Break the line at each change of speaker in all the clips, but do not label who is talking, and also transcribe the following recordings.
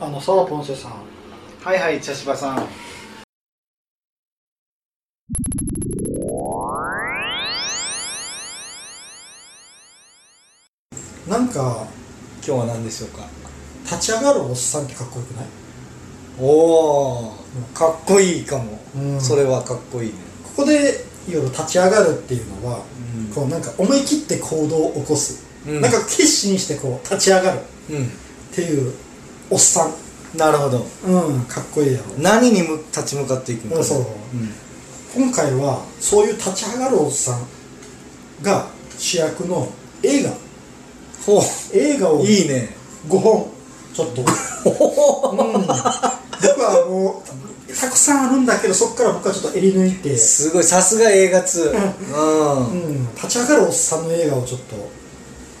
あのさあポンセさん
はいはい茶芝さん
なんか
今日は何でしょうか
立ち上がるおっさんってかっこよくない
おおかっこいいかも、
うん
それはかっこいいね、
ここで夜立ち上がるっていうのは、
うん
こうなんか思い切って行動を起こす、
うん
なんか決心してこう立ち上がる
う
っていうおっさん
んなるほど
うんかっこいいやろ
何にむ立ち向かっていくのか、
うんそう今回はそういう立ち上がるおっさんが主役の映画
ほ
映画
う
を
いいね
5本ちょっと、うん、僕はもうたくさんあるんだけどそこから僕はちょっと襟抜いて、
すごいさすが映画通うん、
うん、立ち上がるおっさんの映画をちょっと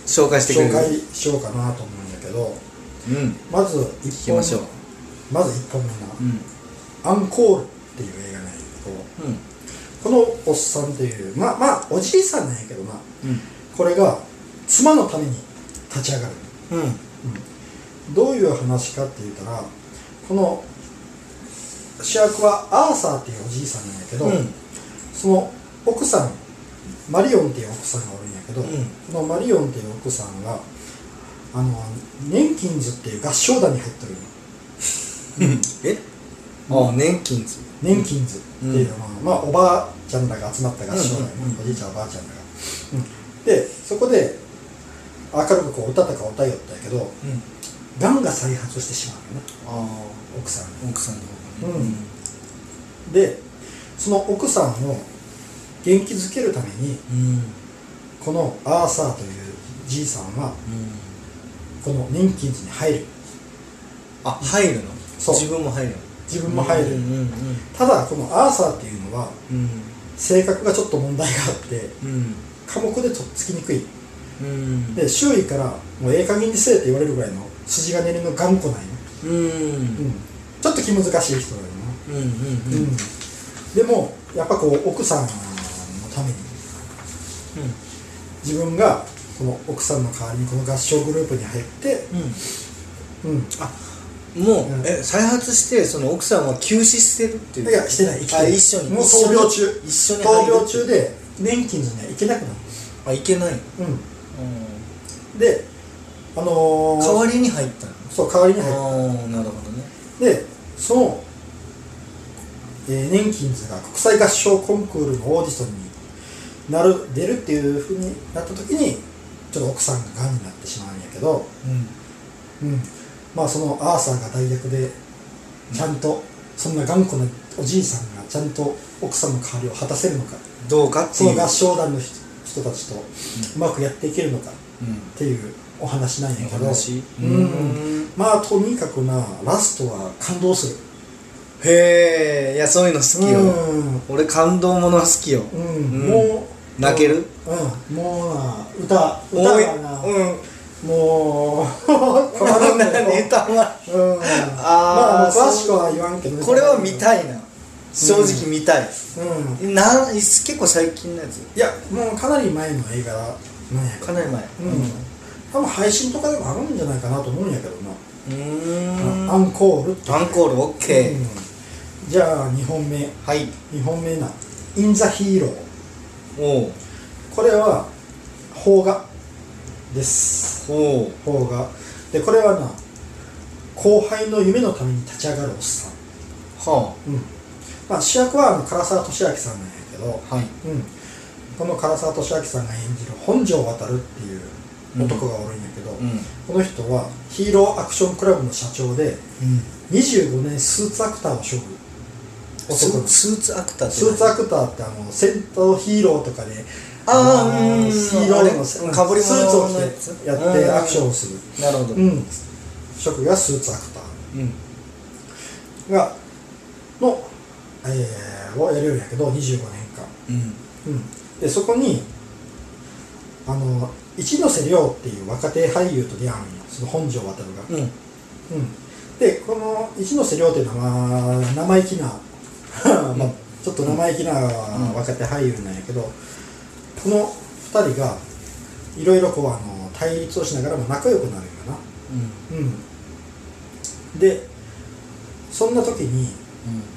紹介してくれ
紹
る
介しようかなと思うんだけど
うん
まず
聞
一
き
本
ましょう
まず1本目が
うん
「アンコール」っていう映画なんだけど
うん
このおっさんというまあまあおじいさんなんやけどな
うん
これが妻のために立ち上がる
うん
どういう話かって言ったらこの主役はアーサーっていうおじいさんなんやけど、
うん
その奥さんマリオンっていう奥さんがおるんやけど、
うん
このマリオンっていう奥さんがあの年金ズっていう合唱団に入ってる
えああ年金図
年金ズっていうのは、まあ、おばあちゃんらが集まった合唱団やね、
うんうんうん
おじいちゃんおばあちゃんらが、うんでそこで明るくこう歌とか歌いよったんやけど
うん
がんが再発してしまうよね
ああ
奥さんが
奥さんの方が
うんでその奥さんを元気づけるために
うん
このアーサーというじいさんは
うん
この年金図に入る
あ入るの
そう
自分も入るの
自分も入る、
うんうん
ただこのアーサーっていうのは
うん
性格がちょっと問題があって
うん
科目でとっつきにくい
うん
で周囲から「もうええ加減にせえ」って言われるぐらいの筋金入りの頑固なんよ、
うん
うん、ちょっと気難しい人だよ
う
な
んうん
うん、
うん
でもやっぱこう奥さんのために自分がこの奥さんの代わりにこの合唱グループに入って、
う
うん、
んもう、
うん
え再発してその奥さんは急死してるっていう
いやしてない生きて
あ
る
一緒に
もう
一緒に
闘病中
一緒に入
闘
る
病中で年金には行けなくなる
あいけない、
うんであのー、
代わりに入ったの
そう代わりに入っ
ああなるほどね
てでその、えー、年金図が国際合唱コンクールのオーディションになる出るっていうふうになった時にちょっと奥さんががんになってしまうんやけど、うん、まあそのアーサーが代役でちゃんとそんな頑固なおじいさんがちゃんと奥さんの代わりを果たせるのか
どうかって
そ
い
の
う
合唱団の人人たちとうまくやっていけるのかっ
うん
ていうお話なんやけど
お話
うんまあとにかくなラストは感動する
へえいやそういうの好きよ
うん
俺感動ものは好きよ
うん
うん
もう
泣ける
うんもうな歌歌
おい
はなもうこ
うん何言ったの
うんまあ
あー
詳しくは言わんけど
これは見たいな正直見たい、
うん
なん結構最近のやつ
いやもうかなり前の映画なんやけ
かなり前
ど、うん、多分配信とかでもあるんじゃないかなと思うんやけどな、
うん
アンコールっていう
アンコールオッケー、
うんじゃあ2本目
はい
2本目な「イン・ザ・ヒーロー
おう」
これは邦画です
おう
邦画でこれはな後輩の夢のために立ち上がるおっさん、
は
うんまあ、主役はあの唐沢俊明さんなんやけど、
あはい
うん、この唐沢俊明さんが演じる本庄渉っていう男がおるんやけど、
うん
この人はヒーローアクションクラブの社長で25年スーツアクターを勝負
ス
男のス
スーツアクターって
ーツアクターってあの戦闘ヒーローとかで
あー
の
うん
ヒーローの
あれかぶり物
スーツを着
のやつ
てやっ
う
て
ん
アクションをする、
なるほど
うん、職がスーツアクター
うん
がの、えーをやるんやけど25年間
うん
うん、でそこにあの一ノ瀬亮っていう若手俳優と出会うんよその本庄渉が、うん
うん
でこの一ノ瀬亮っていうのは生意気な、 まあ、ちょっと生意気な若手俳優なんやけど、この2人がいろいろこうあの対立をしながらも仲良くなるんよな、うん、でそんな時に、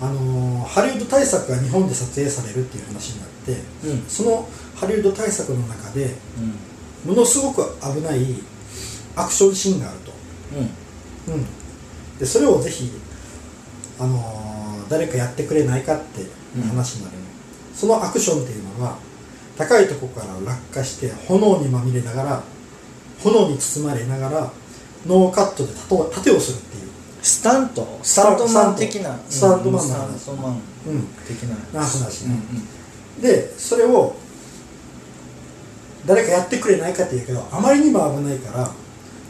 あのーハリウッド大作が日本で撮影されるっていう話になって
うんうん
そのハリウッド大作の中でものすごく危ないアクションシーンがあると、
うん
うん、でそれをぜひ、あのー誰かやってくれないかって話になるの、そのアクションっていうのは高いとこから落下して炎にまみれながら炎に包まれながらノーカットで盾を盾をするっていう
スタント
ス
ス
タ
タ
ン
ン
ト
トマン的な
スタントマン
うんスタントマン
うん、
的な
な話
うん
ねでそれを誰かやってくれないかって言うけどあまりにも危ないか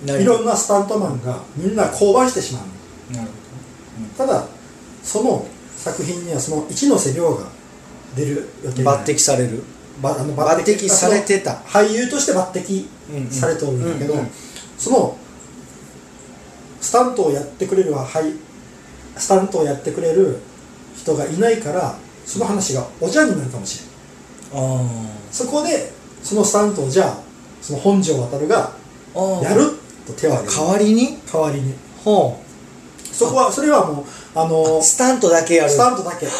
うんな
ら
る
い
ほ
ろ
ど
んなスタントマンがみんな降板してしまうの
なる
ただその作品にはその一ノ瀬亮が出る予
ほ
定
ど抜擢される
ばあの
抜擢されてた
俳優として抜擢
うんうん
されておるんだけど、
うんうん
そのスタントをやってくれるは、はい、スタントをやってくれる人がいないからその話がおじゃんになるかもしれない
あ
そこでそのスタントをじゃあその本庄渉が
ー
やると手を挙げる
代わりに
代わりに
ほ
そこはそれはもうあの
うスタントだけやる
スタントだけ、うん、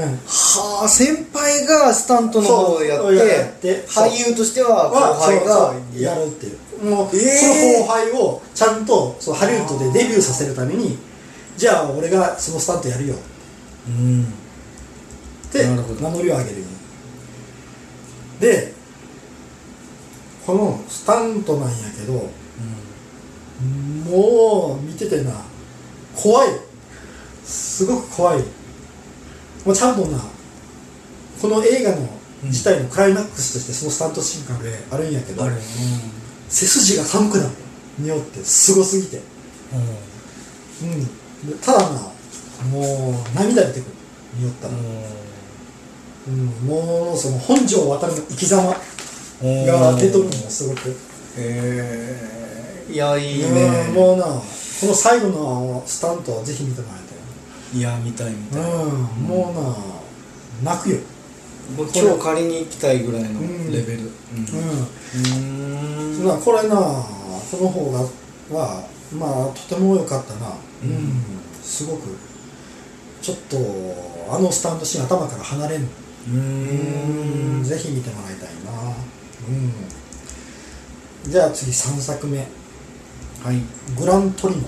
はあ先輩がスタントの方をや
そうやっ
ってて俳優としては後
は
輩が
そうそうやるっていうもう、
えー
その後輩をちゃんとそのハリウッドでデビューさせるためにじゃあ俺がそのスタントやるよっ
うん
て
な
名
るほど
乗りを上げるよでこのスタントなんやけどもう見ててな怖いすごく怖いもうちゃんとなこの映画の自体のクライマックスとしてそのスタントシーンがねあるんやけど、
あれ
背筋が寒くなるによってすごすぎて、
う
うん、でただなもう涙出てくるによったら、
ん
うんもうその本庄渡るの生き様
うん
が出とるのもすごく、
へえいやいい
うん
ね
もうなこの最後のスタントはぜひ見てもらい
いや見たい見
た
た
い、
い
うんもうな泣くよ、
もう今日借りに行きたいぐらいの
うん
レベルうん
うん
うーん
なこれなこの方がはまあとても良かったな
うん
すごくちょっとあのスタンドシーン頭から離れん
うーん
ぜひ見てもらいたいなうんじゃあ次3作目
はい
「グラントリノ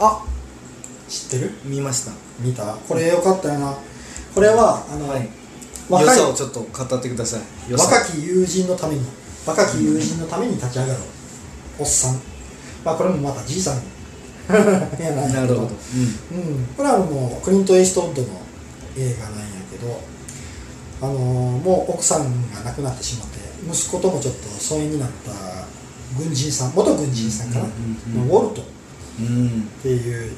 あ」
知ってる
見ました
見たこれ良かったよなこれはあの、
はい良
若い
さをちょっと語ってください良さ
若き友人のために若き友人のために立ち上がろうおっさんまあこれもまたじいさん やな
なるほど
うん、これはもうクリント・エイストウッドの映画なんやけど、あのーもう奥さんが亡くなってしまって息子ともちょっと疎遠になった軍人さん元軍人さんかな、
うんうんうん
のウォルトっ
うん
ていう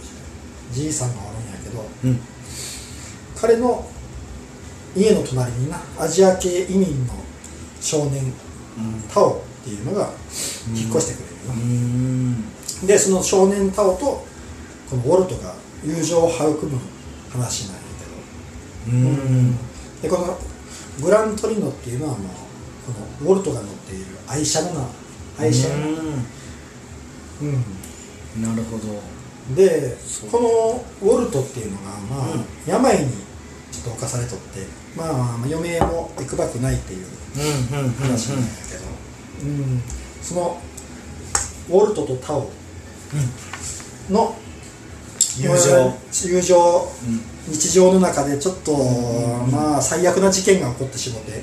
じいさんがおるんやけど
うん
彼の家の隣になアジア系移民の少年
うん
タオっていうのが引っ越してくれるよ、
うん
でその少年タオとこのウォルトが友情を育む話なんやけど
うん
でこのグラントリノっていうのはもうこのウォルトが乗っている愛車だな愛車だなう
うんなるほど
んで
そう
このウォルトっていうのがまあ、
うん
病にちょっと侵されとってまあまあまあ余命もいくばくないっていう
うんうんうん
話なんやけど、うんそのウォルトとタオの
友情
まあ友情日常の中でちょっと、
んうん
まあ最悪な事件が起こってしもて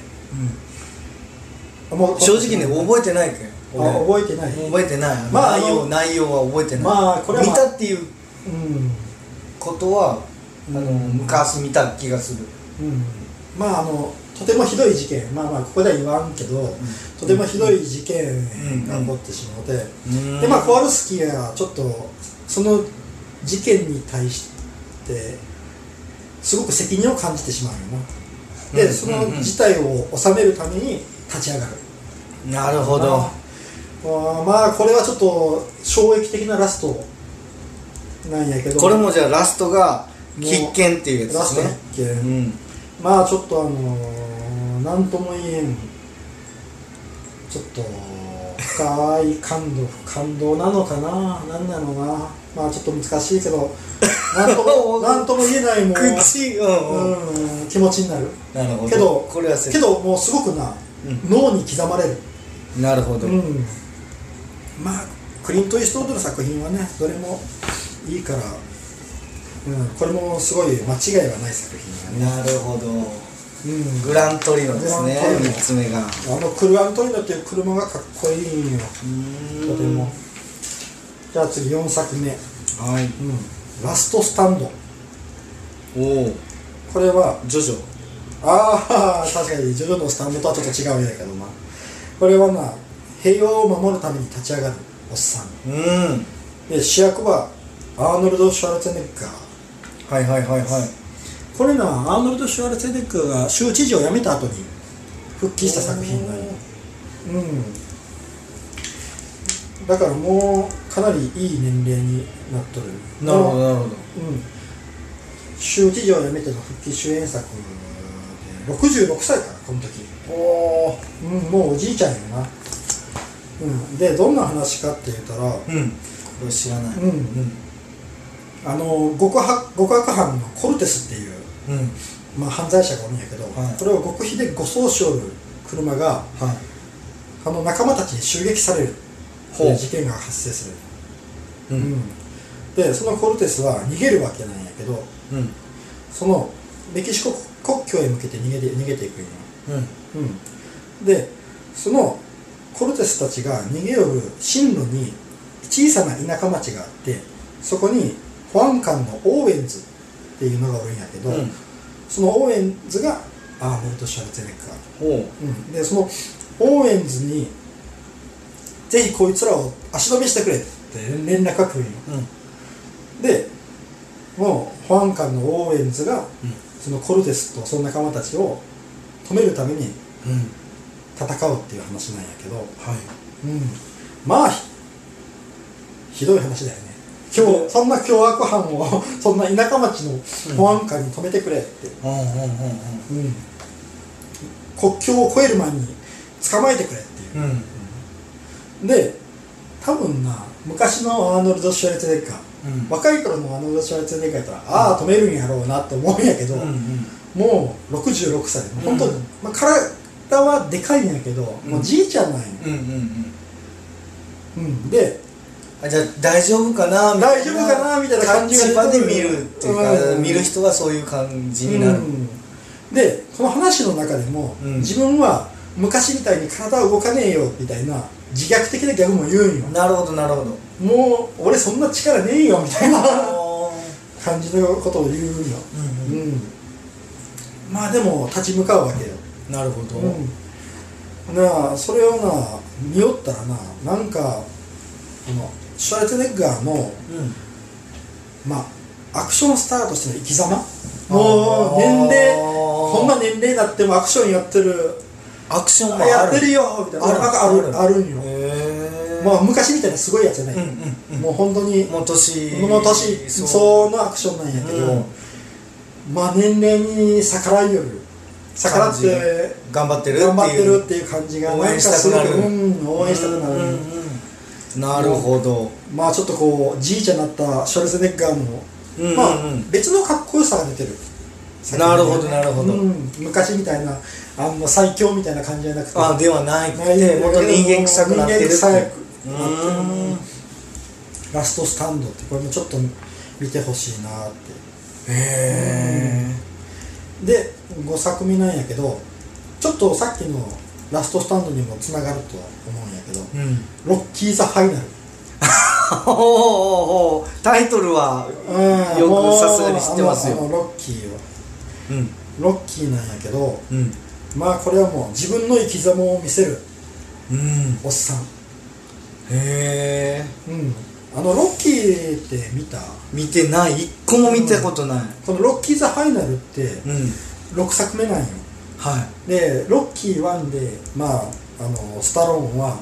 もう
正直ね覚えてないけど
あ
俺
覚えてない
覚えてない
まあ
内
あの
容内容は覚えてない
まあこれは
見
まあ
たっていう
うん
ことはあの
うん
昔見た気がする
うんまああのとてもひどい事件まあまあここでは言わんけど、とてもひどい事件が起こってしまって、
うん
でまあコワルスキーがちょっとその事件に対してすごく責任を感じてしまうよなで、
うん
その事態を収めるために立ち上がる
なるほど
あーまあこれはちょっと衝撃的なラストなんやけど
これもじゃあラストが必見っていうやつで
ラ
す
スト
ね
一見
うん
まあちょっとあのー、なんとも言えんちょっと深い感動感動なのかな何なのかなまあちょっと難しいけ どなんと もなんとも言えないもう、
口うん、うん、
うん、気持ちになる
なるほど
けど
これはせ
けどもうすごくな、
う
脳に刻まれる、
なるほど、
うん、まあクリント・イーストウッドの作品はねどれもいいから、うん、これもすごい間違いはない作品だね、
なるほど
うん、
グラントリノですね
グラントリノ
3つ目がう
あのクルアントリノっていう車がかっこいいよ
ー
とてもじゃあ次4作目、うん
はい
「ラストスタンド
おお」
これは
ジョジョ
ああ確かにジョジョのスタンドとはちょっと違うんやけどなこれはな平和を守るために立ち上がるおっさん
うん
で主役はアーノルド・シュワルツェネッガー
はいはいはいはい
これなアーノルド・シュワルツェネッガーが州知事を辞めた後に復帰した作品なんようんだからもうかなりいい年齢になっとる
なるほどなるほど
うん州知事を辞めての復帰主演作で66歳かなこの時
おお
うんもうおじいちゃんやなうんでどんな話かって言ったら
うんこれ知らない
う
う
ん
ん
あの極悪極悪犯のコルテスっていう、
うん
まあ、犯罪者がおるんやけど、
はい
これを極秘で護送しおる車が
はい
あの仲間たちに襲撃されるって
ほ
いうう事件が発生す
う
る、うんでそのコルテスは逃げるわけなんやけど
うん
そのメキシコ国境へ向けて逃げて逃げていくんよ、
うん
うん、でそのコルテスたちが逃げ寄る進路に小さな田舎町があってそこに保安官のオーウェンズっていうのがおるんやけど、
うん
そのオーウェンズがアーノルド・シュワルツェネッガー
ほ
うん、でそのオーウェンズにぜひこいつらを足止めしてくれって連絡が来るんよ
ううん
でもう保安官のオーウェンズが
うん
そのコルテスとその仲間たちを止めるために
うん
戦うっていう話なんやけど、
はい
うん、まあひひどい話だよね今
ひど
日
い
そんな凶悪犯を そんな田舎町の保安官に止めてくれって、
うんうんうん
うん国境を越える前に捕まえてくれっていう
うんうん
で多分な昔のアーノルド・シュワルツェネッガー
うん
若い頃のアーノルド・シュワルツェネッガーやったらああ止めるんやろうなと思うんやけど、
うん
もう66歳もう本当、
うん
まあ、体はでかいんやけど、
うん
もうじいちゃんなんや、
うんうん
うん、で
あじゃあ大丈夫かなみたい
大丈夫かなみたいな感じ
立
が
場で見るっていうか、
うん
見る人はそういう感じになる、
うんでこの話の中でも、
うん
自分は昔みたいに体は動かねえよみたいな自虐的なギャグも言うんよ
なるほどなるほど
もう俺そんな力ねえよみたいな感じのことを言うんよ
うんうん
うん、まあでも立ち向かうわけよ、
なるほど、
うん、なあそれをな見よったらななんかこのシュワルツェネッガーの、
うん
まあ、アクションスターとしての生き様
あ
も
ー
う年齢こんな年齢になってもアクションやってる
アクションもある
やってるよみたいな
ある
あるあるあるんよ、
へえ
まあ、昔みたいなすごいやつじゃない、
うんうんうん
もう本当に
もう年
この年相応のアクションなんやけど、
うん
まあ年齢に逆らいよる逆らっ
感じが
て
頑張ってるっていう
頑張ってるっていう感じが
応援したくなる
んかすごうん、応援したくなる、
うんうんうんなるほど、
まあちょっとこうじいちゃんになったショルツェネッガーも、
うんうん
まあ
うん
別のかっこよさが出てる
なるほどなるほど
うん昔みたいなあの最強みたいな感じじゃなくて
あではないって本当に人間臭くなってるって
人間臭く
う
なってる
ーん
ラストスタンドってこれもちょっと見てほしいなって
へ
で5作目なんやけどちょっとさっきのラストスタンドにもつながるとは思うんやけど
えうん
ロッキー・ザ・ファイナル
ほうほうほうタイトルは
うん
よく
もう
さすがに知ってますよ
あのあのロッキーを
うん
ロッキーなんやけど
うん
まあこれはもう自分の生き様を見せる
うん
おっさん
へえ
うんあのロッキーって見た
見てない一個も見たことない
この「ロッキー・ザ・ファイナル」って
うん、
6作目なんよ
は
でロッキー1でまああのスタローンは、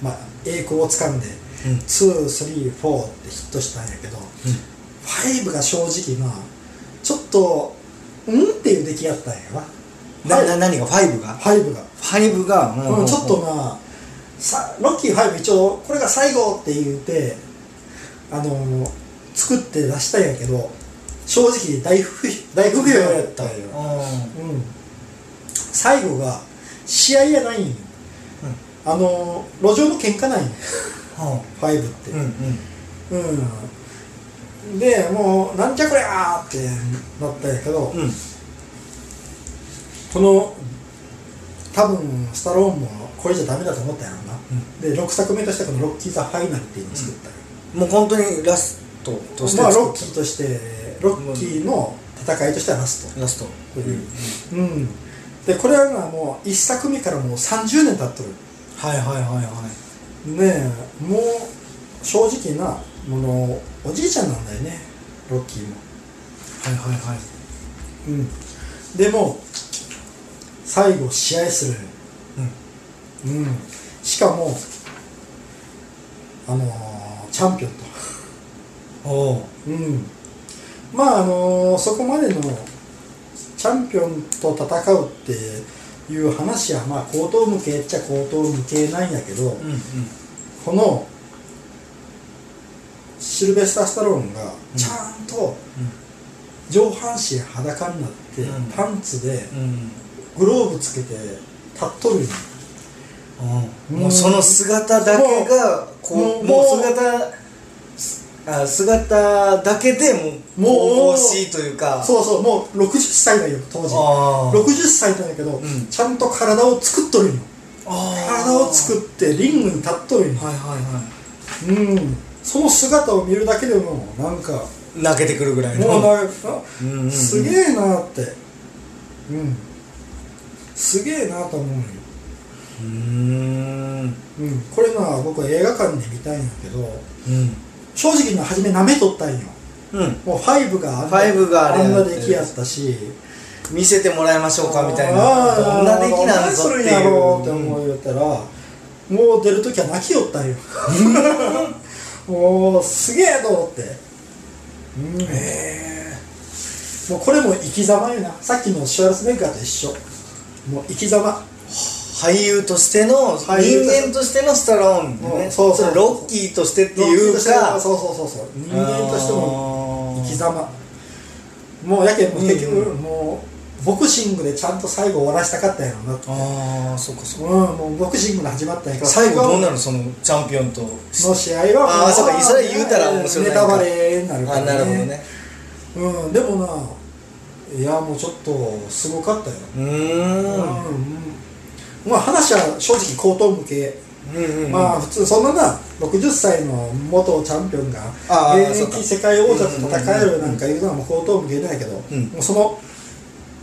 まあ、栄光をつかんで
い、うん
234ってヒットしたんやけど5が正直なちょっとうんっていう出来やったんやな
なな何がファイブが
5が
ファイブが、
うん、ちょっとなさロッキー5一応これが最後って言うてあのー作って出したんやけど正直大不大不評やったんよ、
う
うん、最後が試合やないんよ、あのー路上の喧嘩なんよ5って、
んうん
うん、でもうなんじゃこりゃーってなったんやけど、
うん
この多分スタローンもこれじゃダメだと思ったんやろな、で6作目としてこの「ロッキー・ザ・ファイナル」っていうのを作ったんよ、
もう本当にラストとして
まあ
作
ロッ
っ
キ
た
ーとしてロッキーの戦いとしてはラス
ラスト
トという、うんでこれはなもう1作目からもう30年経っとる
はいはいはいは
ねえもう正直なものおじいちゃんなんだよねロッキーも
いはいはいはい
うん、でも最後試合する、うんしかもあのーチャンピオンと、
おお
うん、まああのーそこまでのチャンピオンと戦うっていう話はまあ口頭無形っちゃ口頭無形なんやけど、
うんうん
このシルベスター・スタローンがちゃんと上半身裸になって、
うん
パンツで
うん
グローブつけて立っとるんよ
うんもうその姿だけがこう
も
も
う
う姿あ姿だけでもう
もう
神々しいというかう
そうそうもう60歳だよ当時
あー
60歳なんだけど、
うん
ちゃんと体を作っとるんよ
あー
体を作ってリングに立っとるんよ、
はいはい
うんその姿を見るだけでもなんかも
はい泣けてくるぐらいうの
なんか、
うんうんうん
すげえなってうんすげえなと思うよ
うーん
うん、これな僕は映画館で見たいんやけど
うん
正直な初めなめとったんよ
うん
もう5があんな
ファイブがあれ
あん
や
な
ってる
出来やったし
見せてもらいましょうかみたいなど
あー
んな出来なんぞ
ど
っ
んな
て
するんや
いう
ろうって思うたら、もう出る時は泣きよっ たんよもうすげえと思って、うん、もうこれも生き様よなさっきのシュワルツェネッガーと一緒もう生き様
俳優としての人
俳優とし
間とし
て
てのスタローンで
うん
ね
そうそう
れロッキーとしてっていうか
そうそうそうそう人間としても
も
生き様もうやけんもう
うん
結局、もうボクシングでちゃんと最後終わらしたかったんやろうなと
ああそっかそっ
うん
か
もうボクシングで始まったんやから
最後どう
の
なるそのチャンピオンと
試合はも
あーそうかそれ言うたら面白い
ネタバレになるか
あ
ら、
なるほどね
うんでもないやもうちょっとすごかったよ、
うー
うん
ん
うんまあ話は正直口頭向け、
うんうん
まあ普通そんなな60歳の元チャンピオンが
あー
現
そうか
役世界王者と戦えるなんかいうのはもう口頭向けないけど、
うん
もうその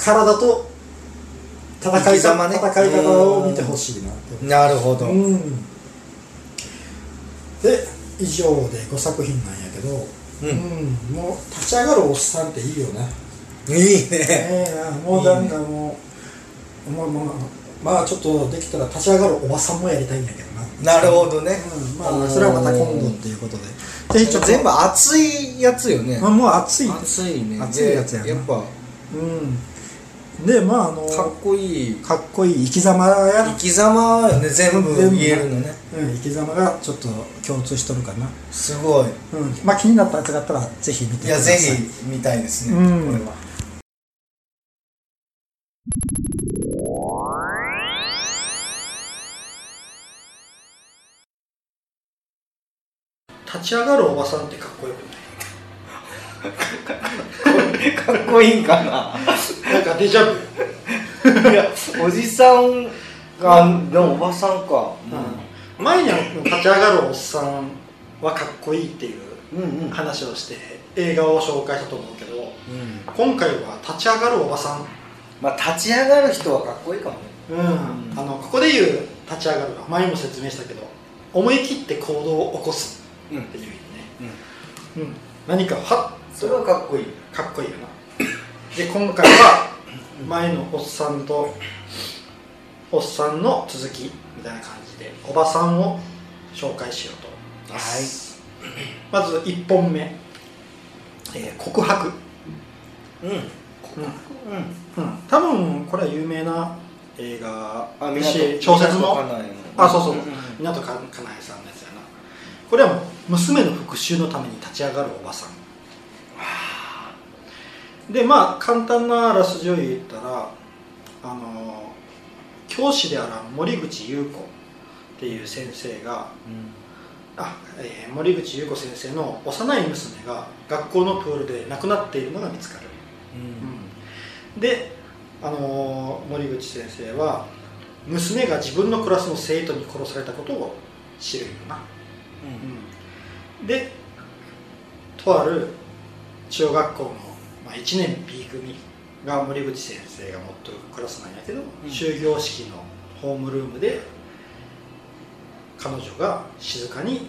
体と戦
生
い
き様
方、
ね
戦い方を見てほしいなって
なるほど
う
うん
んで以上で5作品なんやけど、うんもう立ち上がるおっさんっていいよね
いいね
ええなもうなんかもうまあまあまあちょっとできたら立ち上がるおばさんもやりたいんやけどな
なるほどね
うんまあそれはまた今度っていうことでぜひちょっと
全部熱いやつよね
まあもう暑いです
熱いねで
熱いやつやな
やっぱ
うんでまああの
かっこいい
かっこいい生き様やな
生き様よね全部言えるのね
うん、生き様がちょっと共通しとるかな、
すごい
うん、まあ気になったやつがあったらぜひ見て
い
くだ
や
さ
ぜ
い
ひ見たいですねこ
うん
れは
立ち上がるおばさんってかっこよく
かっこいいんかな
ないなんかデジャブ
いやおじさんがでもおばさんか、
前にあの立ち上がるおっさんはかっこいいっていう
うん、うんうん
話をして映画を紹介したと思うけど今回は立ち上がるおばさん、
まあ立ち上がる人はかっこいいかもね
うんあのここで言う立ち上がるは前も説明したけど思い切って行動を起こす
うん
っていう意味ね、うん、何かはっ
それはかっこいい
かっこいいよなで今回は前のおっさんとおっさんの続きみたいな感じでおばさんを紹介しようと思います、まず1本目、えー告白、
うん
うん
うん
うん、多分これは有名な映画
あ
だし小説のあそうそう、湊かかなえさんのやつやなこれはもう娘の復讐のために立ち上がるおばさんでまあ簡単なあらすじを言ったらあの教師である森口優子っていう先生があ、えー森口優子先生の幼い娘が学校のプールで亡くなっているのが見つかるで、あのー森口先生は娘が自分のクラスの生徒に殺されたことを知るよな、うん、でとある中学校の、まあ、1年 B 組が森口先生が持ってるクラスなんやけど、
うん
終業式のホームルームで彼女が静かに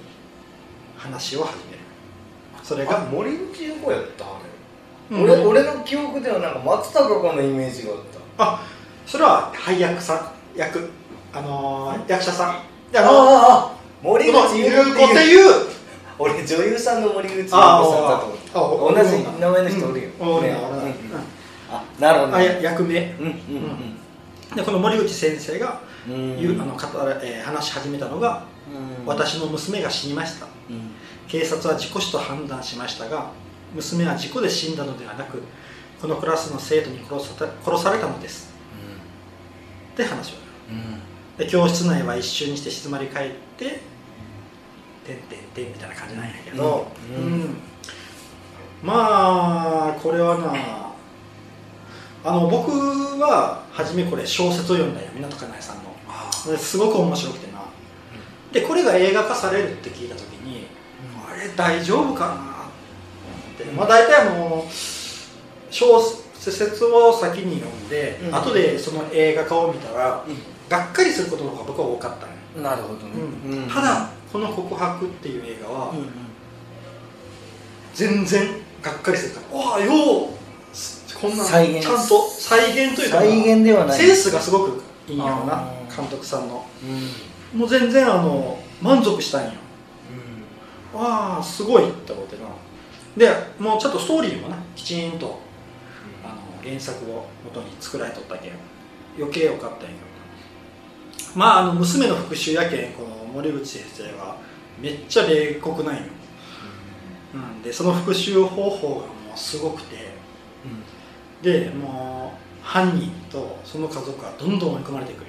話を始めるそれ
あ
が、
森口優子やったあ
う
れ、
ん
俺俺の記憶ではなんか松たか子のイメージがあった
あそれは配役さん役あのー役者さんであ
あ
の
ああ森
この
口
優
優
子
子
っ
ってていう
いう
俺女優さんの森口優子さんだ
あ
と思っ
ああ
た同じ名前の人おるよ、
うんおる
ね
なおる
う
な
ん
うん
あなるほど
あ
ね
や役名
うんうん
でこの森口先生が
うんうん
言うあの語らえー話し始めたのが
うん
私の娘が死にました
うん
警察は事故死と判断しましたが娘は事故で死んだのではなくこのクラスの生徒に殺され殺されたのですって話を
う
で教室内は一瞬にして静まり返って「てんてんてん」みたいな感じなんやけど、
う
うんんまあこれはなあの僕は初めこれ小説を読んだよ湊かなえさんのですごく面白くてなでこれが映画化されるって聞いた時にあれ大丈夫かなって、まあ大体もう小説を先に読んで、
うん
後でその映画化を見たら、がっかりすることの方が僕は多かったね、
んなるほどねうん
ただこの「告白」っていう映画は
うんうん
全然がっかりするからああようすこんなん
再現
ちゃんと再現というか
再現ではない
センスがすごくいいような
あー
監督さんの
うんうん
もう全然あの満足したんよああすごいって思ってなでもうちょっとストーリーもなきちんとあの原作を元に作られとったけん余計よかったんやけどまああの娘の復讐やけんこの森口先生はめっちゃ冷酷なんよ、うん、でその復讐方法がもうすごくてでもう犯人とその家族がどんどん追い込まれていくる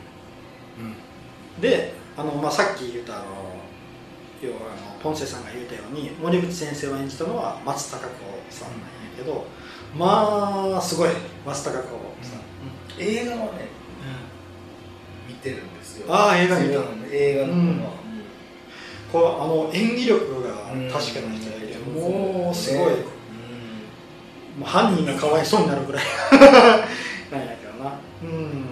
であの、まあ、さっき言ったあの要はあのポンセさんが言ったように森口先生を演じたのは松たか子さんなんやけど、まあすごい松たか子さん、
映画はね
う
見てるんですよ
んああ映画見た
映画の方は
こうあの演技力が確かな人だけど、もうすごい、もう犯人がかわいそうになるぐら いなんやけどなうん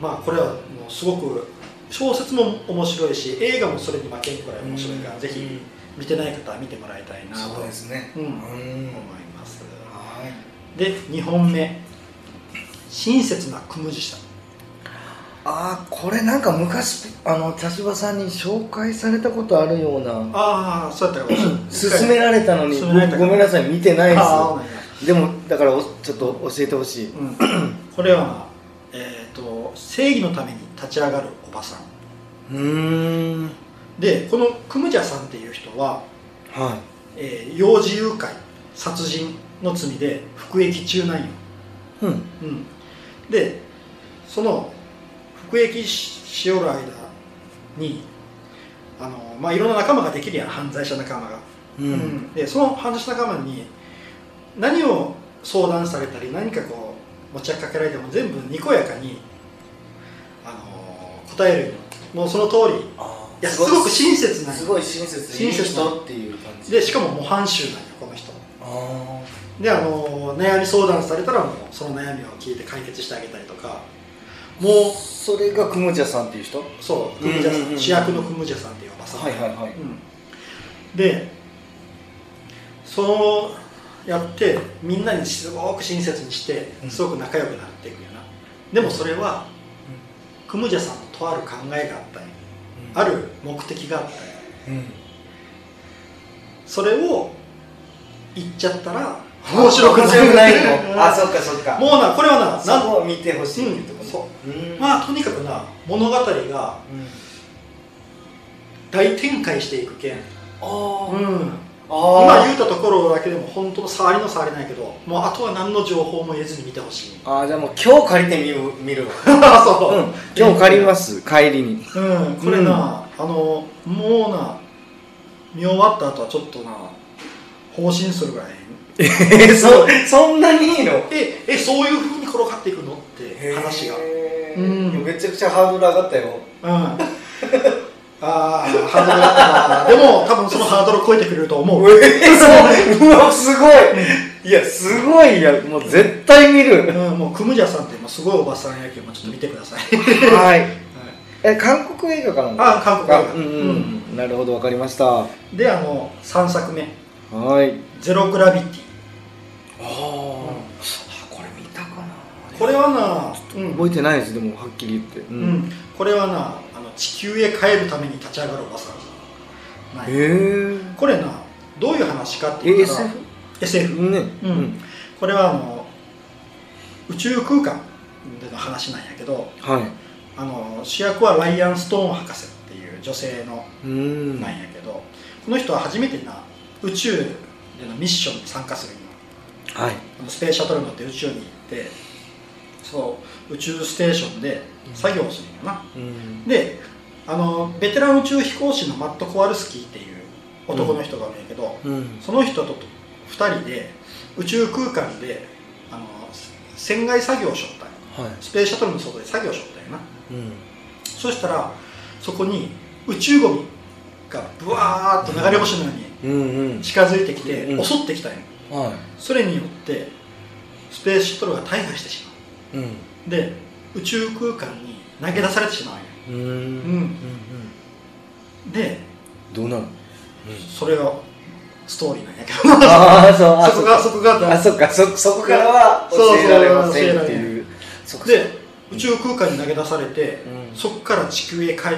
まあこれはもうすごく小説も面白いし映画もそれに負けんくらい面白いから、ぜひ見てない方は見てもらいたいなと
そう
思い
ですね
うんます、
はい
で2本目親切なクムジシャ
ああこれなんか昔あの茶芝さんに紹介されたことあるような
ああそうやったかもしれない
勧められたのに
勧められた
ごめんなさい見てないで
ああ
すでもだからおちょっと教えてほしい
うんこれは、えー、と正義のために立ち上がるおばさん
うーん
でこのクムジャさんっていう人は、
は
えー幼児誘拐殺人の罪で服役中なん
い
よ、
うん
うん、でその服役ししよる間にあの、まあ、いろんな仲間ができるやん犯罪者仲間が、
うん
でその犯罪者仲間に何を相談されたり何かこう持ちかけられても全部にこやかに、あの答えるよもうその通りい
あー
やすごく親切なん
す
よ
ごい親切でいい
親切な
人っていう感じ
でしかも模範囚なんよこの人
あ
であの悩み相談されたらもうその悩みを聞いて解決してあげたりとかもう
あそれがクムジャさんっていう人は
そうクムジャさん
うんうんうん
主役のクムジャさんっていうおばさん、
はいはい
うんでそのやってみんなにすごく親切にして
うん
すごく仲良くなっていくよな、でもそれは、クムジャさんのとある考えがあったり、ある目的があったり
うん
それを言っちゃったら
面白くないのあ
あ
そっかそっか
もうなこれはな
そ
なん
こを見てほしいっていうところ
まあとにかくな物語が
うん
大展開していくけん
う
あ
ん
今
あ
言うたところだけでも本当の触りの触れないけどもうあとは何の情報も得ずに見てほしい
あーじゃあもう今日借りてみる見るわ
そう、
うん今日借ります帰りに
うん、これな、あのもうな見終わった後はちょっとな放心する ぐらい
えそ そんなにいいの
ええそういうふうに転がっていくのって話がうんうん
うんめちゃくちゃハードル上がったよ
ああーハードルだったなでも多分そのハードルを超えてくれると思う、
え そううわすごいいやすごいやもう絶対見る
うん、もうクムジャさんって今すごいおばさんやけんもうちょっと見てください
はいえ韓国映画かな
あ韓国映画
うんうん、うん、なるほどわかりましたは
であの3作目
い
「ゼログラビティ
ああこれ見たか」
これはな、うん
覚えてないですでもはっきり言ってう、
うんん、これはなあの地球へ帰るために立ち上がるおばさんなんや
へー
これなどういう話かって
え
言ったら
SF?
SF
ね
うんこれはあの宇宙空間での話なんやけど
は
あの主役はライアン・ストーン博士っていう女性の
いうん
なんやけど、この人は初めてな宇宙でのミッションに参加するの
はい
あのスペースシャトルに乗って宇宙に行ってそう宇宙ステーションで作業をするんやな、
うん
であのベテラン宇宙飛行士のマット・コワルスキーっていう男の人がいるんやけど、
うん
その人と2人で宇宙空間であの船外作業をしよったんや
は
スペースシャトルの外で作業しよったんやない
うん
そしたらそこに宇宙ゴミがブワーッと流れ星のよう
うんうん
に近づいてきて、
うん
襲ってきたんや
は
それによってスペースシャトルが大破してしま
いうん
うで宇宙空間に投げ出されてしまうんや
うんうんうん
で
どうなる
それがストーリーなんやけど
ああ そうあ
そこがそこが
あそっかそそこからは
そう
教えられませんっていうそっか
で宇宙空間に投げ出されて、
うん
そこから地球へ帰る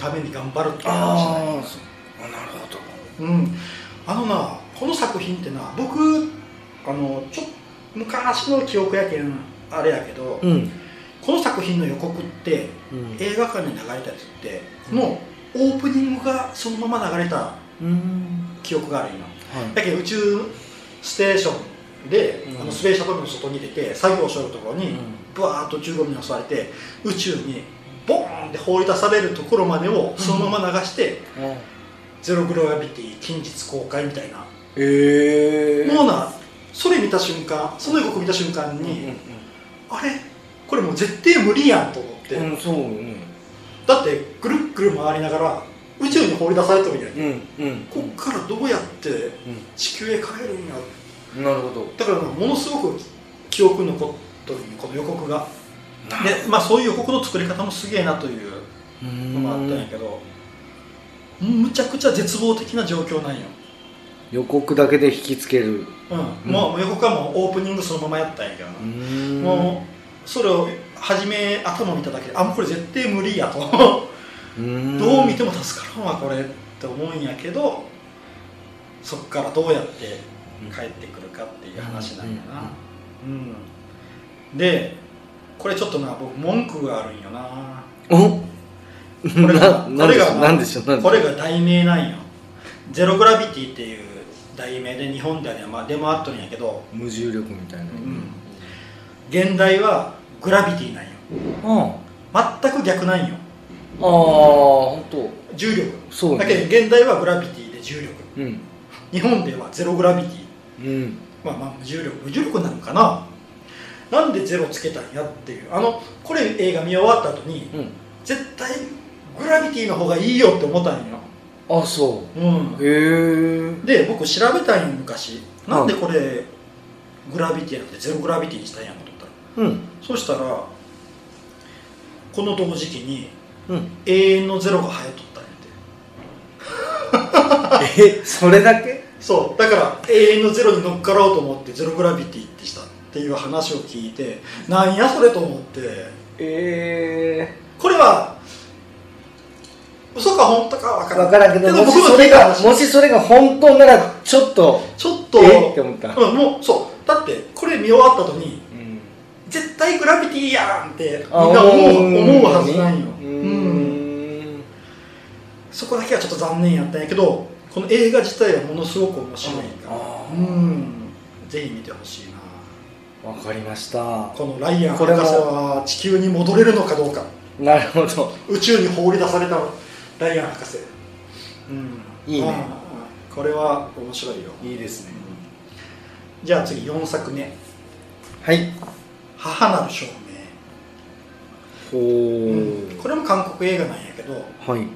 ために頑張るっていう話なんや
ああそうあなるほど
うん、あのなこの作品ってな僕あのちょ昔の記憶やけんあれやけど、
うん
この作品の予告って映画館に流れたやつってこのオープニングがそのまま流れた
うん
記憶がある今
は
だけど宇宙ステーションで、
うん
あのスペースシャトルの外に出て作業をしよるところに、ブワーッと中国に襲われて宇宙にボーンって放り出されるところまでをそのまま流して、
い
ゼログラビティ近日公開みたいな、
ええ
もうなそれ見た瞬間その予告見た瞬間に、あれこれもう絶対無理やんと思って、
うんそうね
だってぐるっぐる回りながら宇宙に放り出されてるんや、
うんうん
こっからどうやって地球へ帰るんや
うんなるほど
だからなものすごく記憶に残っとるんよこの予告が
ね
でまあそういう予告の作り方もすげえなというのがあったんやけどむちゃくちゃ絶望的な状況なんよ、
予告だけで引きつける
う、
うんん
もう予告はもうオープニングそのままやったんやけどな、
ん
もうそれを初め頭見ただけであもうこれ絶対無理やと
うん
どう見ても助からんわこれって思うんやけどそっからどうやって帰ってくるかっていう話なんやなうん、でこれちょっとな僕文句があるんよな
お
これが
ななんでしょ
これが
うなんでしょうなんでしょ
こ
う
れが題名なんよ「ゼログラビティ」っていう題名で日本ではね、まあ、出回っとるんやけど
無重力みたいな
うん現代はグラビティなんよ
あ
全く逆なんよ
あ本当
重力
そう
だけ
ね
ど現代はグラビティで重力
うん
日本ではゼログラビティ
うん
まあまあ無重力無重力なのかななんでゼロつけたんやっていうあのこれ映画見終わった後に
うん
絶対グラビティの方がいいよって思ったんよ
あそ
うん
うへえ
で僕調べたんよ昔なんでこれグラビティやなくてゼログラビティにしたんやと思った
う
ら
ん
そしたらこの同時期に
うん
永遠のゼロが流行っとったんやて
えそれだけ
そうだから永遠のゼロに乗っからおうと思ってゼログラビティってしたっていう話を聞いてなんやそれと思って
え
これは嘘か本当かわ
え
か
分
らん
からんけども
僕
し
も
そ
聞
れ
いた
が
話
もしそれが本当ならちょっと
ちょっと
えって思った
うん、もうそうだってこれ見終わった後に
うん
絶対グラビティやんってみんな
あ
思う
思う
思うはずないよ、
う
うん
ん
そこだけはちょっと残念やったんやけどこの映画自体はものすごく面白いから
あ
うんぜひ見てほしいな
あわかりました
このライアン
こ
博
れ
士
も
は地球に戻れるのかどうか
なるほど
宇宙に放り出されたライアン博士うん
いいね
うんうんこれは面白いよ
いいですね
じゃあ次4作目
はい
「母なる証
ほう
明」うんこれも韓国映画なんやけど
はい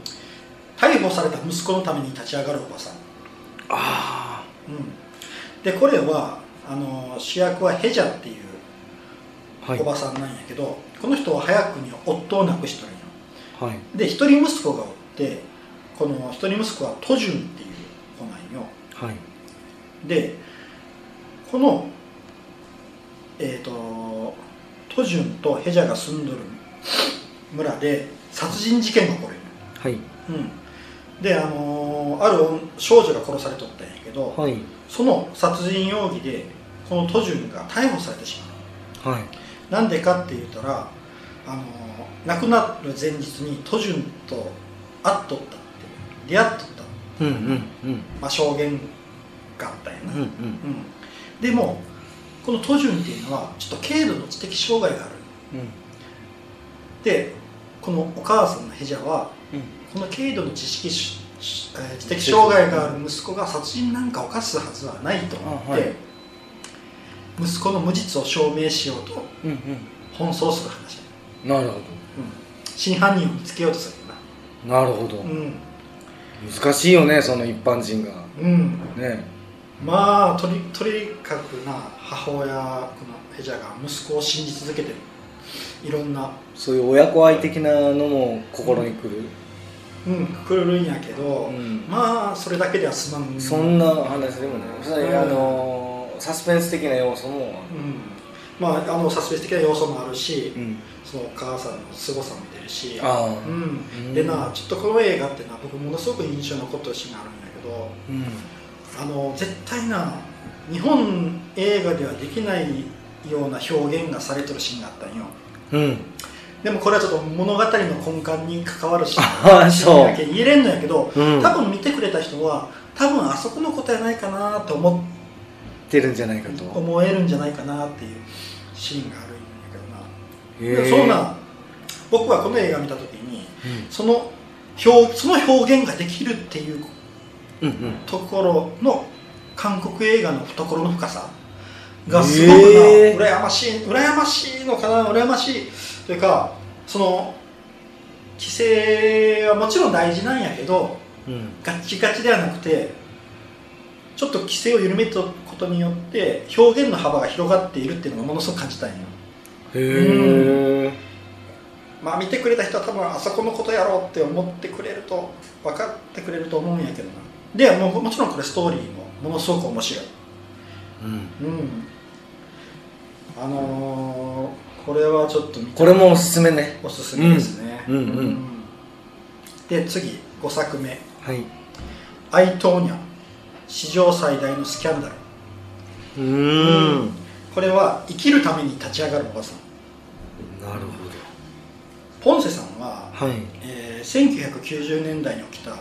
逮捕された息子のために立ち上がるおばさん
あ
うん、でこれはあの主役はヘジャっていう
あはい
おばさんなんやけど、この人は早くに夫を亡くしたんよ
はい
で一人息子がおってこの一人息子はトジュンっていう子なんよ
はい
でこのえっ、とトジュンとヘジャが住んどる村で殺人事件が起こるんよ
はい
うん、であのある女少女が殺されとったんやけど、
はい
その殺人容疑でこのトジュンが逮捕されてしま
はいう
なんでかって言ったらあの亡くなる前日にトジュンと会っとったって出会っとった、
うんうんうん
まあ、証言があったんやな、
うんう
うん
ん
でもこのトジュンっていうのはちょっと軽度の知的障害がある
うん
でこのお母さんのヘジャは
うん
この軽度の知識ししえー知的障害がある息子が殺人なんか犯すはずはないと思って、
あはい
息子の無実を証明しようと
うん
奔走する話、
うんなるほ
真犯人を見つけようとするよな
どなるほど
うん、
難しいよねその一般人が
うん、
ね
まあとにとにかくな母親このヘジャが息子を信じ続けてるいろんな
そういう親子愛的なのも心にくる、
うんくるるんやけど、
うん
まあそれだけでは済まん
そんな話でもね、そういうあのーサスペンス的な要素も
うんまああのサスペンス的な要素もあるし、
うん
そのお母さんの凄さも出るし
ああ
うん、
ん
でなちょっとこの映画ってな僕ものすごく印象に残ったシーンがあるんだけど
うん
あの絶対な日本映画ではできないような表現がされてるシーンがあったんよ
うん
でもこれはちょっと物語の根幹に関わるシ
あ
ー
あ
ン
そう
だけ言えれんのやけど、
うん
多分見てくれた人は多分あそこの答えないかなと思っ
出るんじゃないかと
思えるんじゃないかなっていうシーンがあるんやけどな
へえ
そうな僕はこの映画見た時に
う
その表その表現ができるっていう
うんうん
ところの韓国映画の懐の深さがすごくな、
へえ
羨ましい羨ましいのかな羨ましいというかその規制はもちろん大事なんやけど
うん
ガッチガチではなくてちょっと規制を緩めたことによって表現の幅が広がっているっていうのがものすごく感じたんよ
へえ
まあ見てくれた人は多分あそこのことやろうって思ってくれると分かってくれると思うんやけどなでもうもちろんこれストーリーもものすごく面白い
うん
うんあのーこれはちょっと見て
これもおすすめね
おすすめですね
うんうんうん
で次5作目
はい
「アイトーニャ史上最大のスキャンダル
うーん
これは生きるために立ち上がるおばさん
なる
ポンセさんは
ほどはい
えー1990年代に起きた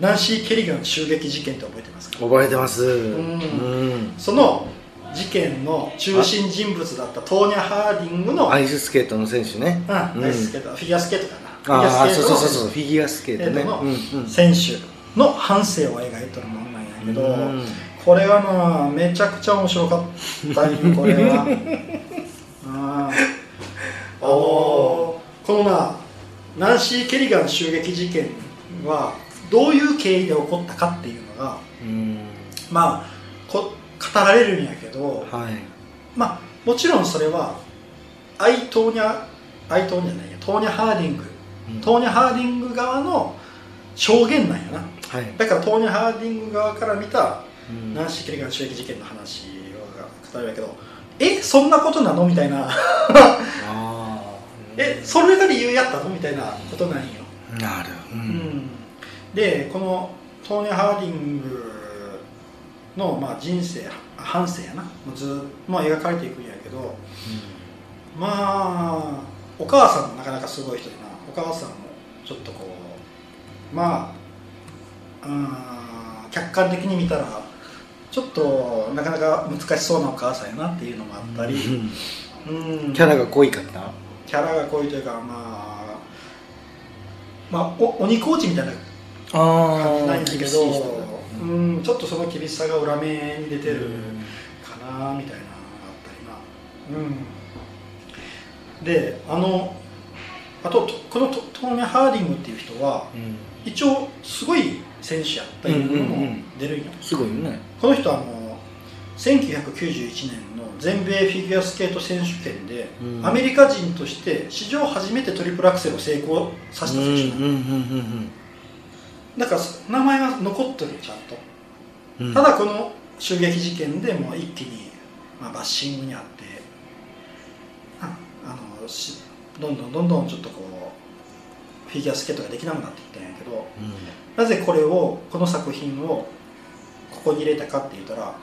ナンシー・ケリガン襲撃事件って覚えてますか
覚えてますうんん
その事件の中心人物だったトーニャ・ハーディングの
アイススケートの選手ね
うん
うん
アイススケートフィギュアスケートかなフィギュ
あ
ア
あ
ス
そ
ケー
うそ
トの
うそうそうフィギュアスケートね
えーと
うん
選手の半生を描いてるものなんやけど、
うん
これがなめちゃくちゃ面白かったよ これはあー
お
このなナンシー・ケリガン襲撃事件はどういう経緯で起こったかっていうのが
うん
まあこ語られるんやけど、
うんはい
まあもちろんそれはアイトーニャアイトーニャじゃないやトーニャ・ハーディング
うん
トーニャ・ハーディング側の証言なんやな
はい
だからトーニャ・ハーディング側から見た
うん
ナンシー・ケリガン襲撃事件の話が語るんやけどえそんなことなのみたいな
あー
えそれが理由やったのみたいなことなんよ、
なるう
うんん、でこのトーニャ・ハーディングの、まあ、人生半生やなもうずっと、まあ、描かれていくんやけど、まあお母さんもなかなかすごい人でなお母さんもちょっとこうまあうん客観的に見たらちょっとなかなか難しそうなお母さんやなっていうのもあったり、うん
キャラが濃いかった
キャラが濃いというかまあまあお鬼コーチみたいな感じ
あ
な
あ
んやけ
厳しい
ど
人だ
うんちょっとその厳しさが裏目に出て
う
る
ん
かなみたいなのがあったりなうんであのあととこのトトーネ・ハーディングっていう人は
うん
一応すごい選手やったりいうの
うんうんう
も
ん
出るんよ、
すごいよね
この人はあの1991年の全米フィギュアスケート選手権で、
うん
アメリカ人として史上初めてトリプルアクセルを成功させた選手なの、だからそ名前は残っとるよちゃんと、
うん
ただこの襲撃事件でもう一気に、まあ、バッシングにあってああのしどんどんどんどんちょっとこうフィギュアスケートができなくなってきたんやけどなぜこれをこの作品をここに入れたかって言ったら、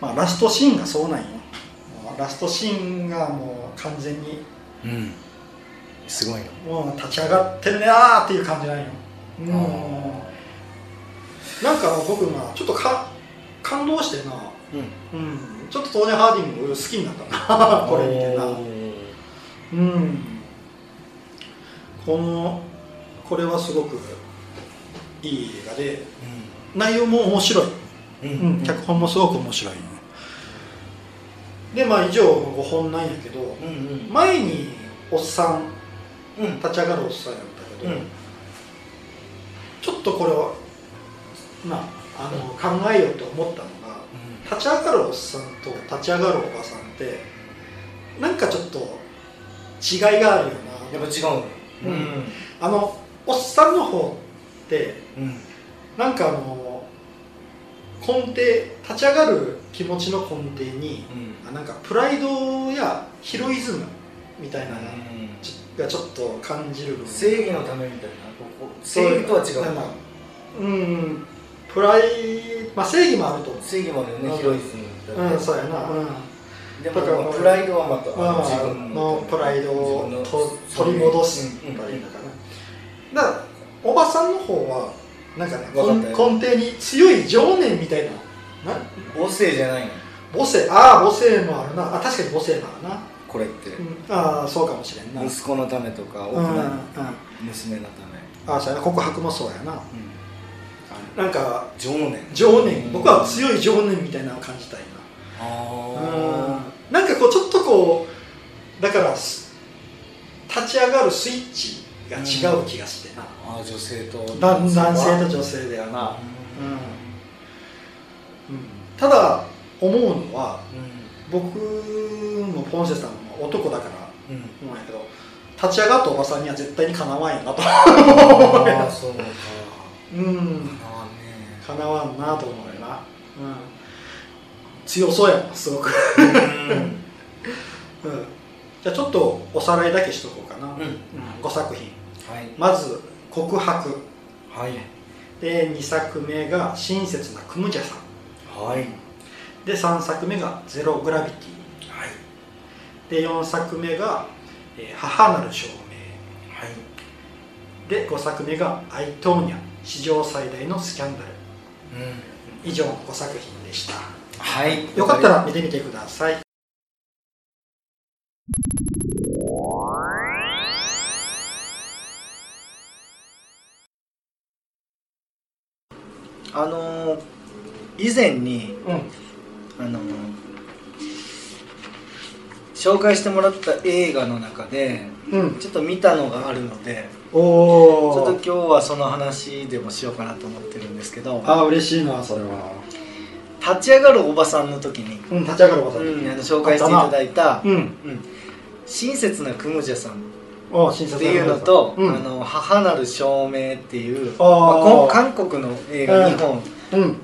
まあ、ラストシーンがそうなんよもうラストシーンがもう完全に
うんうんすごいよ
もう立ち上がってるねーっていう感じなんよもうなんか僕がちょっとか感動してな、うん、ちょっとトーニー・ハーディング好きになったな これ見てなうんこのこれはすごくいい映画で内容も面白いうん、脚本もすごく面白いねでまあ以上の5本なんやけど前におっさん立ち上がるおっさんやったけど、ちょっとこれはまああの考えようと思ったのが立ち上がるおっさんと立ち上がるおばさんってなんかちょっと違いがあるよ
やっぱ
な
違う
うんあのおっさんの方って
うん
なんかあの根底立ち上がる気持ちの根底にあなんかプライドやヒロイズムみたいなのがちょがちょっと感じる部分
正義のためみたいなここ正義とは違
なん
う
かうんプライまあ正義もあると思
正義もあるよね
うん
広いですね
ううんそうやな、うん
で
だから
もまあプライドはまた
まあ
自分
のプライド
自
を
分の
と取り戻す
うんうん
というのかなだからおばさんの方はなんかね
わかった
根
よ
根底に強い情念みたいなな
母性じゃないの
母性ああ母性もあるなあ確かに母性もあるな、
これって
うん、ああそうかもしれんな
息子のためとか
うんうん、
女
あ
娘のた
あそうやな告白もそうやな
めうん
なんか
情念
情念僕は強い情念みたいなのを感じたいなうん
あ
なんかこうちょっとこうだからす立ち上がるスイッチが違う気がしてな、
ーあー女性と
だ男性と
と
女性だよな、う
うんん
うんただ思うのは僕もポンセさんも男だから
うんうん
思うんやけど立ち上がったおばさんには絶対にかなわんやなと
ああそうか
うん
あー
かなわんなと思うよな、うん、強そうやなすごく、
ね
うん、じゃあちょっとおさらいだけしとこうかな、
うんうん
5作品
はい
まず「告白
はい」
で2作目が「親切なクムジャさん
はい」
で3作目が「ゼログラビティ
はい」
で4作目が「えー母なる証明
はい」
で5作目が「アイトーニャ史上最大のスキャンダル」
うん
以上の5作品でした
はい
よかったら見てみてください
あのー以前に
うん
あのー紹介してもらった映画の中で
うん
ちょっと見たのがあるのでち
お
ょっと
お
今日はその話でもしようかなと思ってるんですけど
ああ嬉しいなそれは
立ち上がるおばさんの時に、
うん立ち上がるおばさん
うんあの紹介していただいた
うん
うん親切なクムジャさんっ
お新作
ていうのと、
うん
あの母なる証明っていう、
あー
まあこん韓国の映画
うん
2本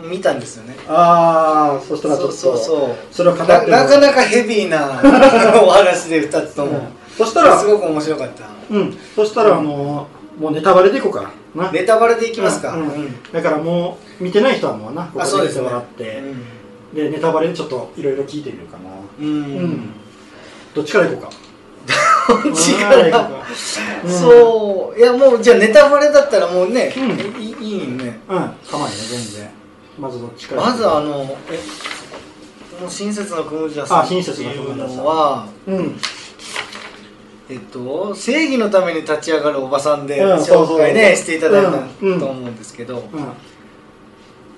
うん
見たんですよね、
ああそしたらちょっ
そう
と
そうそう
それを語っ
な
ても
なかなかヘビーな お話で2つとも、
うんそしたら
すごく面白かった
うんそしたらあのもうネタバレでいこうかな
ネタバレでいきますか、
うんだからもう見てない人はもうなこ
あそ
こ
うで
で見
す
て
ね
もらってでネタバレでちょっといろいろ聞いてみるかな
うん、
うんどっちからいこうか
どっち
うん
から
うか
そういやもうじゃあネタバレだったらもうね、
う
いいいいね
う構えね全然まずどっちから
まずあのえこの親切のクムジャさ
あ
んって
親切の
い
ク
う
ムジャさん
のは
うん
えっと、正義のために立ち上がるおばさんで
うんそうそ
紹
う
介ねしていただいた
うんうん
と思うんですけど
う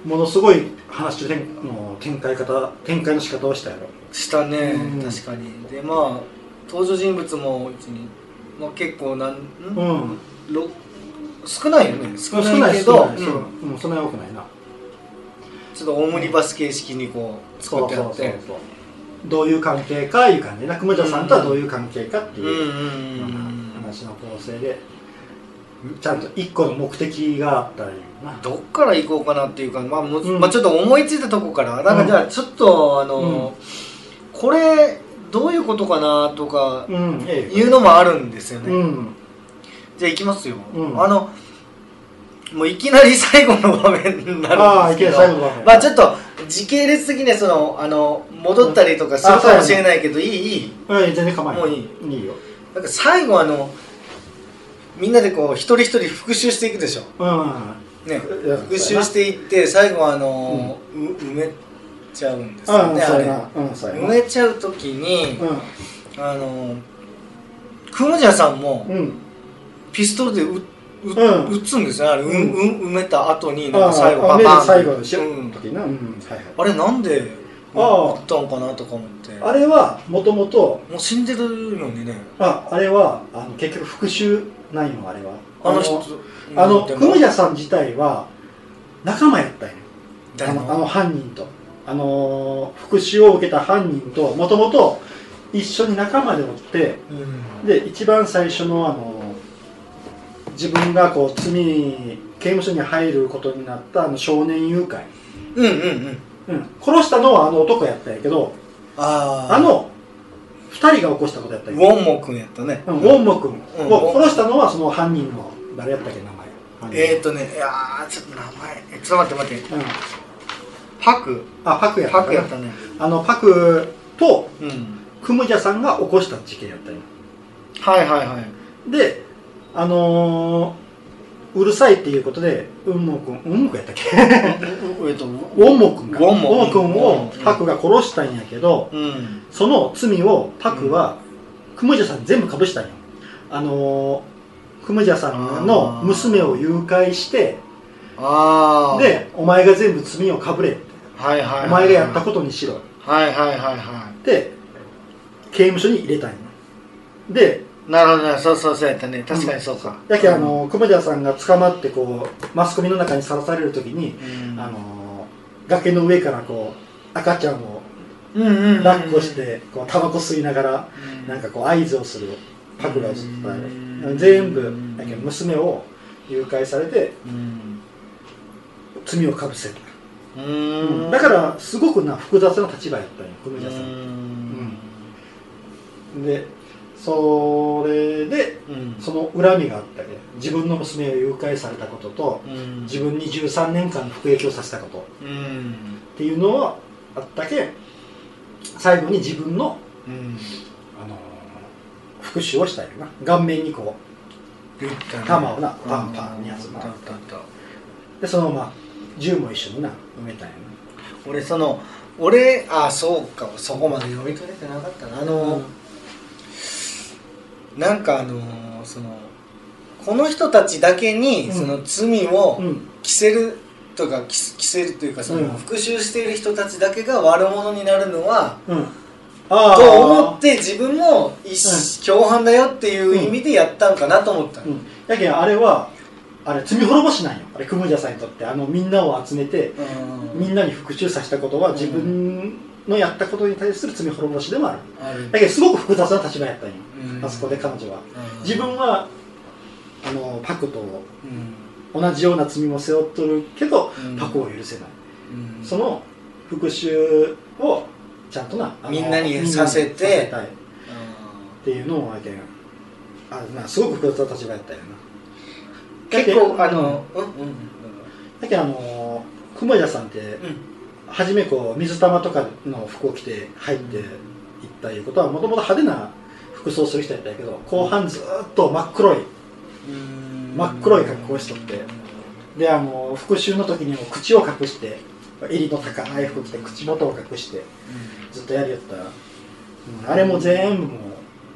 んものすごい話のの展開方展開の仕方をしたやろ
したね
うん
確かにでまあ登場人物もうちに、まあ、結構なんん
うん
ろ少ないよね
少
少
ない
ないけ
少
ど
ない
うん
そううんそんなに多くないな
ちょっとオムニバス形式にこう作ってあって
そうどういう関係かいう感じな熊ちゃんさんとはどういう関係かって
う
い
んうんう
う
ん
よう
う
なん話の構成でちゃんと一個の目的があったりな
どっから行こうかなっていうか、まあむず
うん
まあ、ちょっと思いついたとこからなん
う
か
ん
じゃあちょっとあの、これどういうことかなとか
うんええ
いうのもあるんですよね、
うん
じゃあ行きますよ、
うん
あのもういきなり最後の場面に
あ
な
あ
るん
い
で
けな
すけど
い最後だね
まあちょっと時系列的にはそのあの戻ったりとかするかもしれないけど、いいいい
うん全然構わない
もうい
いいよ
なんか最後あのみんなでこう一人一人復習していくでしょ
うん
ね
うん
復習していって最後あの、う埋めちゃうんです
う
よ
ん
ね、
そうや
あ
なうんそう
れ
や
埋
な
めちゃう時に、
う
あのクムジャさんも
んうん
ピストルでうう
うん
撃つんですよねあれ、う
うん
んうん、埋めた後になん
あ
か最後
あ
ババーンって
最後のし
うん
時なうんはいはい
あれなんで撃っ
あ
たのかなとか思って
あれはもともと
もう死んでるのにね
ああれはあの結局復讐ないのあれは
あの人
あの
でも
クムジャさん自体は仲間やったんやあ
誰
のあ
の
の犯人とあのー復讐を受けた犯人ともともと一緒に仲間でおって
うん
で一番最初のあのー自分がこう罪刑務所に入ることになったあの少年誘拐、
うんうんうん
うん、殺したのはあの男やったんやけど
ああ
あの2人が起こしたことやった
ウ
んや
ォンモ君やったね、
うんウォンモ君
うん
を殺したのはその犯人の誰やったっけ名前犯人
えー、っとねいやーちょっと名前えちょっと待って待って
うん、
パク
あパクやった
パ
か
ク
な
やったね
あのパクと
うん
クムジャさんが起こした事件やったんよ
はいはいはい
であのー、うるさいっていうことでうんもくんうんもくんやったっけ
えっと
ウォンモくんか
ウォンモ
ウォンモくんをパクが殺したんやけど
うん
その罪をパクはクムジャさんに全部かぶしたんよあのー、クムジャさんの娘を誘拐して
ああ
でお前が全部罪をかぶれって
はいはいはいはい
お前がやったことにしろ
はいはいはいは
で刑務所に入れたんよで
いなるほどねそうそうそうやったね確かにそうか
やけあの久保田さんが捕まってこうマスコミの中にさらされるときに、
うん
あの崖の上からこう赤ちゃんを
うんうんうんうん
抱っこしてこうタバコ吸いながら
うん
なんかこう合図をするパクが映ったよ
うん
全部やけ娘を誘拐されて
うん
罪をかぶせた、
う
うん
ん
だからすごくな複雑な立場やったんよ久
う
保田さん、
ん
でそれで
うん
その恨みがあったけど自分の娘を誘拐されたことと
うん
自分に13年間の服役をさせたこと
うん
っていうのはあったけん最後に自分の、
うん
あのー復讐をしたいよな顔面にこ弾をなパンパンにやつ
うん
な
あったあった
うでそのまま銃も一緒にな埋めたんや
俺その俺あそうかそこまで読み取れてなかったなあ
な、
の、なんかあのーそのこの人たちだけに
うん
その罪を
うん
着せるとか着せ着せるというかその
うん
復讐している人たちだけが悪者になるのは
うんああ
と思って自分も一し共犯だよっていう意味でやったんかなと思った
うん、やけんあれはあれ罪滅ぼしなんよあれクムジャさんにとってあのみんなを集めて
うん
みんなに復讐させたことは自分のやったことに対する罪滅ぼしでもある
ある
だけどすごく複雑な立場やったんよ、
うん
あそこで彼女は
うん
自分はあのパクと
うん
同じような罪も背負っとるけど、
うん
パクを許せない、
うん
その復讐をちゃんとなあの
みんなにさせて
みんなにさせたいっていうのを相手があなすごく複雑な立場やったよな
結構あのうんうん
だけどあの熊谷さんって
うん
初めこう水玉とかの服を着て入っていったいうことはもともと派手な服装する人やったんやけど後半ずーっと真っ黒い
うん
真っ黒い格好をしとってであの復讐の時にも口を隠して襟の高い服着て口元を隠してずっとやりよった、うんあれも全部もう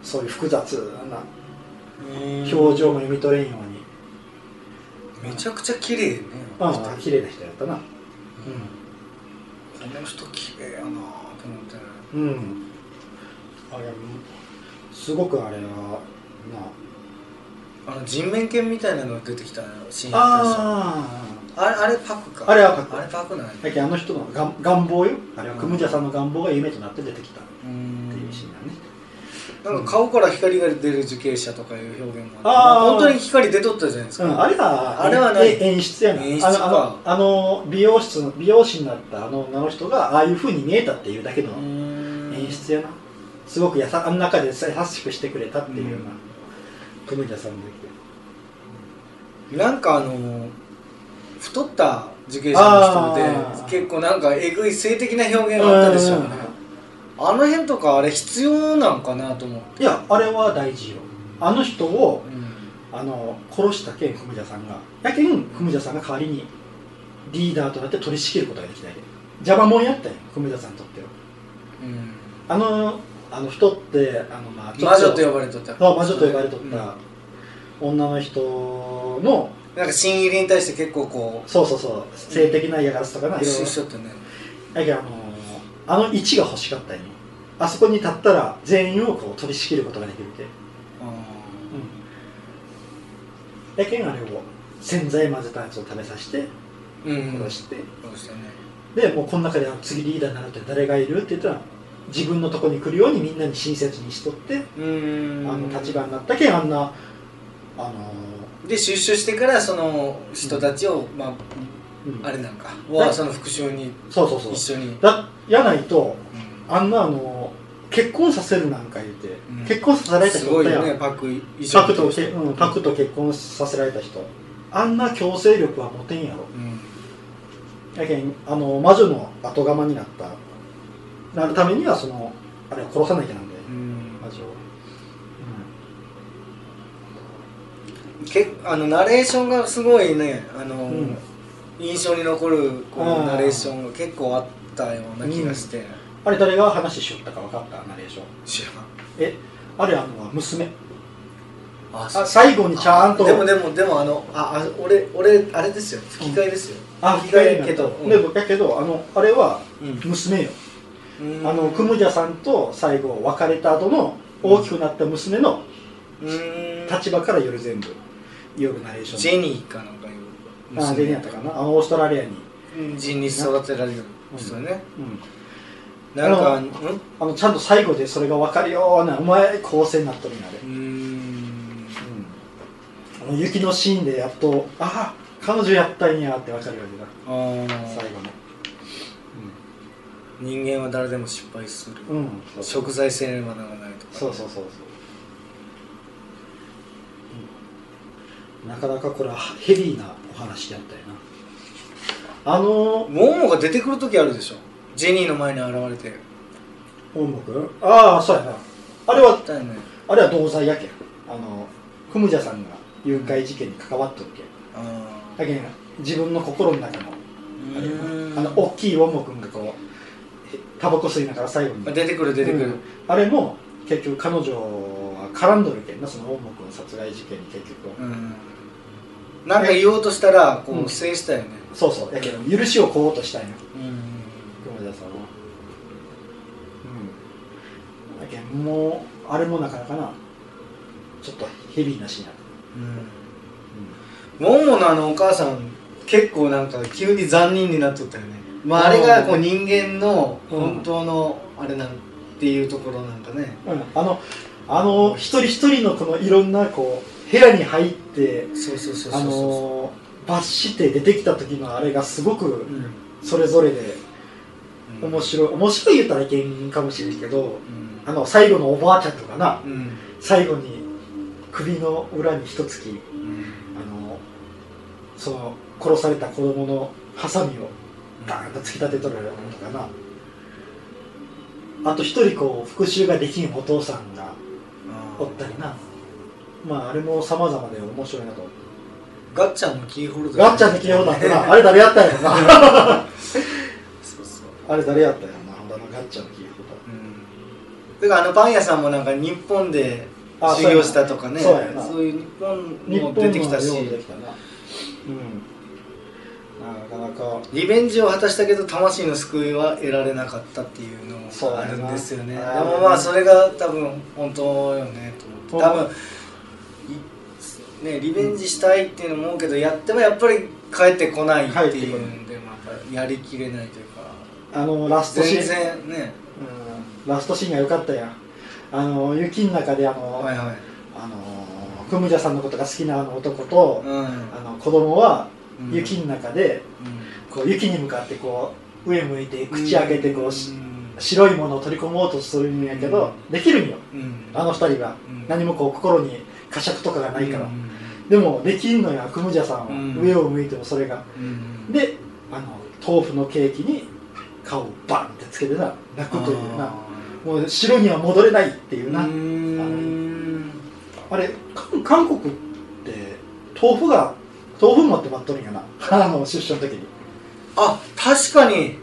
そういう複雑な表情も読み取れんように、
めちゃくちゃ綺麗ね
ま
あ
あ
の人
まあ綺麗な人やったな
この人綺麗やなと思って
うん、うん、あれすごくあれはな
あの人面犬みたいなの出てきたシーンあ
あ
あれあれパクか
あれはパク
あれパクなんや
あだけどあの人の願願望よあれはクムジャさんの願望が夢となって出てきたっ
う
てい
ん
うシーンだね、
なんか顔から光が出る受刑者とかいう表現が
あー
本当に光出とったじゃないです
う
か、
ん、あれは
あれはない
え演出やな
演出か
あのあのあの美容室の美容師になったあの女の人がああいうふうに見えたっていうだけの
うん
演出やなすごくやさあの中で優しくしてくれたっていうような、
うん
クムジャさんの時
なんかあの太った受刑者の
あ
人
ー
で結構なんかえぐい性的な表現があったでしょうねあの辺とかあれ必要なんかなと思って、
いやあれは大事よあの人を
うん
あの殺したけんクムジャさんがやけんクムジャさんが代わりにリーダーとなって取り仕切ることができないで邪魔もんやったんよクムジャさんにとってはあのあの人ってあの、まあ、ちょっ
魔女と呼ばれとった
そう魔女と呼ばれとっ
うん
た女の人の
なんか新入りに対して結構こ
そうそうそう性的な嫌がらせとかな
う
いろい
し
ろ
しとったね
だけどあのあの位置が欲しかったんよあそこに立ったら全員をこう取り仕切ることができるってうんやけんあれを洗剤混ぜたやつを食べさせて
うんうん
殺して、
そうですよね
でもうこの中であの次リーダーになるって誰がいるって言ったら自分のとこに来るようにみんなに親切にしとって、
うん
あの立場になったけんあんなあの
で出所してからその人たちを、ま
ーうん
ああれなんか
はい
はその復讐に
そうそうそう
一緒に、うん
だやないとあんなあの結婚させるなんか言うて、
ん
結婚させられた
す
人お
ご
っ
い
たや
よ
ん、
ねパク以上
パクとけ、うん、パクと結婚させられた人あんな強制力は持てんやろ
うん
やけんあの魔女の後釜になったなるためにはそのあれを殺さなきゃなんで
うん
魔女を、
けあのナレーションがすごいねあの、
うん
印象に残るこう
あー
ナレーションが結構あったような気がして、
あれ誰が話しよったか分かったナレーション
知らん
えあれあの娘
あ
あ最後にちゃんと
でもでもでもあのああ俺俺あれですよ吹き替えですよ、
あ
吹き替えやけど
でもだけどあのあれは
うん
娘よ
うん
あのクムジャさんと最後別れた後の大きくなった娘の
うん
立場から夜全部夜ナレーション
ジェニーかなんかいう
あジェニーやったかなあのオーストラリアに、
人に育てられる人ね、
うん、
なんか
あ
うん
あのちゃんと最後でそれが分かるようなお前構成になっとるんやで
う、ん
あの雪のシーンでやっとああ彼女やったんやって分かるようにな
あー
最後の
人間は誰でも失敗する、
うん、うん、そうそう
食材性にはならないとか
そうそうそう、うんなかなかこれはヘビーなお話やったよなあの
モモが出てくる時あるでしょジェニーの前に現れて
本木君ああそうやなあれは
だよね
あれは同罪やけんあのクムジャさんが誘拐事件に関わっとるけん
あ
だけん自分の心の中のあれや
ー
なあの大きいウォンモ君がこうへタバコ吸いながら最後に
あ出てくる出てくる、
うんあれも結局彼女は絡んどるけんなそのウォンモ君殺害事件に結局、
うんなんか言おうとしたらこ
うん
う制したよね、
そうそうやけど許しを請おうとしたんや
うん
クムジャさんはうんだけんもうあれもなかなかなちょっとヘビーなシーンやった
モモのあのお母さん結構なんか急に残忍になっとったよねまああれがこう人間の
うん
本当のあれなんていうところなんかね
うん、あのあの一人一人のこのいろんなこう部屋に入って
そうそうそうそう
あ
そ
の罰して出てきた時のあれがすごく
う、うん
それぞれで
うん
面白い面白い言ったらいけんかもしれんけど
うん
あの最後のおばあちゃんとかな
うん
最後に首の裏に一突き
うん
あのその殺された子供のハサミをバーンと突き立てとるようなのとかなあと一人こう復讐ができんお父さんがおったりなまああれも様々で面白いなと
ガッチャンのキーホルダー
ガッチャンでキーホルダーってな、あれ誰やったんやろな。
そうそう
あれ誰やったんやろな、ほんだのガッチャンのキーホルダ
うん
ー。
だからあのパン屋さんもなんか日本で
あ
修行したとかね
そ
そうう
やな
いう日
日
本
本
も
の
出てきたし
よう出てきたな。うん。なかなか。
リベンジを果たしたけど魂の救いは得られなかったっていうの
そう
も
や
あ
な
るんですよねで
ある
もまあそれが多分本当よねと思って多分いねリベンジしたいっていうのも思うけどやってもやっぱり帰ってこないっていうんでまあやりきれないというか
あの、ラストシー
全
ン。
然ね
うんラストシーンが良かったやんあの雪の中であの、
はいはい
あのクムジャさんのことが好きなあの男と、
うん
あの子供は
うん
雪の中で、
うん
こう雪に向かってこう上向いて口開けてこう、し
ん
白いものを取り込もうとするんやけど、できるんよ
うん
あの二人が、
うん
何もこう心に呵責とかがないから、
うん
でもできんのやクムジャさんは、
うん
上を向いてもそれが
うん
であの豆腐のケーキに顔をバンってつけてな泣くというなもう城には戻れないっていうな、
うーん
あれ韓韓国って豆腐が豆腐持って待っとるんやな あの出所の時に、
あ確かに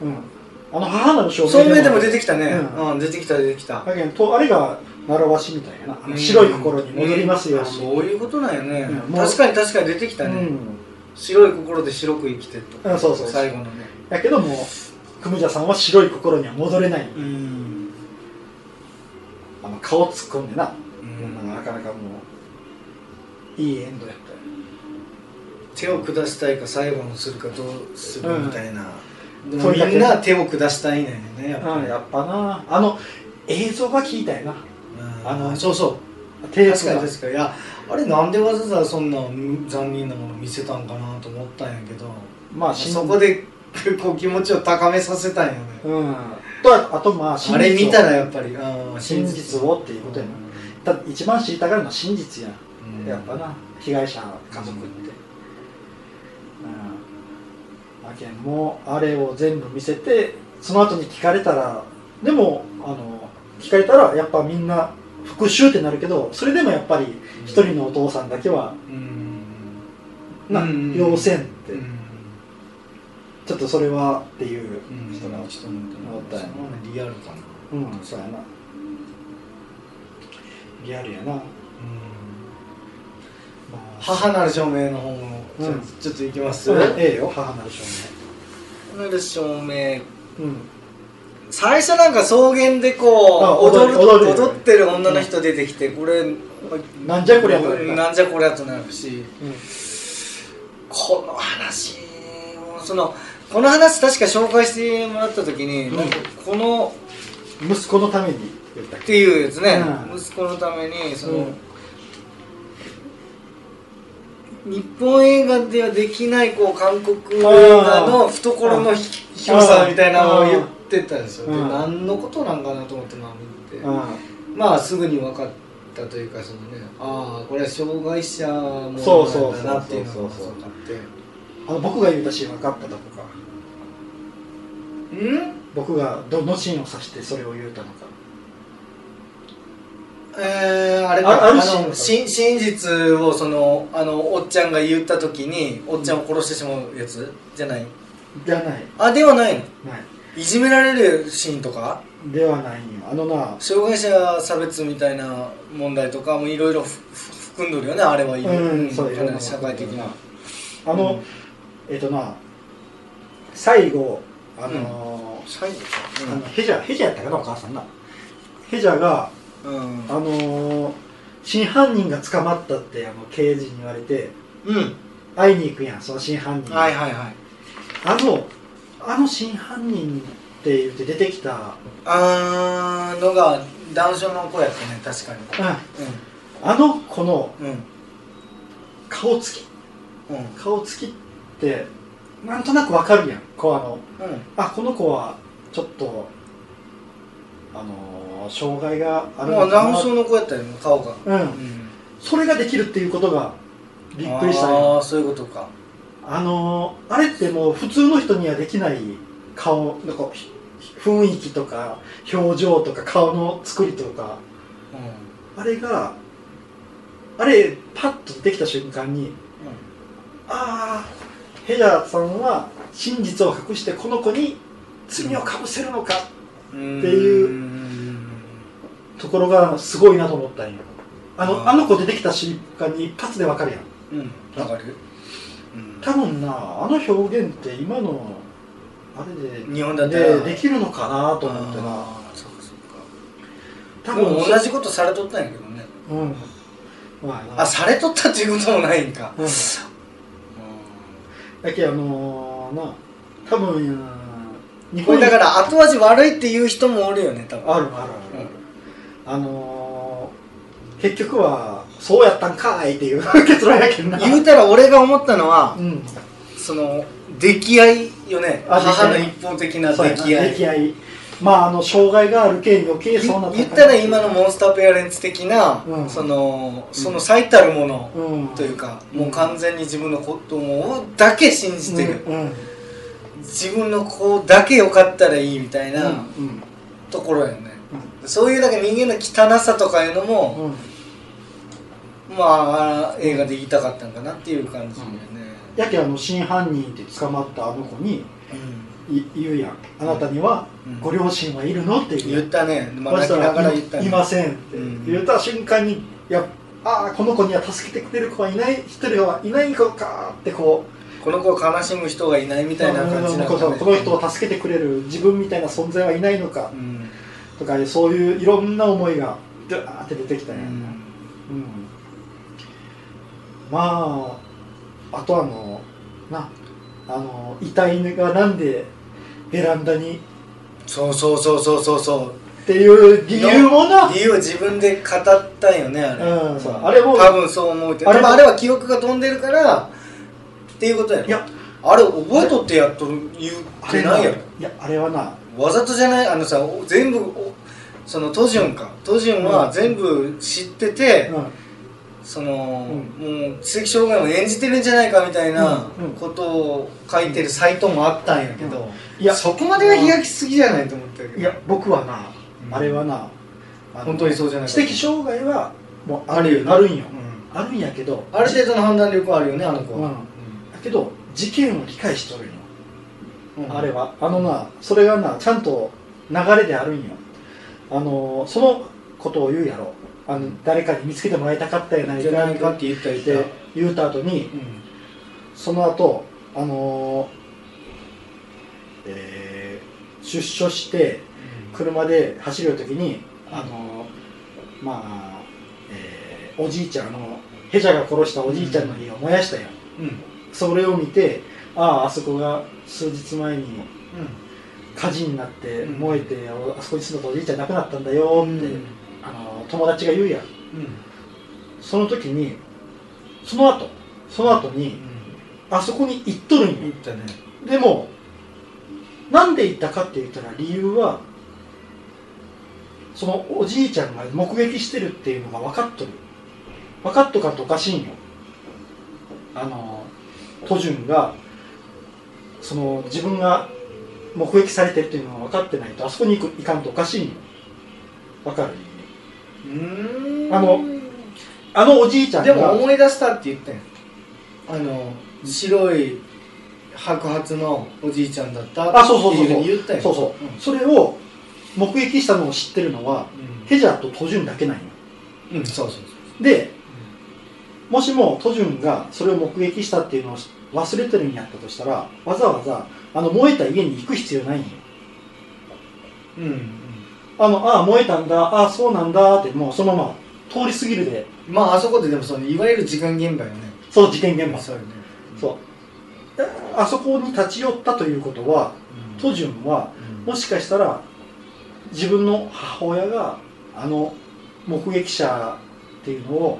うん、あの母なる証
照明でも出てきたね、
う
うん出てきた出てきた
だけどとあれが習わしみたいやなあの
うん
白い心に戻りますよ
うんあそういうことなんよね、
うんもう
確かに確かに出てき
う
たね、
ん、
白い心で白く生きてると、
うん、そうそう
最後のね
やけどもうクムジャさんは白い心には戻れない
うん、
あの顔突っ込んでな、
う
うん、
ん、
なかなかもういいエンドやったよ
手を下したいか裁判をするかどうするみたいな、でも
それだけ
みんな手を下したいんだよねやっぱ
うん、
り、
やっぱなあの映像が効いたよな
うん
あの
そうそう
テー
確
プ
かに
が
確かにいやあれなんでわざわざそんな残忍なもの見せたんかなと思ったんやけど、
まあ
そこでこう気持ちを高めさせたんよね
うんとあとまあ真実
あ
を
れ見たらやっぱりあー
真実をっていうことやな、だって一番知りたがるのは真実やん、
うん
やっぱな被害者家族って、うんあけんもうあれを全部見せてその後に聞かれたらでもあの聞かれたらやっぱみんな復讐ってなるけどそれでもやっぱり一人のお父さんだけは、
うん
な
うん
要せんって、
うん
ちょっとそれはっていう
うん
人が、
人もいて
思ったよ
そのねリアルかな
うん、そうやなリアルやな、まあ
母なる証明の方もちょ,、
うん
ちょっといきます
それええよ母なる少
母なる証明
年うん
最初なんか草原でこ
あ
う踊る
踊る
踊ってる女の人出てきてこれ
なんじゃこりゃとなる
うんなんじゃこりゃとなるしこの話もそのこの話確か紹介してもらった時に、
うん
なんかこの
息子のために言ったっ
っ
け
ていうやつね、
うん
息子のためにその、
うん
日本映画ではできないこう韓国映画の懐のひ広さみたいなのを言ってたんですよ、
うん
で何のことなんかなと思ってまあ見て、
う
まあすぐに分かったというかそのねああこれは障害者もなん
そうそうそう
だなっていうのが
そうそうそう
分かっ
ん、あの僕が言うたシーン分かったとこか
てうん
僕がどのシーンを指してそれを言うたのか
えー、あれ
あ
か
あるシーン
の真真実をそのあのおっちゃんが言った時におっちゃんを殺してしまうやつじゃない
じゃない
あではないの
ない
いじめられるシーンとか
ではないんよあのな
障害者差別みたいな問題とかもいろいろふふ含んどるよねあれはいろいろ
うん
ん
そういろいろ
かなり社会的な
あの、えっ、とな最後あの
最後か
ーあのヘジャヘジャやったかなお母さんなヘジャが
うんうん
あのー真犯人が捕まったってあの刑事に言われて
うん
会いに行くやんその真犯人に
はいはいはい
あのあの真犯人って言って出てきた、
あーのが男性の子やったね確かに
あの子の
うんうん
顔つき
うん
顔つきってなんとなくわかるやんこうあのあこの子はちょっとあのー障害があ
うん
る
もう
か
男性の子やったよね顔が
なう
うんん
それができるっていうことがびっくりした
あ
よ
あそういうことか
あのーあれってもう普通の人にはできない顔なんかひ雰囲気とか表情とか顔の作りとか
うん
あれがあれパッと出てきた瞬間
うん
にああヘラさんは真実を隠してこの子に罪をかぶせるのか
って
いうところがすごいなと思ったんよあの
あー
あの子出てきた瞬間に一発でわかるやん
うんわかる、うん
多分なあの表現って今のあれで
日本だった
で
ら
できるのかなと思ってな
あーそうかそう
多
かで
分
も同じことされとったんやけどね
うんまあ
あされとったっていうこともないんか
うんだけどあのー、な多分うん日
これだ
に
から後味悪いっていう人もおるよね多分
あるあるある、あのー、結局はそうやったんかいっていう結論やけんな
言うたら俺が思ったのは
うん
その溺愛よね
あ溺愛
母の一方的な
そうやな
溺愛
溺愛まああの障害があるけん余計そうな
言ったら今のモンスターペアレンツ的な、
うん
そのその最たるもの
うん
というか、もう完全に自分のことをだけ信じてる、
うんうん
自分の子だけよかったらいいみたいな
うん
ところやね、そういうなんか人間の汚さとかいうの
う
も、
んうん
まあ映画で言いたかったんかなっていう感じだよね、
やけあの真犯人って捕まったあの子にい言うやんあなたには
うん
ご両親はいるのって
うん
言う
言ったね、まあ、
そし
泣
た
きながら言っ
ら
た
い
ね
いませんって
うん
言った瞬間にいやああこの子には助けてくれる子はいない一人はいない子かってこう
この子を悲しむ人がいないみたいな感じな
こ
んだ
う
ね
この人を助けてくれる自分みたいな存在はいないのか
うん、
とかそういういろんな思いがドゥーって出てきた
う
やん、うん
ん
まああとあのなあの遺体がなんでベランダに
そうそうそうそうそうそう
っていう理由もな
理由を自分で語ったんよねあれ、
うんそうあれも
多分そう思うて
あ
あ
れ
れ
も
あれは記憶が飛んでるからっていうことやろ
いや
あれ覚えとってやっとる言
あ
っ
れ
て
な
ない
い
や
や
ろ
いやあれはな
わざとじゃないあのさお全部おそのトジュンかトジュン
う
は
ん
全部知ってて、
うん
その、もう知的障害を演じてるんじゃないかみたいな
うんうん
ことを書いてるサイトもあったんやけど、
いや
そこまでは開きすぎじゃないと思ったけど
いや僕はな、
うん
あれはなあの
本当にそうじゃない
知的障害はもうあ
ある
る
よね
あるんよ、
うん
あるんやけど
ある程度の判断力あるよねあの子は、
だけど事件を理解しとるんよ、
うん
あれはあのなそれがなちゃんと流れであるんよあのそのことを言うやろあの誰かに見つけてもらいたかったやない
じゃ
か
ない
っ
かって言ったりして
て言うた後にその後あのえー出所して車で走る時にあのまあ、えーおじいちゃんあのヘジャが殺したおじいちゃんの家を燃やしたやん、
うんうん
それを見てあああそこが数日前に火事になって
うん
燃えて、あそこに住んでたおじいちゃん亡くなったんだよって、
うん
あの友達が言うやん
うん
その時にその後その後にあそこに行っとるん
言
よ
ったね
でもなんで行ったかって言ったら理由はそのおじいちゃんが目撃してるっていうのが分かっとる分かっとかんとおかしいんよあのトジュンがその自分が目撃されてるっていうのが分かってないとあそこに行く行かんとおかしいんよ分かる
うーん
あのあのおじいちゃん
で
が
も思い出したって言ったよあの白い白髪のおじいちゃんだった
あそうそうそう
っていうふうに言ったよ
そうそう、
うん
それを目撃したのを知ってるのは
うん
ヘジャーとトジュンだけなんよ
うんそうそう
でもしもトジュンがそれを目撃したっていうのを忘れてるんやったとしたらわざわざあの燃えた家に行く必要ないんよ
そううん
あのああ燃えたんだああそうなんだってもうそのまま通り過ぎるで
まああそこででもそのいわゆる時間現場よね
その事件現場
そうよね
そうああそこに立ち寄ったということは
うん
トジュンは
うん
もしかしたら自分の母親があの目撃者っていうのを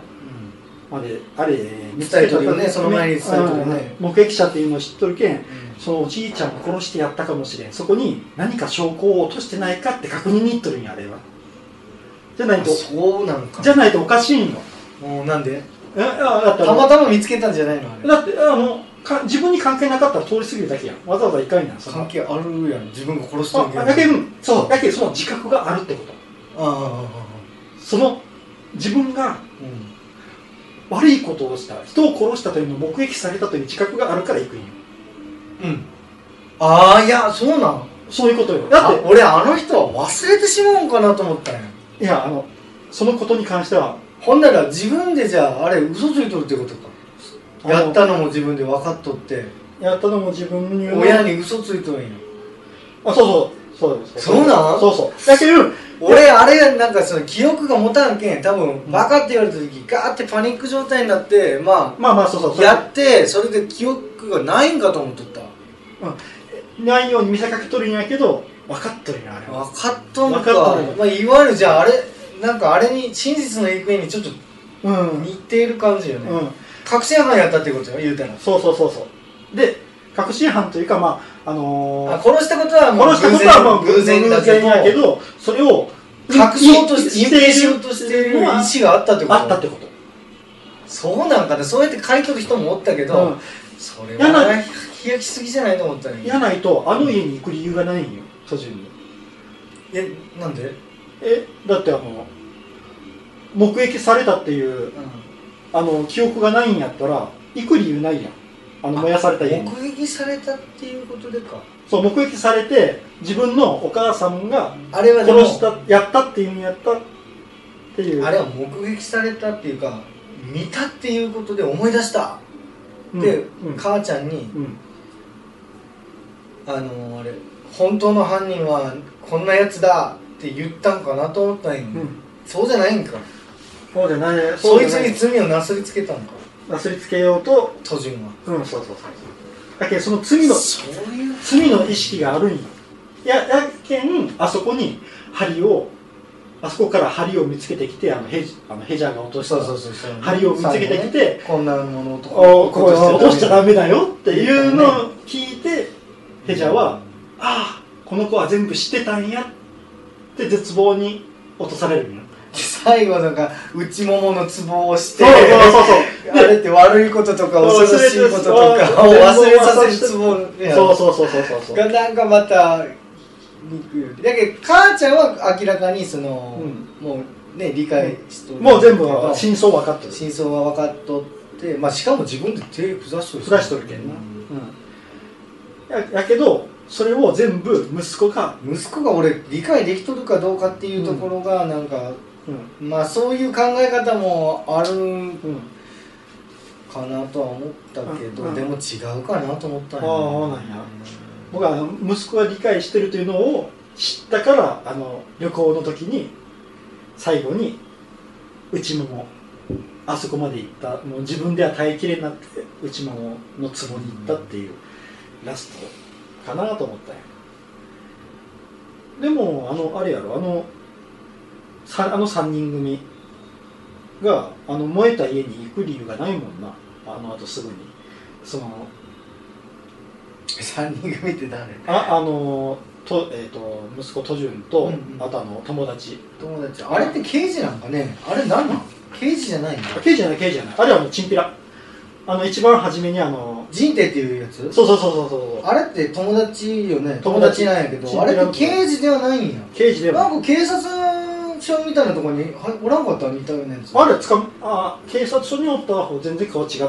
まであれ見
伝えとるよねその前に伝えとるよね
うん目撃者っていうのを知っとるけん
うん
そのおじいちゃんを殺してやったかもしれんそこに何か証拠を落としてないかって確認に行っとるんやあれはじゃない
あ
と
そうなんか
じゃないとおかしいんよ
もうなんで
えあだって
たまたま見つけたんじゃないのあれ
だってあのか自分に関係なかったら通り過ぎるだけやんわざわざ行かんやんその
関係あるやん自分が殺したん
あだけどそうだけどその自覚があるってこと
ああああああ
その自分が
うん
悪いことをした人を殺したというのを目撃されたという自覚があるから行くんよ
うんああいやそうなの
そういうことよ
だ
だ
っ
って
俺あの人は忘れてしまうんかなと思ったんや
ていやあのそのことに関しては
ほんなら自分でじゃああれ嘘ついとるってことか
あの
やったのも自分で分かっとって
やったのも自分に
親に嘘ついとんや
あそうそうそう
そうなん
そうそうだけど
俺あれなんかその記憶が持たんけん多分バカって言われた時ガーってパニック状態になってま
まあまあそうそうそ
あ
れ
やってそれで記憶がないんかと思っとった
ないように見せかけとるんやけど分かっとるんやあれは
分かっとんか
分かっとるよ
まあ、いわゆるじゃああれなんかあれに真実の行方にちょっと
うん
似ている感じよね、
うん
確信犯やったってことよ言うたら
そうそうそうそうで確信犯というかまああのー
あ殺したことはもう
殺したことはまあ偶
偶
然
然
だ
だ
け
け
ど
ど
それを
隠そうと して
い
隠しようとしている意
の
思
は
があったってこと
あったってこと
そうなんかねそうやって書いとる人もおったけど、
うん
それ
や
は
な
ね日焼きすぎじゃないと思ったね
やないとあの家に行く理由がないんよ途中に
えなんで、
えだってあの目撃されたっていうあの記憶がないんやったら行く理由ないやんあの燃やされた家に
目撃されたっていうことでか
そう目撃されて自分のお母さんが
あれはでも
殺したやったっていうんやったっていう
あれは目撃されたっていうか見たっていうことで思い出した、
うん
で、
うん
母ちゃんに
うん
「あのあれ本当の犯人はこんなやつだ」って言ったんかなと思ったんよ、
うん
そうじゃないんか
そうじゃない
そうい
じ
つ
ゃない
に罪をなすりつけたんか
なすりつけようと
都人は
うんそうそうそうだけどその罪の
そういう
罪の意識があるんよいややけんあそこに針をあそこから針を見つけてきてあのヘジあのヘジャーが落とした
そうそうそうそう
針を見つけてきて、
こんなものをとか
おこう落としちゃダ
メ
メだよっていうのを聞いて、ヘジャーはああこの子は全部知ってたんやって絶望に落とされるんよ
最後なんか内もものツボを押して
そうそうそうそう
あれって悪いこととか
忘れ
恐
て
ろしいこととかを忘れさせるツボや
そうそうそうそうそうそう
がなんかまた憎いよねだけど母ちゃんは明らかにその、
う
もうね理解しとる
もう全部
けど
真相分かってる
真相は分かっとってまあしかも自分で手下しとる
ふらしとるけんな、うんややけどそれを全部息子が、
息子が俺理解できとるかどうかっていうところがなんか、
うん
まあそういう考え方もある
うん、
かなとは思ったけど、
うん
でも違うかなと思ったん
ああそうなんや僕はあの息子が理解してるというのを知ったからあの旅行の時に最後にうちももあそこまで行ったもう自分では耐えきれなくてうちももの壺に行ったっていうラストかなと思ったんやでもあのあれやろあのさあの3人組があの燃えた家に行く理由がないもんなあのあとすぐにその
3人組って誰
ああのと,、えー、と息子トジュンと、
うんうん
あとあの友達
友達あれって刑事なんかねあれ何なん刑事じゃないの
あ刑事じゃない刑事じゃないあれはもうチンピラあの一番初めにあの
人定っていうやつ
そうそうそうそうそう
あれって友達よね
友
友
達
達なんやけ
チンピ
どあ
ラ
れって刑事ではないんや
刑事で
な
は
んか警察署みたいなとこにはおらんかった似たようなやつ
あれつかんあ警察署におった方全然顔違った
違っ
よ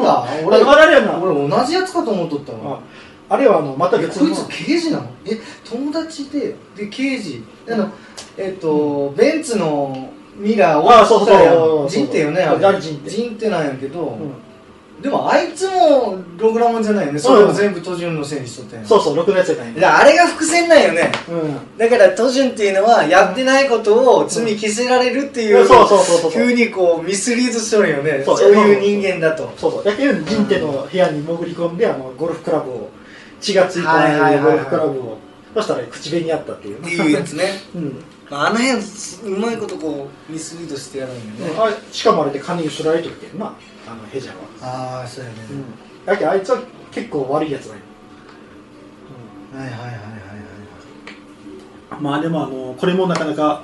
た
俺
俺
あれあれやな
俺同じやつかと思っとったわ
ああれはあのまた
え
別
こい
の
つ刑事なのえ友達でで刑事あのえっ、と、ベンツのミラーを
あそうそうそう
やん
そうそう
人ってよね
あれ人定
人ってなんやけど、
うん
でもあいつもログラモンじゃないよねそれを全部途順のせいにしとったやん
そうそう6のやつやない
だからあれが伏線なんよね
うん
だから途順っていうのはやってないことを罪着せられるって
い
い
や
う
そうそうそうそうそう
風にこうミスリードしとるよね
そう
そういう人間だと
そうそうやけん人手の部屋に潜り込んであのゴルフクラブを血がついた
はいはいはいはい
ゴルフクラブをそしたら口紅あったっていう
っていうやつ ね
うん
まあ、あの辺うまいことこうミスリードしてやるんよね、
あしかもあれで金にすられとるけんなあのヘジャーは、
ああそうやね、
うん、だけどあいつは結構悪いやつだよ、
はいはいはいはいはい
うん、まあでもあのこれもなかなか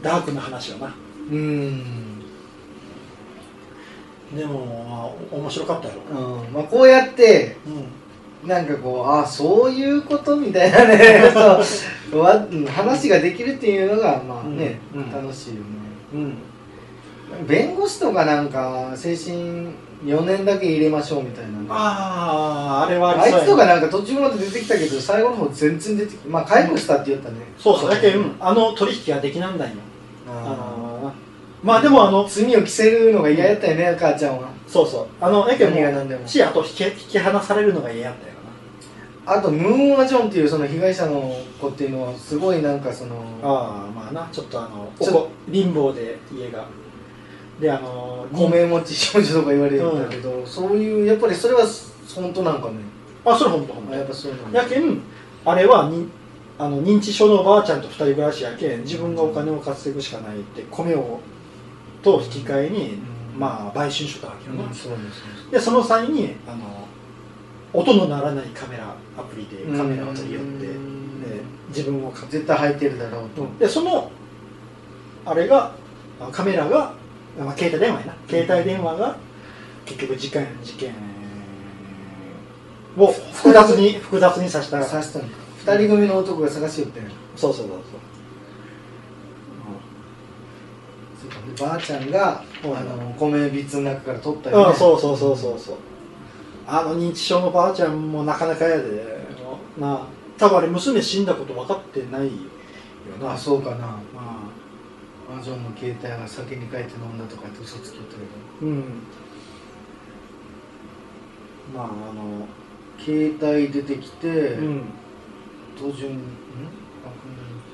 ダークな話よな
うーん、
でも、まあ、面白かったやろ
うんまあ、こうやって
うん
なんかこうああそういうことみたいな ねそうわうん話ができるっていうのがまあね、
うんうん
楽しいよね
うん
弁護士とかなんか精神4年だけ入れましょうみたいなの
あああれは
あい
りそうや
つとかなんか途中まで出てきたけど最後の方全然出てきまあ解雇したって言ったね、
そうそうだけど、うんあの取引ができなんだんよあ
あ
のーまあでもあの
ー罪を着せるのが嫌やったよね母ちゃんは
そうそうあのだけども
何が何でも
しあと引き引き離されるのが嫌やったよ
あとムーン・アジョンっていうその被害者の子っていうのはすごいなんかその
なああまあなちょっとあの
ちょ
こ貧乏で家がであのー
米持ち少女とか言われるんだけど、そういうやっぱりそれは本当なんかね
あそれ本当本
あやっ
当
ぱそうなんだ
やけんあれはにあの認知症のおばあちゃんと二人暮らしやけん自分がお金を稼ぐしかないって米をと引き換えに、
うん
まあ売春しとったわけよな、
うんそうです
でその際にあの音の鳴らないカメラアプリでカメラを取り寄って、
うん
で自分をか
絶対入ってるだろうと、
でそのあれがあカメラが、まあ、携帯電話やな携帯電話が結局事件事件を複雑に複雑にさせたそう
刺したのか2人組の男が探しよってね
そうそうそう
でばあちゃんがあ
うん
の米びつの中から取った
うん、
よ、ね、
そうそうそうそうそうあの認知症のばあちゃんもなかなかやでなあ多分あれ娘死んだこと分かってないよな
あそうかな
ま
マジョンの携帯が酒に変えて飲んだとかって嘘つきよってる
あうんまああの
けど携帯出てきて、
うん
途中にんあ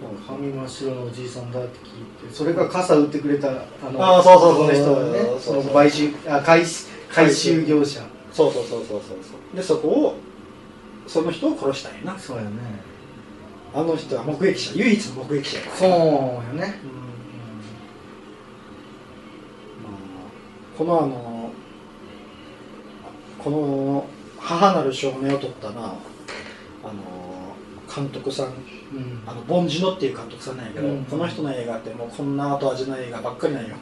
こんな髪真っ白のおじいさんだって聞いてそれが傘売ってくれたあの
あーそうそうそ
男
う
の人がね
そ
そう
そうそう
の買収あ回収回収業者
そうそうそうそうそうそうでそこをその人を殺したんやな
そうやね
あの人は目撃者唯一の目撃者やから
そうよね
うんまあこのあのこの母なる証明を取ったなあの監督さん
うん、うん
あのボンジュノっていう監督さんなんやけど、
うん
この人の映画ってもうこんな後味の映画ばっかりなんよ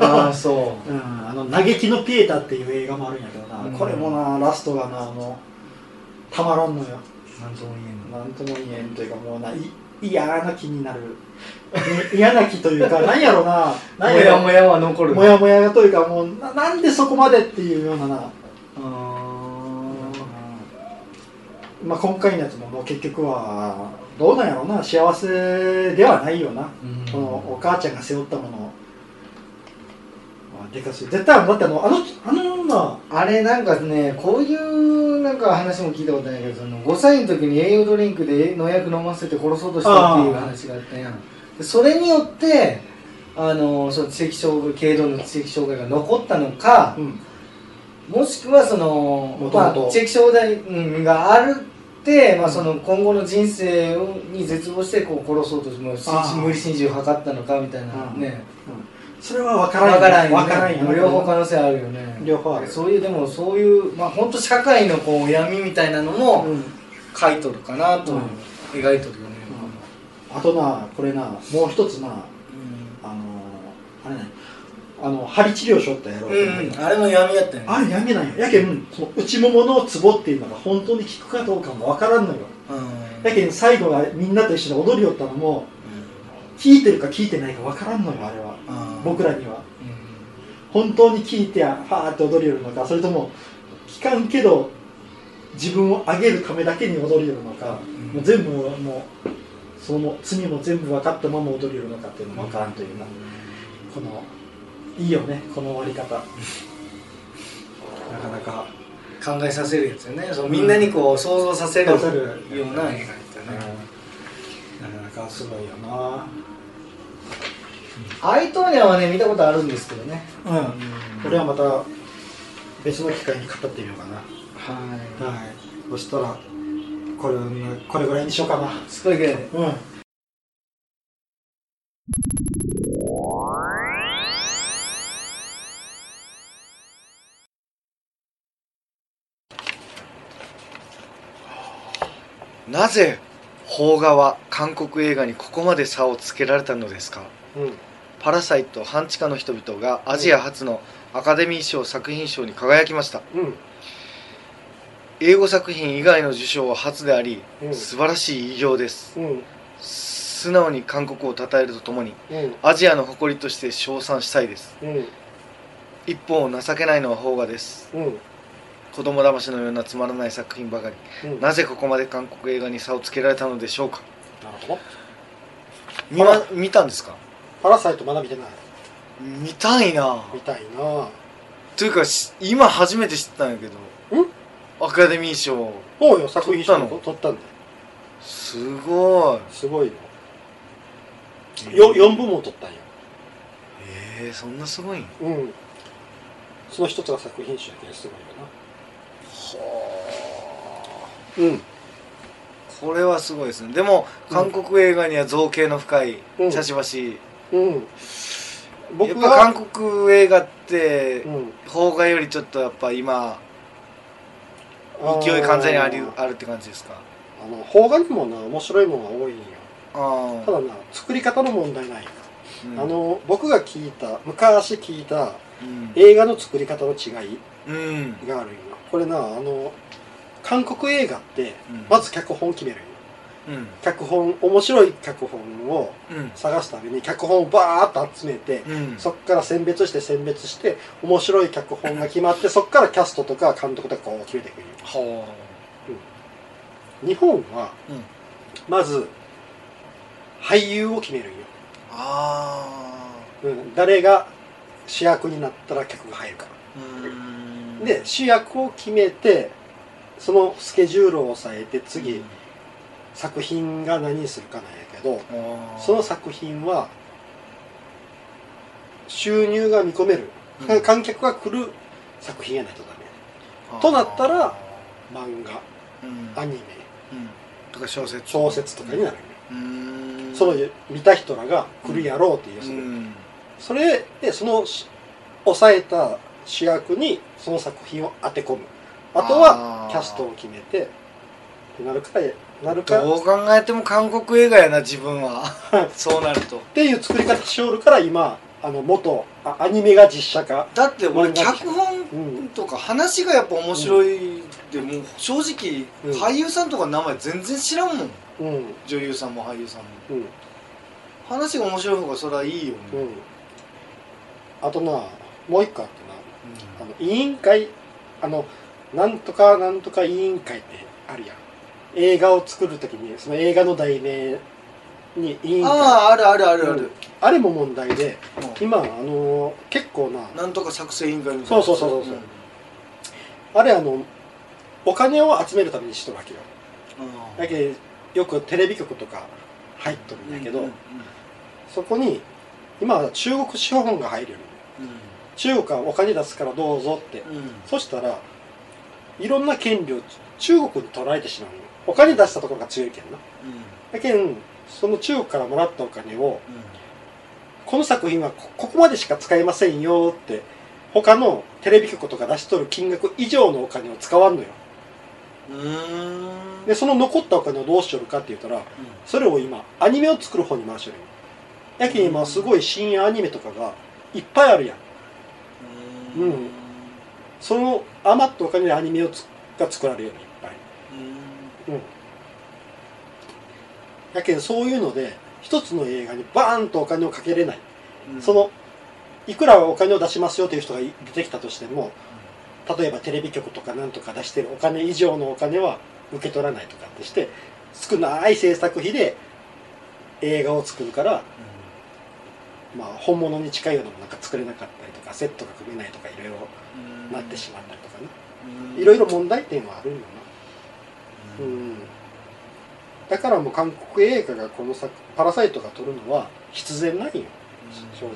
ああそ
うんあの「嘆きのピエタ」っていう映画もあるんやけどな、
うん
これもなラストがなあのたまらんのよ
うなんとも言えんな
なんとも言えんというかもうない嫌な気になるい嫌な気というかなんやろななん
も
や
や
ろ
もやは残る
もやもやというかもうななんでそこまでっていうようなな、
あー
まあ、今回のやつももう結局はどうなんやろな幸せではないよな
うん
このお母ちゃんが背負ったものはでかすぎ絶対だってあのあのあの女
あれなんかねこういうなんか話も聞いたことないけどその5歳の時に栄養ドリンクで農薬飲ませて殺そうとしたっていう話があったやんでそれによってあのその知的障害軽度の知的障害が残ったのか
うん
もしくはその
元、々
まあ、知的障害うんがあるって、まあ、その今後の人生をに絶望してこう殺そうとしてもうし
あー
無理心中を図ったのかみたいな
うん
ね
それは分からん
わからんよ
分からん
ね
よ
両方可能性あるよね
両方ある
そういうでもそういうまあ本当社会のこう闇みたいなのも
うん
書いとるかなと、
うん
描いとるよね、
あとなこれなもう一つなあのあれねあの針治療しよったやろ
うん、うんあれも闇やったよね
あれやめないよやけんその内もものツボっていうのが本当に効くかどうかも分からんのよ
うん
やけん最後はみんなと一緒に踊りよったのも効いてるか効いてないか分からんのよあれは
うん
僕らには
うん
本当に聞いてはーって踊りよるのかそれとも聞かんけど自分を上げるためだけに踊りよるのか、
ん
もう全部もうその罪も全部分かったまま踊りよるのかっていうのも分からんというな、このいいよねこの終わり方なかなか
考えさせるやつよねそのみんなにこう想像させるよう
させる
な映画やったね、
なかなかすごいよな
アイトーニャはね見たことあるんですけどね
うん、これはまた別の機会に語ってみようか
は
なはいそしたらこれこれぐらいにしようかない
すごいけどね
うん
なぜ邦画は韓国映画にここまで差をつけられたのですか、
うん
パラサイト半地下の人々がアジア初のアカデミー賞作品賞に輝きました、
うん
英語作品以外の受賞は初であり、
うん
素晴らしい偉業です
うん
す素直に韓国を称えるとともに
うん
アジアの誇りとして称賛したいです
うん
一方情けないのは邦画です
うん
子供騙しのようなつまらない作品ばかり
うん
なぜここまで韓国映画に差をつけられたのでしょうか
なるほど
見,、ま、見たんですか
パラサイトまだ見てない
見たいな
見たいな
というかし今初めて知ったんやけどアカデミー賞
そうよ作品賞
撮ったの
取ったんだよ
すごい
すごいよよ4部門取ったんよ
えー、そんなすごいん
うんその一つが作品賞やけんすごいよなは
これはすごいですねでも韓国映画には造形の深い
うん
茶しばし
あうんうん僕
やっ
が
ぱ韓国映画って
うん
邦画よりちょっとやっぱ今
あー
勢い完全にありあるって感じですか
あの邦画にもな面白いもんが多いんよ
あー
ただな作り方の問題ない、
うん
あの僕が聞いた昔聞いた
うん
映画の作り方の違い
うん
があるんよなこれなあの韓国映画って
うん
まず脚本決めるんよ
うん
脚本面白い脚本を
うん
探すために脚本をバーッと集めて
うん
そっから選別して選別して面白い脚本が決まってそっからキャストとか監督とかこう決めていくんよ
ほ
日本は
うん
まず俳優を決めるんよ、
うあ
うん、誰が主役になったら客が入るか
あうん
らで主役を決めてそのスケジュールを抑えて次、作品が何にするかなんやけどその作品は収入が見込める、
うん
観客が来る作品やないとダメとなったら漫画
うん
アニ
う
メ
んとか小説
小説とかになる、
うん
その見た人らが来るやろうっていう、
うん
それでそのし抑えた主役にその作品を当て込むあとは
あー
キャストを決めてってなるかなるか
ど
っ
う考えても韓国映画やな自分は そうなると
ていう作り方しおるから今あの元あアニメが実写化
だって俺
漫画
脚本
うん
とか話がやっぱ面白いで、もう正直、
うん
俳優さんとか名前全然知らんもん
うん
女優さんも俳優さんも
うん
話が面白い方がそれはいいよね、
うんあとなもう一個あってなあの委員会あのなんとかなんとか委員会ってあるやん映画を作るときにその映画の題名に委員会
あああるあるあるあ
うん
る、
あれも問題で
う
今あの結構なん
なんとか作成委員会みたいな
そうそうそうそうあれあのお金を集めるためにしとるわけよだけどよくテレビ局とか入っとるんだけど、
うんうん
そこに今は中国資本が入るよね中国はお金出すからどうぞって
うんうん
そしたらいろんな権利を中国に取られてしまうのお金出したところが強いけんなだけんその中国からもらったお金をこの作品はこここまでしか使えませんよって他のテレビ局とか出しとる金額以上のお金を使わんのよ
うんうんうん
でその残ったお金をどうしよるかって言ったら、それを今アニメを作る方に回しよるよやけに今すごい深夜アニメとかがいっぱいあるやんうんその余ったお金でアニメをつが作られるよねいっぱいうんやけんそういうので一つの映画にバーンとお金をかけれない、
うん
そのいくらお金を出しますよという人がい出てきたとしても例えばテレビ局とかなんとか出してるお金以上のお金は受け取らないとかってして少ない制作費で映画を作るから、まあ、本物に近いようなものなんか作れなかったりとかセットが組めないとかいろいろ
うん
なってしまったりとかね
うん
いろいろ問題点はあるんよな、うん、だからもう韓国映画がこの作「パラサイト」が撮るのは必然ないよ正直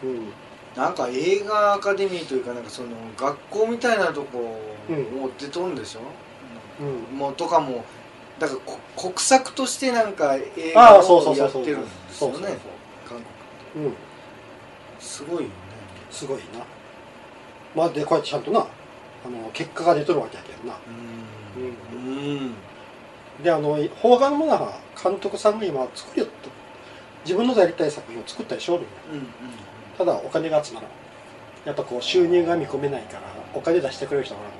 うん
なんか映画アカデミーというかなんかその学校みたいなとこ
うん
を出とるんでしょ、
うん
もうとかもだからこ国策としてなんか映
あ
画
あそうそ
を
うそ
や
う
って
そう
るん
そう
です
そ
よ
うそう
ね韓国
そううん
すごいよね
すごいなまあでこうやってちゃんとなあの結果が出とるわけやけどな
う
うん
うん
であの邦画のものは監督さんが今作りよって自分のやりたい作品を作ったりしょるんよただお金が集まらんやっぱこう収入が見込めないからお金出してくれる人がおら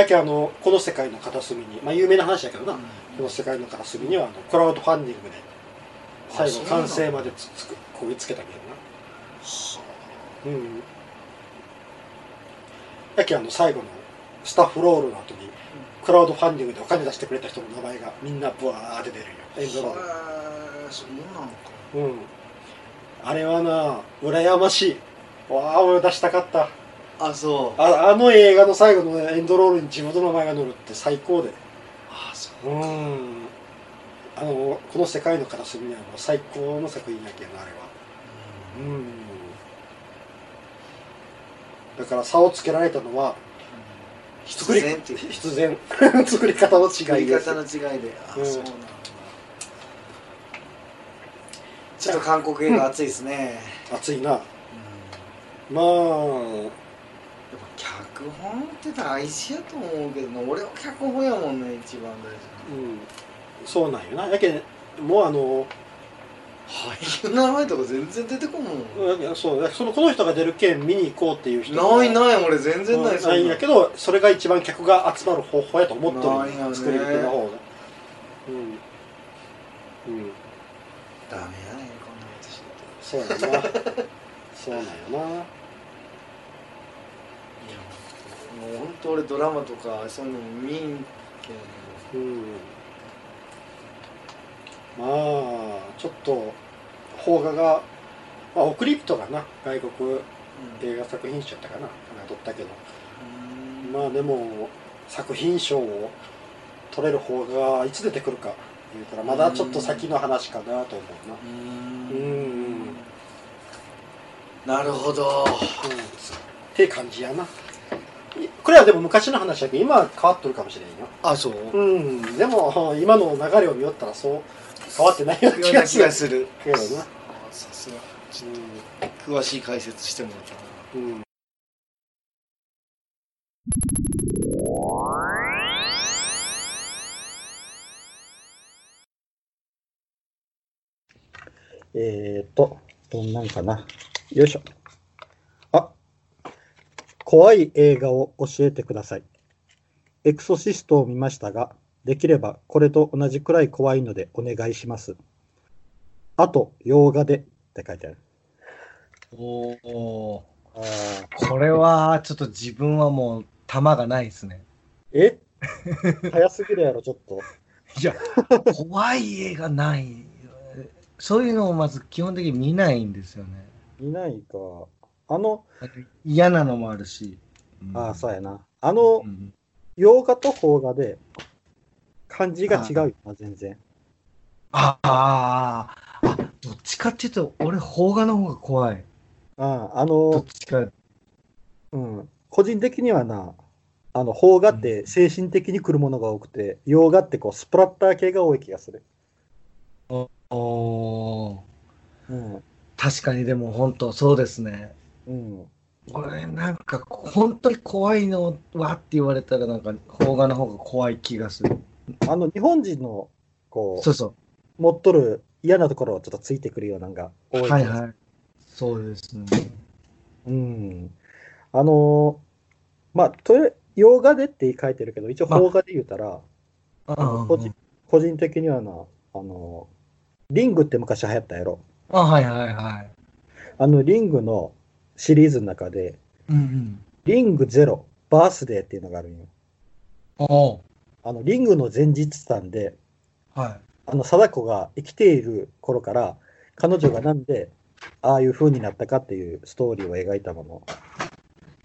ん
やけあのこの世界の片隅に、まあ、有名な話やけどな、この世界の片隅にはあのクラウドファンディングで最後完成までつつくこぎつけたけどなうんやけあの最後のスタッフロールの後にクラウドファンディングでお金出してくれた人の名前がみんなブワーって出るよエンドロール
そうなのか
うん、あれはな羨ましいわあ俺出したかった
あそう
ああの映画の最後のエンドロールに地元の名前が載るって最高で
あそう
うんあのこの世界の片隅にはもう最高の作品やけんなあれはうんだから差をつけられたのは
必然っていう
必然 作り方の違
言
い
い
です
方の違いであ
うん
そうなんだちょっと韓国映画熱いですね
熱いな
うん
まあ
やっぱ脚本って大事やと思うけどな俺は脚本やもんね一番大
うんそうなんよなやけんもうあの
事俳優の名前とか全然出てこんもん、
いやそうそのこの人が出る件見に行こうっていう人が
ないない俺全然ない
ないんやけどそれが一番客が集まる方法やと思っ
な
と
い
る
よね
作り手の方がうん、うん、
ダメやねこんなことしてた
そうやなそう なんよない
やもう本当俺ドラマとかそういうのも見んけ
う
ん
んまあちょっと邦画が、まあ、オクリプトがな外国映画作品賞やったかな取ったけど
うん
まあでも作品賞を取れる方がいつ出てくるか言うたらまだちょっと先の話かなと思うな、
う
う
ん
ん
なるほど
って感じやなこれはでも昔の話だけど今は変わっとるかもしれんよ
あ そう
うんでも今の流れを見よったらそう変わってないような
気
気が
が
する
する
けどな
さすが詳しい解説してもらったな
うん、うん
えー、っと、どんなんかな。よいしょ。あ怖い映画を教えてください。エクソシストを見ましたが、できればこれと同じくらい怖いのでお願いします。あと、洋画でって書いてある。
おおこれはちょっと自分はもう玉がないですね
え早すぎるやろ、ちょっと。
いや怖い映画ないそういうのをまず基本的に見ないんですよね
見ないか。あの、
嫌なのもあるし、
ああ、そう
う
やな。あの
ん、うん
洋画と邦画で、感じが違うよな、全然。
ああああどっちかっていうと俺邦画の方が怖い
ああ、あ
ど
の
っ、ちか
うん、個人的にはな、あの邦画って精神的に来るものが多くて、洋画ってこうスプラッター系が多い気がする。
おお
うん。
確かにでも本当そうですね
うん。
俺なんか本当に怖いのはって言われたらなんか邦画の方が怖い気がする
あの日本人のこ
そうそう
う持っとる嫌なところをちょっとついてくるようなのが多い気が
はい
する
はいそうですね
うん。あのーまあとりあえず洋画でって書いてるけど、一応邦画で言うたら、
あ
あの個人個人的にはな、あのーリングって昔流行ったやろ。
あはいはいはい
あのリングのシリーズの中で、
うんうん
リングゼロ、バースデーっていうのがあるんよ。
おう
あの、リングの前日談で、
はい
あの、貞子が生きている頃から、彼女がなんで、ああいう風になったかっていうストーリーを描いたもの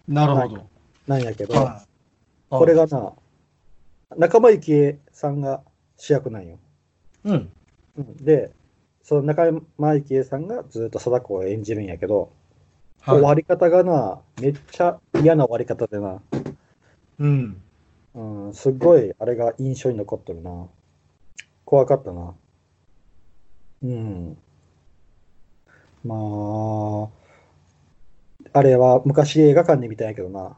なるほど
なんやけど、
はい
これがな、仲間由紀恵さんが主役なんよ。
うん
うんで、その仲間由紀恵さんがずっと貞子を演じるんやけど、
はい
終わり方がな、めっちゃ嫌な終わり方でな、
うん
うん、すっごいあれが印象に残ってるな。怖かったな。うん。まあ、あれは昔映画館で見たんやけどな。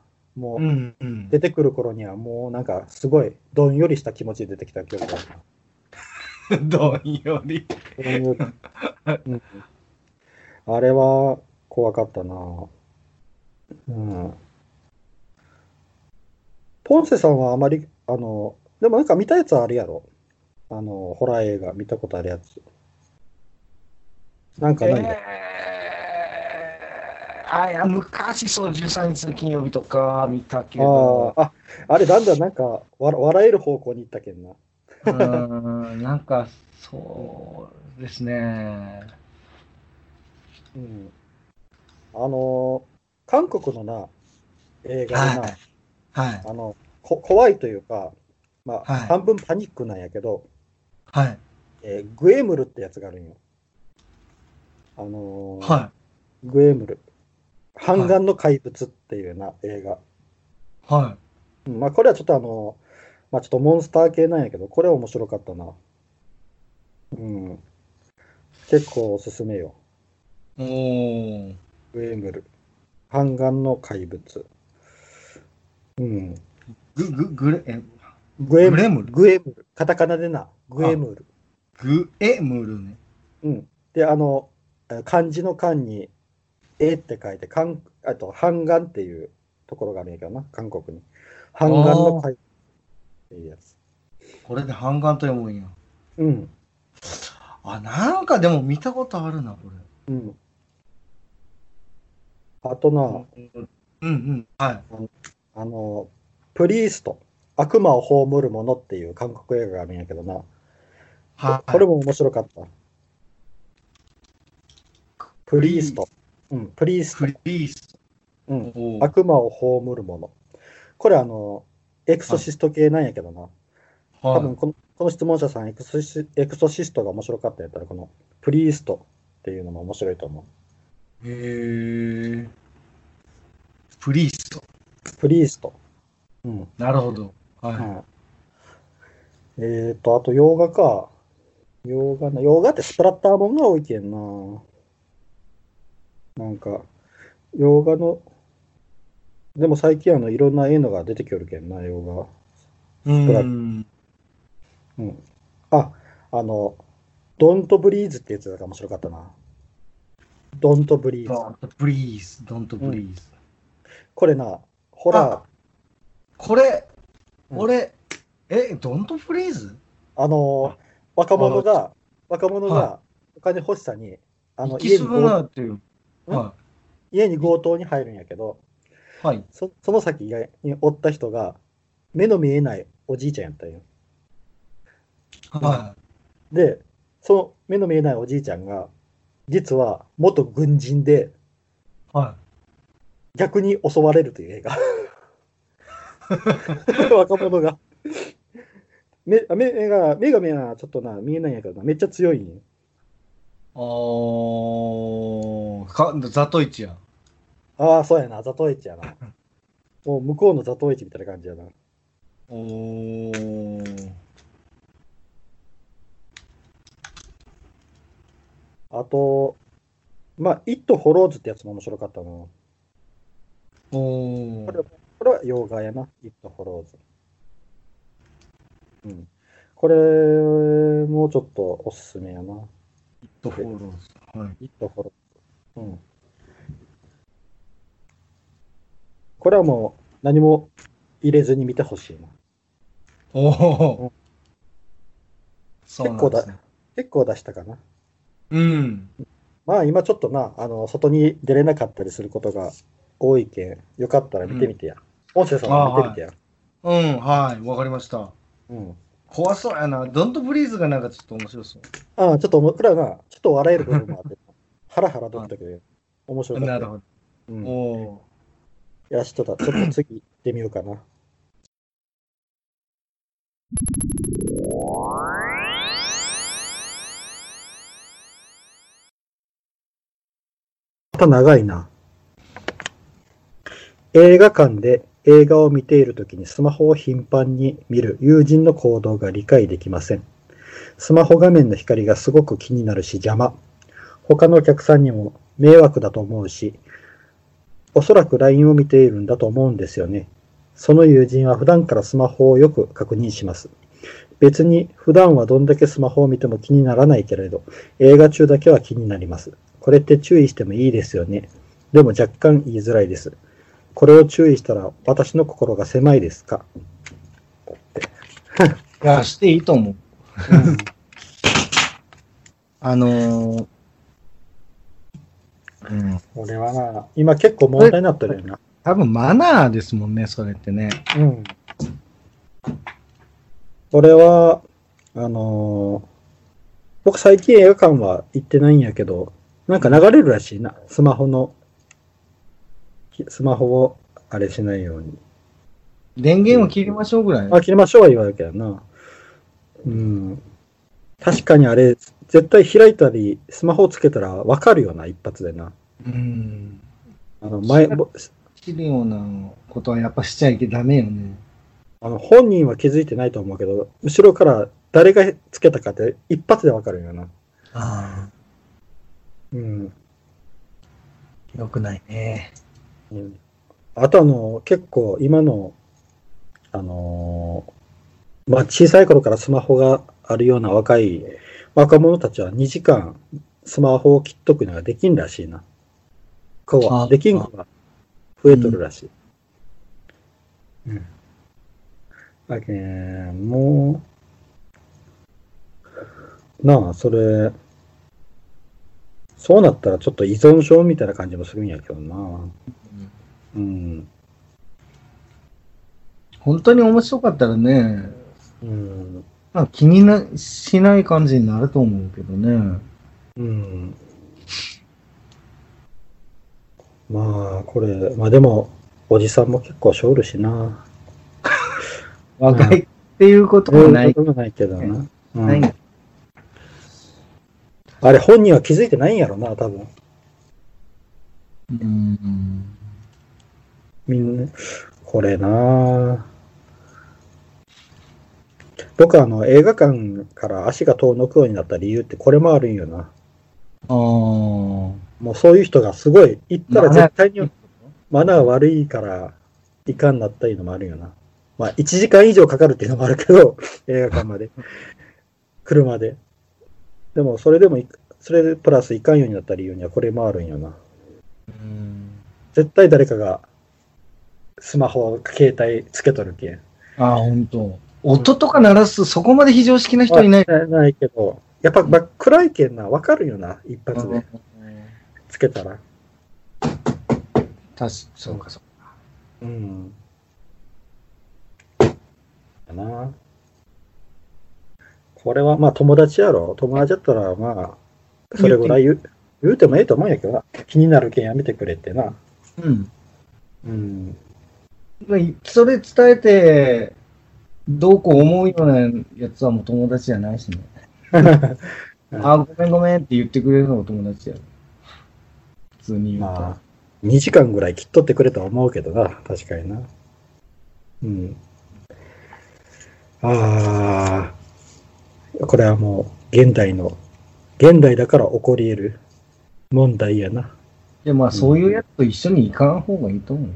う
もうん
うん
出てくる頃にはもうなんかすごいどんよりした気持ちで出てきた記憶があるな。
どんより
どんよりうんあれは怖かったな。うん。ポンセさんはあまり、あの、でもなんか見たやつはあれやろ。あの、ホラー映画見たことあるやつ。なんかないんだ。
えーあいや昔、そう、13日の金曜日とか見たけ
あ
ど、
あ、あ、あれだんだんなんかわ笑える方向に行ったけんな。
うーん、なんか、そうですね。
うん。あのー、韓国のな、映画でな、
はい。はい。
あの、こ怖いというか、まあ、
はい
半分パニックなんやけど、
はい。
えーグエムルってやつがあるんよ。あのー
は
グエムル。半眼の怪物っていうな、映画。
い。は
うんまあ、これはちょっとあの、まあ、ちょっとモンスター系なんやけど、これは面白かったな。うん。結構おすすめよ。
い。おー。
グエムル。半眼の怪物。うん。
ぐ、ぐ、ぐれ、え、
グエム
グレ
ル。
ムル
グエムル。カタカナでな。グエムル。
ぐ、え、むるね。
うん。で、あの、え漢字の漢に、えって書いて、かんあと、半眼っていうところがあるんやけどな、韓国に。半眼の怪物っていうやつ。
これで半眼と読むんや。
うん。
あ、なんかでも見たことあるな、これ。
うん。あとな、
うんうん。はい。
あの、プリースト、悪魔を葬る者っていう韓国映画があるんやけどな、
は
これも面白かった。プリースト。うん、プリース
フ
ト。
リース
うん、
おー
悪魔を葬る者。これあの、エクソシスト系なんやけどな。多分
は
このこの質問者さんエクソシ、エクソシストが面白かったんやったら、このプリーストっていうのも面白いと思
い。へー。プリースト。
う。プリースト。うん。
なるほど。は
はい、えっ、と、あと洋画か。洋画な、洋画ってスプラッターもんが多いけんな。なんか、洋画の、でも最近あの、いろんな絵のが出てきよるけんな、洋画。
い。うん。
うん。あ、あの、ドントブリーズってやつが面白かったな。ドントブリーズ。
Don't please, don't please.
これな、ホラ
これ、
うん
俺、え、don't please?
ー、あの、若者が、若者
は
が、お金欲しさに、あ
行
の、
き
家
す
に
ぶ
強
なっていう。
うん
は
家に強盗に入るんやけど、
い。はい。
そその先におった人が、目の見えないおじいちゃんやったんよ。
は
で、その目の見えないおじいちゃんが、実は元軍人で、
い。は
逆に襲われるという映画。 若者が目あ目目が。目が見えない、ちょっとな、見えないんやけどな、めっちゃ強いんよ。
い。おー、かザトイチやん。
ああ、そうやな、ザトウイチやな。もう向こうのザトウイチみたいな感じやな。
おー。
あと、まあ、イット・ホローズってやつも面白かったな。こ
おー。
れは洋画やな、イット・ホローズ。うん。これもちょっとおすすめやな。
とフォロー。はい。
いいところ。うん。これはもう何も入れずに見てほしいな。
おお。そうなんですね。
結構出したかな。
うん。
まあ今ちょっとな、あの、外に出れなかったりすることが多いけん、よかったら見てみてや。音声さんも見てみてや。
うん、はい。わかりました。
うん。
怖そうやな。ドントブリーズがなんかちょっと面白そ
ああ、ちょっと、これはな、ちょっと笑える部分もあって、ハラハラドキドキで、面白
う。
かった。
なるほど。
うん。
お
い
お。
や、ちょっとだ、ちょっと次行ってみようかな。また長いな。映画館で映画を見ているときにスマホを頻繁に見る友人の行動が理解できません。スマホ画面の光がすごく気になるし邪魔。他のお客さんにも迷惑だと思うし、おそらく LINE を見ているんだと思うんですよね。その友人は普段からスマホをよく確認します。別に普段はどんだけスマホを見ても気にならないけれど、映画中だけは気になります。これって注意してもいいですよね。でも若干言いづらいです。これを注意したら私の心が狭いですか
いや、していいと思う。あのーうん、
俺はな、
今結構問題になってるよな。
多分マナーですもんね、それってね。
うん。これは、あのー僕最近映画館は行ってないんやけど、なんか流れるらしいな。スマホの、きスマホをあれしないように。
電源を切りましょうぐらい。
あ、切りましょうは言われるけどな。うん。確かにあれ、絶対開いたり、スマホをつけたらわかるよな、一発でな。
うん。
あの、前、ぼ
切るようなことはやっぱしちゃいけダメよね。
あの本人は気づいてないと思うけど、後ろから誰がつけたかって一発でわかるよな。
あ
うん。
あ、よくないね。
うんあとあの、結構今の、あのーまあ、小さい頃からスマホがあるような若い若者たちは2時間スマホを切っとくのができんらしいな。子は、
あ
できん子が増えとるらしい。うん。だけんもう、なあ、それ、そうなったらちょっと依存症みたいな感じもするんやけどな。うん。
本当に面白かったらね、
うん。
まあ、気になしない感じになると思うけどね。
うん。まあ、これ、まあでも、おじさんも結構しょおるしな。
若いっていうこともな
そういう
い。
こともないけどな。う
ない
ん、あれ、本人は気づいてないんやろな、多分。
うん。
みんな、これな僕あの、映画館から足が遠のくようになった理由ってこれもあるんよな。
ああ。
もうそういう人がすごい、行ったら
マナー
絶対にマナー悪いから、いかんなったりのもあるよな。まあ、1時間以上かかるっていうのもあるけど、 映画館まで。車で。でも、それでもい、それでプラスいかんようになった理由にはこれもあるんよな。
うん
絶対誰かが、スマホ、携帯つけとるけん。
ああ、本当。音とか鳴らす、そこまで非常識な人いない。
まあないけど、やっぱ、まあ、暗いけんな、わかるよな、一発で。つけたら。
確かそうか、そうか。
うん。だな。これはまあ友達やろ。友達やったらまあ、それぐらい言う言うてもええと思うんやけどな。気になる件やめてくれってな。
うん。
うん。
それ伝えて、どうこう思うようなやつはもう友達じゃないしね。ああ、ごめんごめんって言ってくれるのが友達やろ。普通に言うと。
まあ、2時間ぐらい切っとってくれとは思うけどな。確かにな。うん。ああ、これはもう現代の、現代だから起こり得る問題やな。
で、まあ、そういうやつと一緒に行かん方がいいと思う。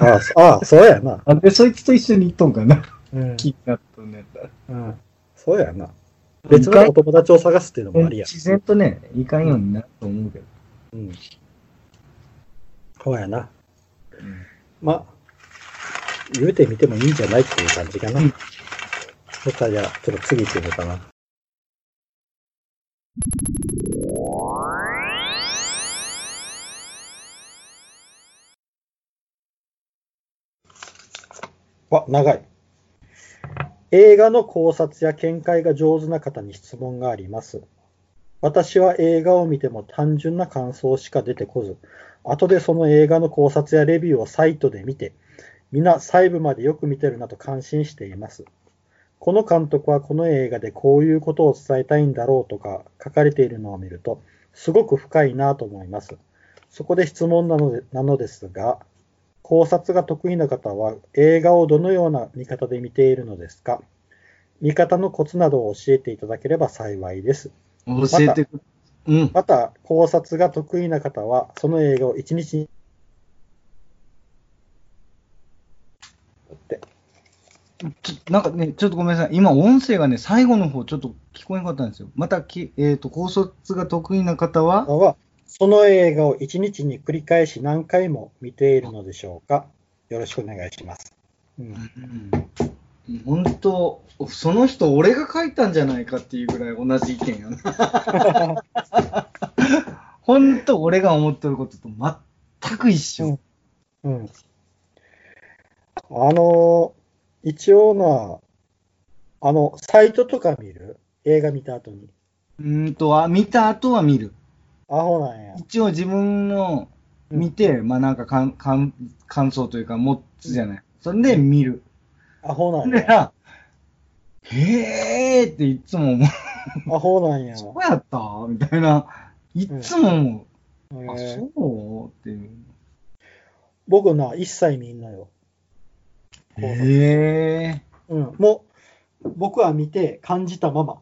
ああそああ、そうやな。
あ、で、そいつと一緒に行っとんかな。
うん
気になったんだったら。
うんそうやな。別のお友達を探すっていうのもありや。
自然とね、行かんようになると思うけど。
うん。そうやな。まあ、言うてみてもいいんじゃないっていう感じかな。そしたらじゃあ、ちょっと次行ってみようかな。わ、長い。映画の考察や見解が上手な方に質問があります。私は映画を見ても単純な感想しか出てこず、後でその映画の考察やレビューをサイトで見て、皆細部までよく見てるなと感心しています。この監督はこの映画でこういうことを伝えたいんだろうとか書かれているのを見ると、すごく深いなと思います。そこで質問なのでなのですが、考察が得意な方は映画をどのような見方で見ているのですか見方のコツなどを教えていただければ幸いです。
教えてくうん。
また、考察が得意な方は、その映画を一日に。って
ちょなんかね、ちょっとごめんなさい。今、音声がね、最後の方、ちょっと聞こえなかったんですよ。またき、えっ、と、高卒が得意な方は、
は、その映画を一日に繰り返し何回も見ているのでしょうかよろしくお願いします。うん、
うん本当、その人、俺が書いたんじゃないかっていうぐらい同じ意見よな。本当、俺が思ってることと全く一緒。
うん、あの、一応な、あの、サイトとか見る映画見た後に。
うんとあ、見た後は見る。
アホなんや。
一応自分の見て、まあなんかかんかん感想というか持つじゃない。それで見る。
アホな ん
で
や。
な、へーっていつも思う。
アホなんや。
そうやったみたいな。いつも思う。
え
あ、
ー
そうっていう。
僕な、一切見んのよ。
へ
うん、もう、僕は見て感じたまま。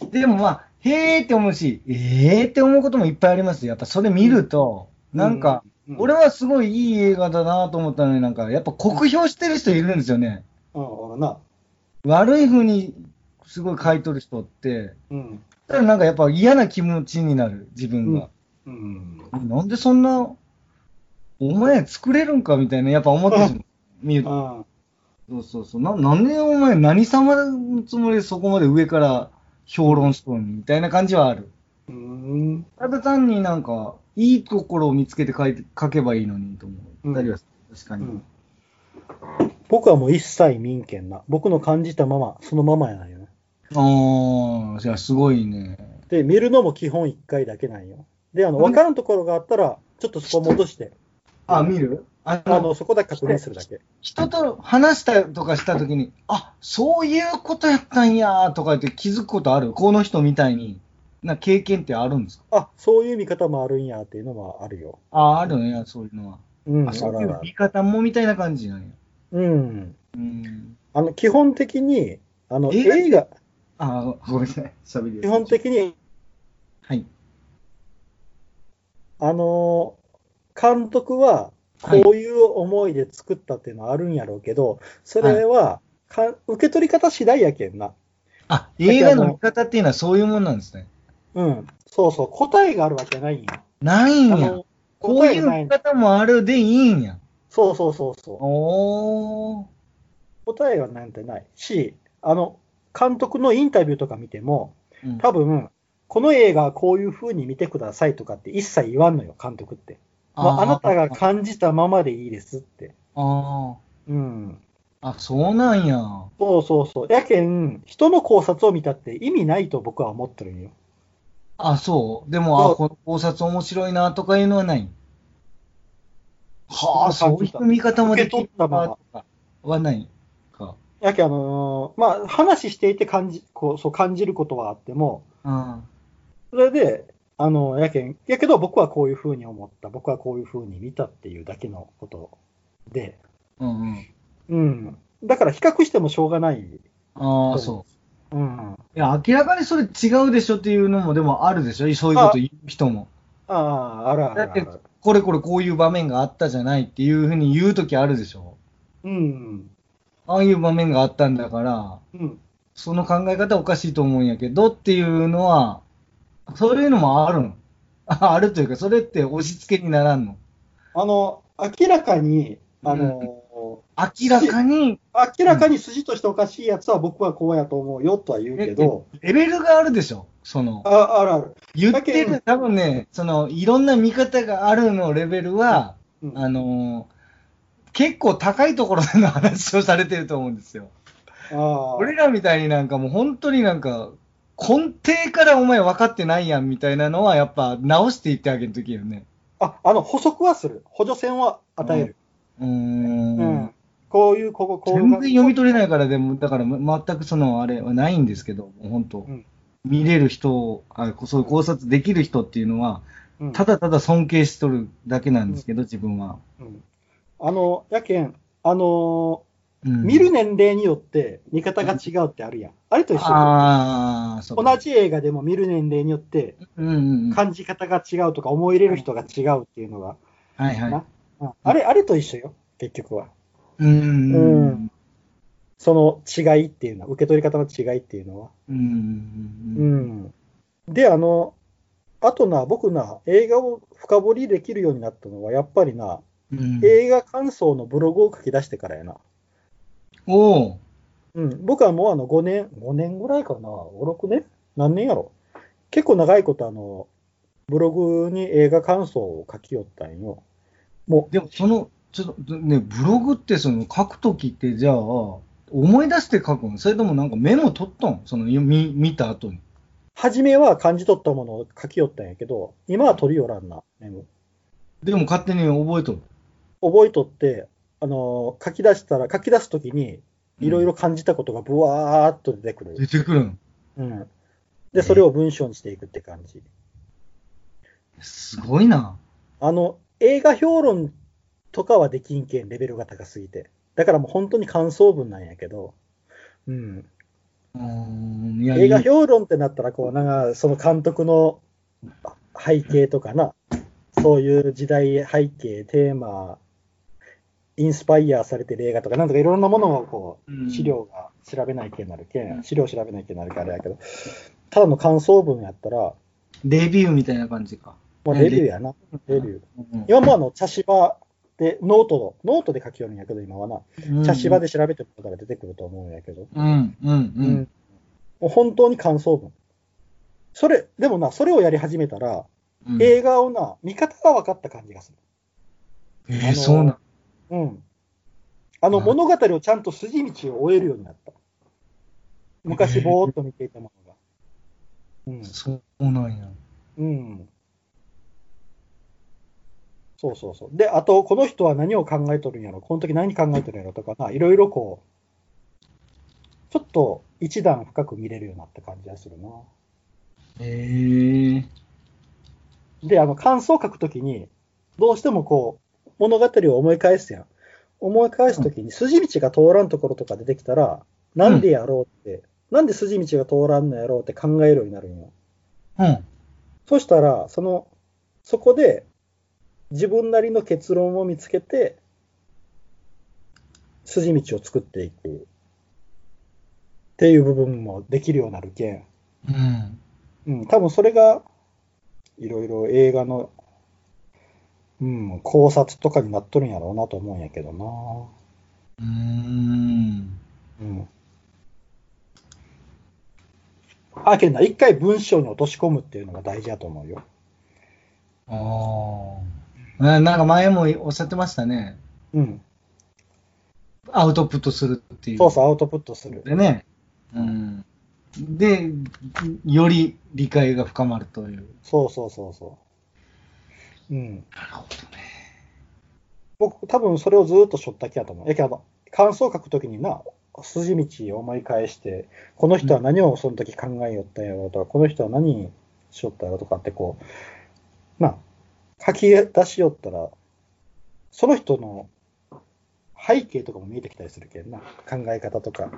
え。でもまあ、へーって思うし、えーって思うこともいっぱいありますよ。やっぱそれ見ると、なんか、俺はすごいいい映画だなと思ったのになんか、やっぱ酷評してる人いるんですよね。
うん、俺な。
悪い風にすごい書いとる人って、
うん。
だからなんかやっぱ嫌な気持ちになる、自分が。
うん。
なんでそんな、お前作れるんかみたいな、やっぱ思ってしまう。見ると
あ
そうそうそう。な、なんでお前何様のつもりでそこまで上から評論しとんのみたいな感じはある。
うん。
ただ単になんか、いいところを見つけて書いて、書けばいいのにと思う。
うん
二人は確かに。
うん僕はもう一切民権な。僕の感じたまま、そのままやないよね。
ああ、じゃあすごいね。
で、見るのも基本一回だけなんよ。で、あの、分からんところがあったら、ちょっとそこ戻して、
あ、見るあ
あの、そこだけ確認するだけ。
人と話したとかしたときに、あそういうことやったんやとかって気づくことあるこの人みたいに、な経験ってあるんですか
あ、そういう見方もあるんやっていうのはあるよ。
ああ、るね、そういうのは。
うん、
あ、そう
あ
い
る
う
ある
見方もみたいな感じなんや。
うん。
うん。
あの、基本的に、あの、
映画
映画、
あごめんなさい、喋りを
基本的に、
はい。
あのー監督はこういう思いで作ったっていうのはあるんやろうけど、それはか受け取り方次第やけんな。
あ、映画の見方っていうのはそういうもんなんですね。
うん。そうそう。答えがあるわけないんや。
ないん
あ
や。
の
こう
答
い
え
う
がない
見方もあるでいいんや。
そうそうそうそう。
おー。
答えはなんてないし、あの、監督のインタビューとか見ても、
うん
多分、この映画はこういう風に見てくださいとかって一切言わんのよ、監督って。まあ、あなたが
あ
感じたままでいいですって。
あ
うん。
ー。あ、そうなんや。
そうそうそう。やけん、人の考察を見たって意味ないと僕は思ってるんよ。
あ、そう。でも、
そ
あ、
う
この考察面白いなとかいうのはない。はあ、
そ
そ
んな感
うい
じだ
う見方もできる
受け取ったまま
とかはないか。
やけんあのーまあ、話していて感じ、こう、そう感じることはあっても、
うん。
それで、あの、やけん、やけど僕はこういう風に思った、僕はこういう風に見たっていうだけのことで、
うんうん。
うん。だから比較してもしょうがない。
ああ、そう。
うん。あ
いや、明らかにそれ違うでしょっていうのも、でもあるでしょそういうこと言う人も。
あ、あるある
だ
あ
って
る。、
これこれこういう場面があったじゃないっていうふうに言うときあるでしょ
うん。
ああいう場面があったんだから、
うん。
その考え方おかしいと思うんやけどっていうのは、そういうのもあるの。 ああるというか、それって押し付けにならんの。
あの、明らかに、あのー
明らかに
明らかに筋としておかしいやつは僕はこうやと思うよとは言うけど、
レベルがあるでしょその、
あ、あるある。
言って
だけ
る、多分ね、その、いろんな見方があるのレベルは、
うん
あのー結構高いところでの話をされてると思うんですよ。
あ
俺らみたいになんかもう本当になんか根底からお前分かってないやんみたいなのはやっぱ直していってあげるときよね。
あ、あの、補足はする。補助線は与える。
うー。
うんん。こういう、ここ、こういう。
全然読み取れないからでも、だから全くそのあれはないんですけど、本当、
うん
見れる人あ、そういう考察できる人っていうのは、
うん
ただただ尊敬しとるだけなんですけど、自分は。
うんあの、やけん、あの
う
ー
ん
見る年齢によって見方が違うってあるやん。あれと一緒
ああ、そ
同
うか。
じ映画でも見る年齢によって
うんうんうん。はい
感じ方が違うとか思い入れる人が違うっていうのが、
はい
な。うんあれ、あれと一緒よ、結局は。
うん。
うんその違いっていうのは、受け取り方の違いっていうのは。
うん。うん
う。ん。で、あの、あとな、僕な、映画を深掘りできるようになったのは、やっぱりな、
うん
映画感想のブログを書き出してからやな。
おお。
うん、僕はもうあの5年、5年ぐらいかな、5、6年何年やろ結構長いことあの、ブログに映画感想を書きよったんよ。
でもその、ちょっとね、ブログってその書くときってじゃあ、思い出して書くのそれともなんかメモ取ったんその見見た後に。
初めは感じ取ったものを書きよったんやけど、今は取りよらんな、メモ。
でも勝手に覚えとる。
覚えとって、あのー書き出したら、書き出すときに、いろいろ感じたことがブワーっと出てくる。
出てくるの。
うん。で、それを文章にしていくって感じ。
すごいな。
あの、映画評論とかはできんけん、レベルが高すぎて。だからもう本当に感想文なんやけど、うん。
うーん。いや、い
映
い
画評論ってなったら、こう、なんか、その監督の背景とかな、そういう時代背景、テーマ、インスパイアされてる映画とか、なんとかいろんなものをこ
うん
う、資料が調べないけんなるけん、資料調べないけんなるけんあれやけど、ただの感想文やったら、
レビューみたいな感じか。
まあ、レビューやな、レビュー。
うん
今もあの、茶芝で、ノートの、ノートで書きよるんやけど、今はな。茶芝で調べてもらったら出てくると思うんやけど。
うんうんう
うんん。もう本当に感想文。それ、でもな、それをやり始めたら、
うんえ
映画をな、見方が分かった感じがす
ーそうなん。
る。うん。あの、
うん
物語をちゃんと筋道を追えるようになった。昔、ぼーっと見ていたものが。
そうなんや。
うん。うん。そうそうそう。で、あと、この人は何を考えとるんやろ、この時何考えとるんやろとかな、いろいろこう、ちょっと一段深く見れるようになった感じがするな。
えー。
で、あの、感想を書くときに、どうしてもこう、物語を思い返すやん。思い返すときに、筋道が通らんところとか出てきたら、なんでやろうって、なんで筋道が通らんのやろうって考えるようになるんよ。
うん。
そしたら、その、そこで、自分なりの結論を見つけて、筋道を作っていく。っていう部分もできるようになるけん。
うん。
うん、多分それが、いろいろ映画の、うん、考察とかになっとるんやろうなと思うんやけどな。
うーん。
うん。あ、けんな、一回文章に落とし込むっていうのが大事だと思うよ。
ああ。なんか前もおっしゃってましたね。
うん。
アウトプットするっていう。
そうそう、アウトプットする。
でね。うん。で、より理解が深まるという。
そうそうそうそう。うん。なるほどね。僕、多分それをずーっとしょったきやと思う。やけどあの、感想を書くときにな、筋道を思い返して、この人は何をその時考えよったんやろうとか、この人は何しよったんやろうとかってこう、な、書き出しよったら、その人の背景とかも見えてきたりするけんな、考え方とか。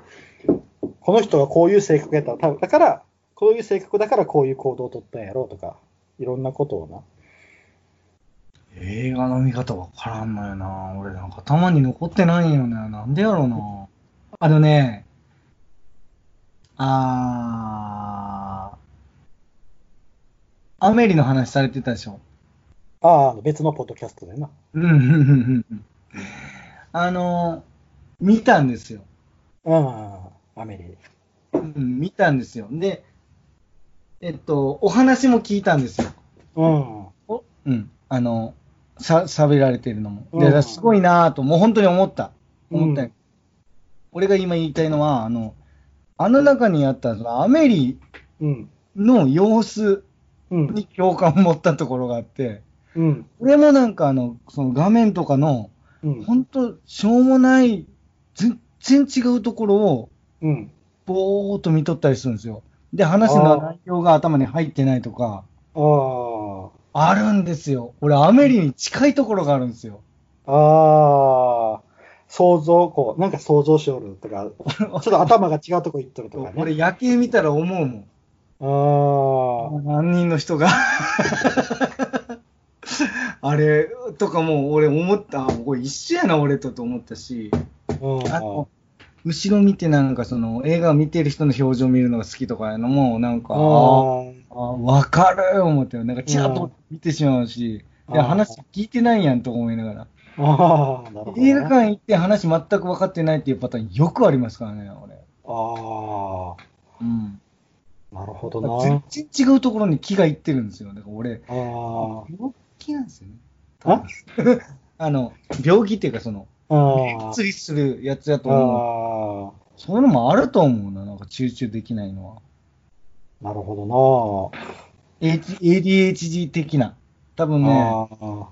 この人がこういう性格やったら、多分だから、こういう性格だからこういう行動を取ったんやろうとか、いろんなことをな。
映画の見方わからんのよな。俺なんか頭に残ってないんよな。なんでやろうな。あのね、あー、アメリの話されてたでしょ。
ああ、別のポッドキャストでな。
うんうんうんうんうん。あの、見たんですよ。
ああ、アメリ。
うん、見たんですよ。で、えっと、お話も聞いたんですよ。
うん。
うん、あの、さ、喋られてるのも。
う
で、
ん
すごいなぁと、もう本当に思った。思ったよ、
うん
俺が今言いたいのは、あの、あの中にあった、そのアメリ
うん。
の様子
うん。
に共感を持ったところがあって、
うん。
俺もなんかあの、その画面とかの、
うん。
本当しょうもない、全然違うところを、
うん。
ぼーっと見とったりするんですよ。で、話の内容が頭に入ってないとか、
ああ。
あるんですよ。俺、アメリに近いところがあるんですよ。
ああ。想像、こう、なんか想像しおるとか、 ちょっと頭が違うとこ行っとるとかね。
俺、夜景見たら思うもん。
あ
何人の人が あれとかもう俺思ったあこれ一緒やな俺とと思ったし
あ。うん。
あの後ろ見てなんかその映画を見てる人の表情見るのが好きとかいうのもなんかあ
あ
あ分かる思ってなんかちらっと見てしまうし
うん
いや話聞いてないやんと思いながら
あ。ああ、なるほど、ね。
映画館行って話全く分かってないっていうパターンよくありますからね、俺。
あ
うん。
あ、なるほどな。
全然違うところに気がいってるんですよ。だから俺、
あ
病気なんですよね。
あ。
あの、病気っていうかその、
あああ
釣りするやつやと思う。
あ
そういうのもあると思うな、なんか集中できないのは。
あ、なるほ
H- ADHD 的な。多
ど
分
な。
ね、
あ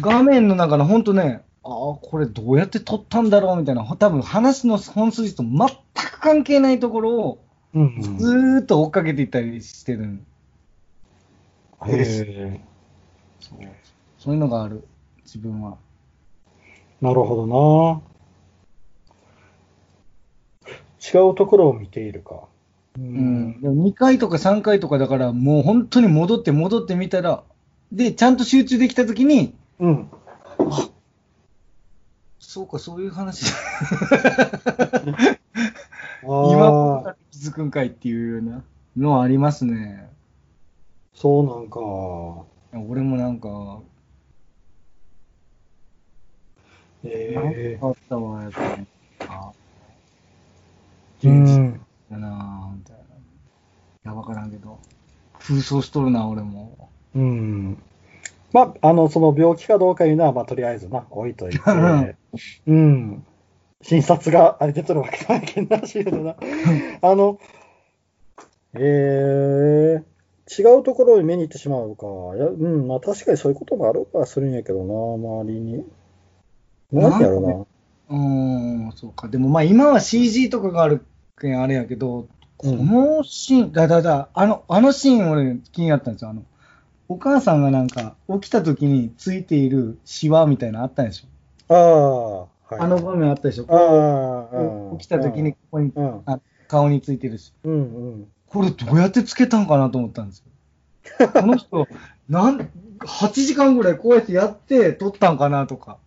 画面の中のほんとね、ああ、これどうやって撮ったんだろうみたいな、ほ多分話の本筋と全く関係ないところを
あ、うん
ずーっと追っかけていったりしてるん
へえ、
そうそういうのがある、自分は。
なるほどな。違うところを見ているか。
う。
う
ん。でも2回とか3回とかだから、もう本当に戻って戻ってみたら、で、ちゃんと集中できたときに、
うん。
そうか、そういう話。
ああ
今、気づくんかいっていうようなのはありますね。
そうなんか。
俺もなんか、
ええ
あったわ、やっぱり。あ
うん。
だなぁ、みたいな。いや、わからんけど。空想しとるな、俺も。
うん。まあ、あの、その病気かどうかいうのは、まあ、とりあえずな、置いといて。うん。診察があれ出とるわけない けんな、しいよな。あの、えー、違うところに目に行ってしまうか。いやうん、まあ確かにそういうこともあるかするんやけどな、周りに。なんやろ
なんか
う
うーん、そうか。でもまあ今は CG とかがあるけんあれやけど、このシーン、だだだ、あの、あのシーン俺気になったんですよ。あの、お母さんがなんか起きた時についているシワみたいなのあったんでしょ。
な。ああー、はい。
あの場面あったでしょ。
あー、あー
起きた時に。ここに
うん、
顔についてるし。
うん、うん。
これどうやってつけたんかなと思ったんですよ。この人、なん、8時間ぐらいこうやってやって撮ったんかなとか、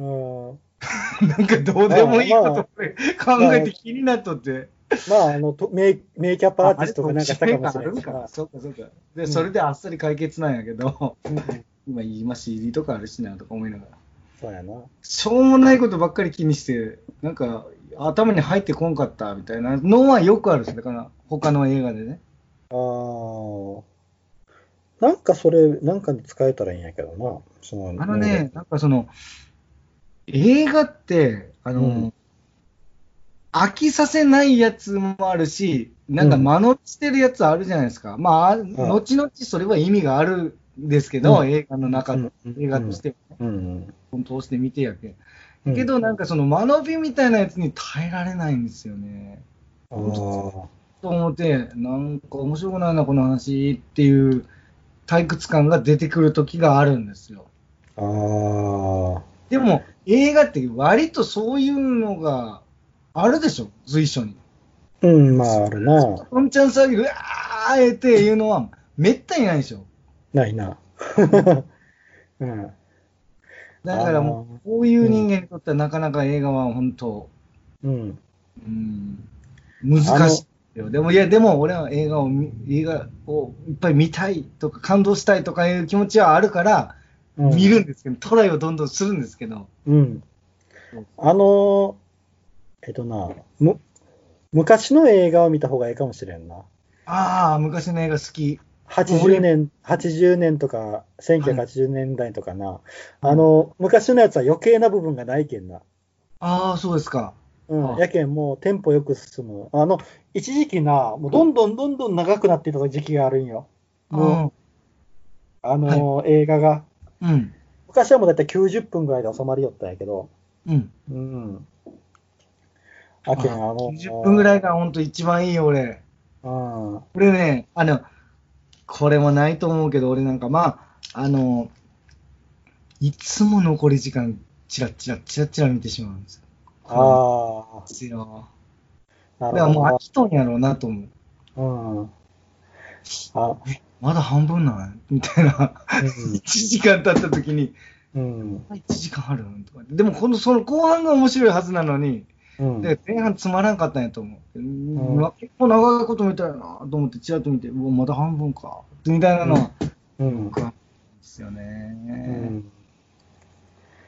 うん
なんかどうでもいいこと俺
まあ
考えて気になっとって。
まあ、あの、とメイメイキャップアーティストがなんかしたかもし
あ
れな
れと
いから
か。そうかそうか。で、それであっさり解決なんやけど、
うん
今今 CD とかあるしなとか思いながら。
そうやな。
しょうもないことばっかり気にして、なんか頭に入ってこんかったみたいなのはよくあるんですだから他の映画でね。
あーなんかそれ、なんかに使えたらいいんやけどな。その
あのね、なんかその、映画って、あの、
うん
飽きさせないやつもあるし、なんか
うん
間延びしてるやつあるじゃないですか。まあ、あ後々それは意味があるんですけど、
う
映画の中の、
うん
映画として、
うん
通して見てやけん。
うん。
けど、なんかその間延びみたいなやつに耐えられないんですよね。
あー、
と思って、なんか面白くないな、この話っていう退屈感が出てくる時があるんですよ。
あー
でも、映画って割とそういうのがあるでしょ、随所に。
うん、まあ、あるな。
ワンチャンスあげる、うわーえっていうのは、めったにないでしょ。
ないな。 うん。
だからもう、こういう人間にとってはなかなか映画は本当、
うん。
うん、難しいよ。でも、いや、でも俺は映画を見、映画をいっぱい見たいとか、感動したいとかいう気持ちはあるから、
うん
見るんですけど、トライをどんどんするんですけど、
うん。あのー、えっとな、む、昔の映画を見た方がいいかもしれんな。
ああ、昔の映画好き。
80年、80年とか、1980年代とかな、あの、昔のやつは余計な部分がないけんな。
ああ、そうですか。
うん、
あ
やけんもうテンポよく進む。あの、一時期な、もうどんどんどんどん長くなっていた時期があるんよ。もう、あのー映画が。
うん。うん。
昔はもうだいたい90分ぐらいで収まりよったんやけど。
うん。
うん。あけん、あのー、
10分ぐらいが本当一番いいよ、俺。
うん。
俺ね、あの、これもないと思うけど、俺なんか、まあ、あの、いつも残り時間、チラッチラッチラッチラ見てしまうんですよ。
ああ、
必要。だ
な
から
る
もう飽
ほ
きとんやろうなと思う。
ど。うん。あ、
まだ半分なんみたいな。1時 間経った時に、
うん。
1時間あるんとか。でも、この、その後半が面白いはずなのに、
うん。
で前半つまらんかったんやと思う。うんまあ結構長いこと見たよなと思って、チラッと見て、うわ、まだ半分か。みたいなのは、
うん。
ですよね。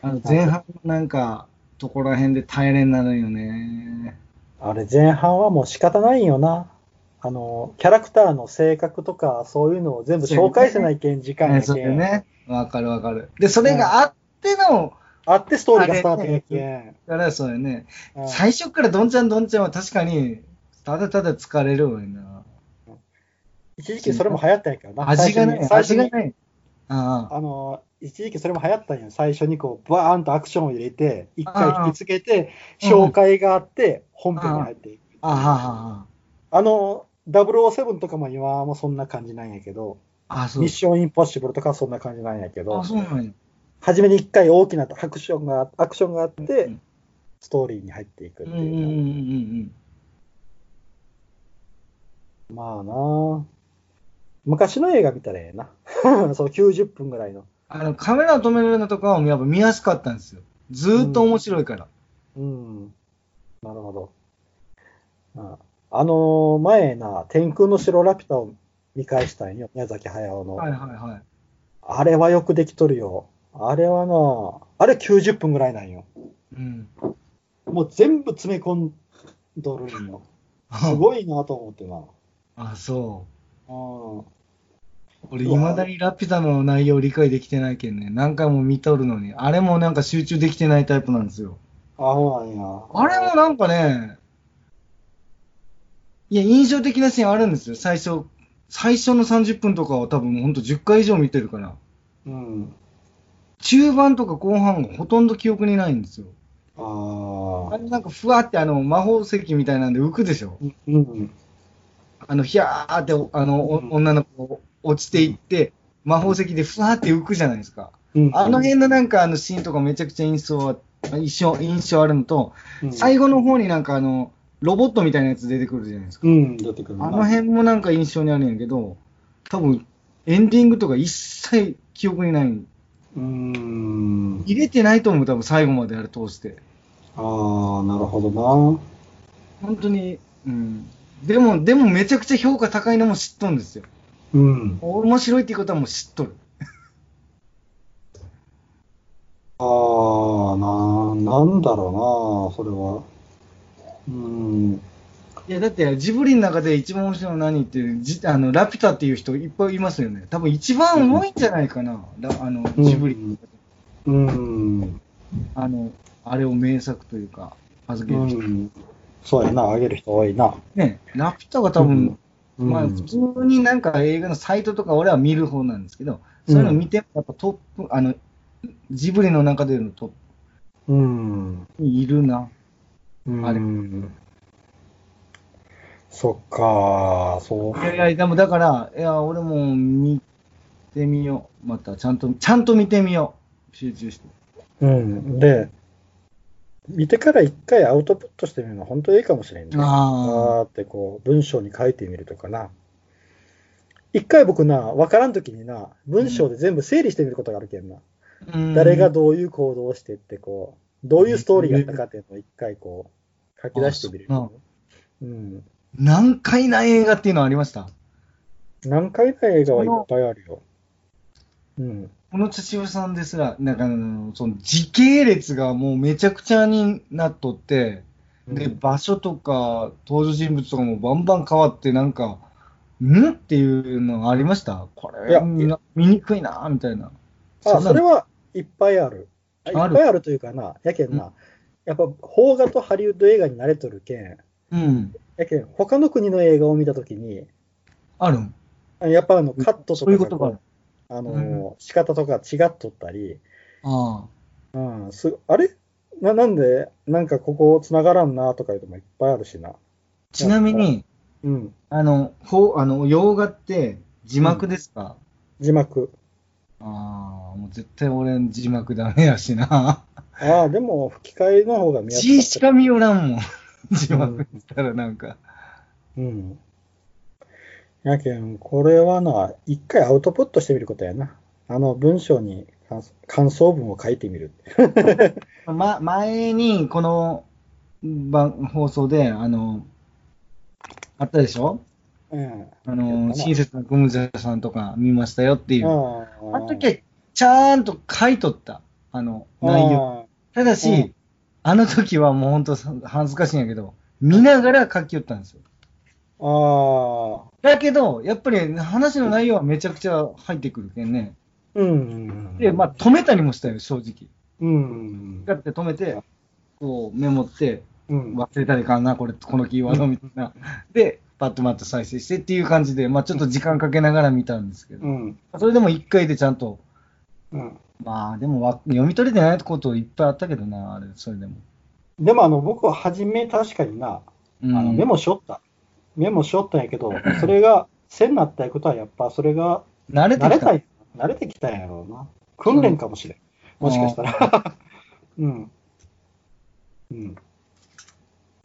あの前半のなんか、ところら辺で耐えれになるよね。
あれ前半はもう仕方ないよな。あの、キャラクターの性格とか、そういうのを全部紹介せないけん、時間
ね
や
そうだ
け
よ
ん。
ね。わかるわかる。で、それがあっての、
あってストーリーがスタートやけん。
だからそうよね。
うん
最初からどんちゃんどんちゃんは確かに、ただただ疲れるわよな。
一時期それも流行ったんやけどな。
味がない、
最初
味
に
がない。ああ。
あの、一時期それも流行ったんよ。最初にこう、バーンとアクションを入れて、一回引きつけて、
あー
紹介があって、本編に入っていく。
あああ
あの、007とかも今もそんな感じなんやけど、
あああ、そう
ミッ。ションインポッシブルとかはそんな感じなんやけど
あ、そうなんや。
初めに一回大きなアクションがアクションがあって、
うん
ストーリーに入っていくっ
う
て
ん
い
うんうん
う。
うん
まあなあ昔の映画見たらええな。 その90分ぐらいの。
あの、カメラを止めるようなとかはやっぱ見やすかったんですよ。ずーっと面白いから。
うん。なるほど。ああのー前な、天空の城ラピュタを見返したんよ。宮崎駿の。
はいはいはい。
あれはよくできとるよ。あれはな、あれ90分ぐらいなんよ。
うん。
もう全部詰め込んどるんよ。すごいなと思ってな。
あ、そ
うん。
う。俺、未だにラピュタの内容理解できてないけんね。何回も見とるのに。あれもなんか集中できてないタイプなんですよ。
あ、そうなんや。
あれもなんかね、いや、印象的なシーンあるんですよ。最初、最初の30分とかは多分ほんと10回以上見てるから。
うん。
中盤とか後半がほとんど記憶にないんですよ。
あ
あ
あ。
れなんかふわってあの魔法石みたいなんで浮くでしょ。
うん。
あの、ひゃーっておあの、お女の子落ちていって、魔法石でふわって浮くじゃないですか。
うん
あの辺のなんかあのシーンとかめちゃくちゃ印象は、印象、印象あるのと、
うん
最後の方になんかあの、ロボットみたいなやつ出てくるじゃないですか。
うん、出てくるな
あの辺もなんか印象にあるんやけど、多分エンディングとか一切記憶にない。
うーん。
入れてないと思う、多分最後まであれ通して。
ああ、なるほど
本当に、うん。でも、でもめちゃくちゃ評価高いのも知っとんですよ。
な。うん。
面白いっていうことはもう知っとる。
ああ、な、なんだろうな、それは。うーん。
いや、だってジブリの中で一番面白いの何っていう、じあの、ラピュタっていう人いっぱいいますよね。多分一番多いんじゃないかな。ラあの、
うん
ジブリ、
うーん。
あの、あれを名作というか、預け
う
る人。
ん。そうやな、あげる人多いな。
ね、ラピュタが多分、
うん
まあ、普通になんか映画のサイトとか俺は見る方なんですけど、そういうの見てもやっぱトップ、あの、ジブリの中でのトッ
うん。
プにいるな。
うん。
あれ
そっか、そう。
いやいや、でもだから、いや、俺も見てみよう。また、ちゃんと、ちゃんと見てみよう。集中して。
うん。で、見てから一回アウトプットしてみるの本当いいかもしれんね。
あ
あーってこう文章に書いてみるとかな。一回僕な、わからんときにな、文章で全部整理してみることがあるけんな。
あ。
誰がどういう行動をしてって、こう、どういうストーリーがあったかっていうのを一回こう、書き出してみる
あそ。
うん。
難解な映画っていうのはありました
何回か映画はいっぱいあるよ。うん。
この父親さんですら、なんかあの、その時系列がもうめちゃくちゃになっとって、で、場所とか登場人物とかもバンバン変わって、なんか、んっていうのがありましたこ
い
れ
や
見な、見にくいな、みたいな。
あ、
ん
そ
な
れ
の
はいっぱいある。あいっぱ
ある
いあるというかな、やけんな、やっぱ邦画とハリウッド映画に慣れとるけん、
うん。
やけん、他の国の映画を見たときに、
あるん
あやっぱあのカットと
そう
か
いう
が
ことか。
あの
う
仕方とか違っとったり、
ああ。
うん、すあれななんで、なんかここ繋がらんなとかいうのもいっぱいあるしな。
ちなみに、
うん、
あの、ほう、あの、洋画って字幕ですか、
字幕。
ああ、もう絶対俺字幕ダメやしな。
ああ、でも吹き替えの方が見やす
字し
かっ
か見よらんもん。字幕したらなんか。
た。うん。やけん、これはな、一回アウトプットしてみることやな。あの文章に感感想文を書いてみる。
ま、前に、この番、放送で、あの、あったでしょ
う
あ
ん。や
の、
ったな
親切なゴムジャさんとか見ましたよっていう。
あ
あの時は、ちゃんと書いとった。あの、内容。
あ
ただし、
うん
あの時はもう本当恥ずかしいんやけど、見ながら書きよったんですよ。
あー。
だけど、やっぱり話の内容はめちゃくちゃ入ってくるけんね。
うん。
で、まあ止めたりもしたよ、正直。
うん。
ガッて止めて、こうメモって、
うん。
忘れたりかんな、これ、このキーワードみたいな。で、パッとまた再生してっていう感じで、まあちょっと時間かけながら見たんですけど
う、ん。
それでも一回でちゃんと、
うん。
まあでもわ読み取れてないこといっぱいあったけどな、あれ、それでも。
でも、あの、僕は初め確かにな、
う
あのメモしよった。メモしよったんやけど、それが、線になったいうことは、やっぱ、それが、
慣れて
慣
き
れた
た。
い、慣れてきたんやろうな。訓練かもしれん。もしかしたら。うん。 うん。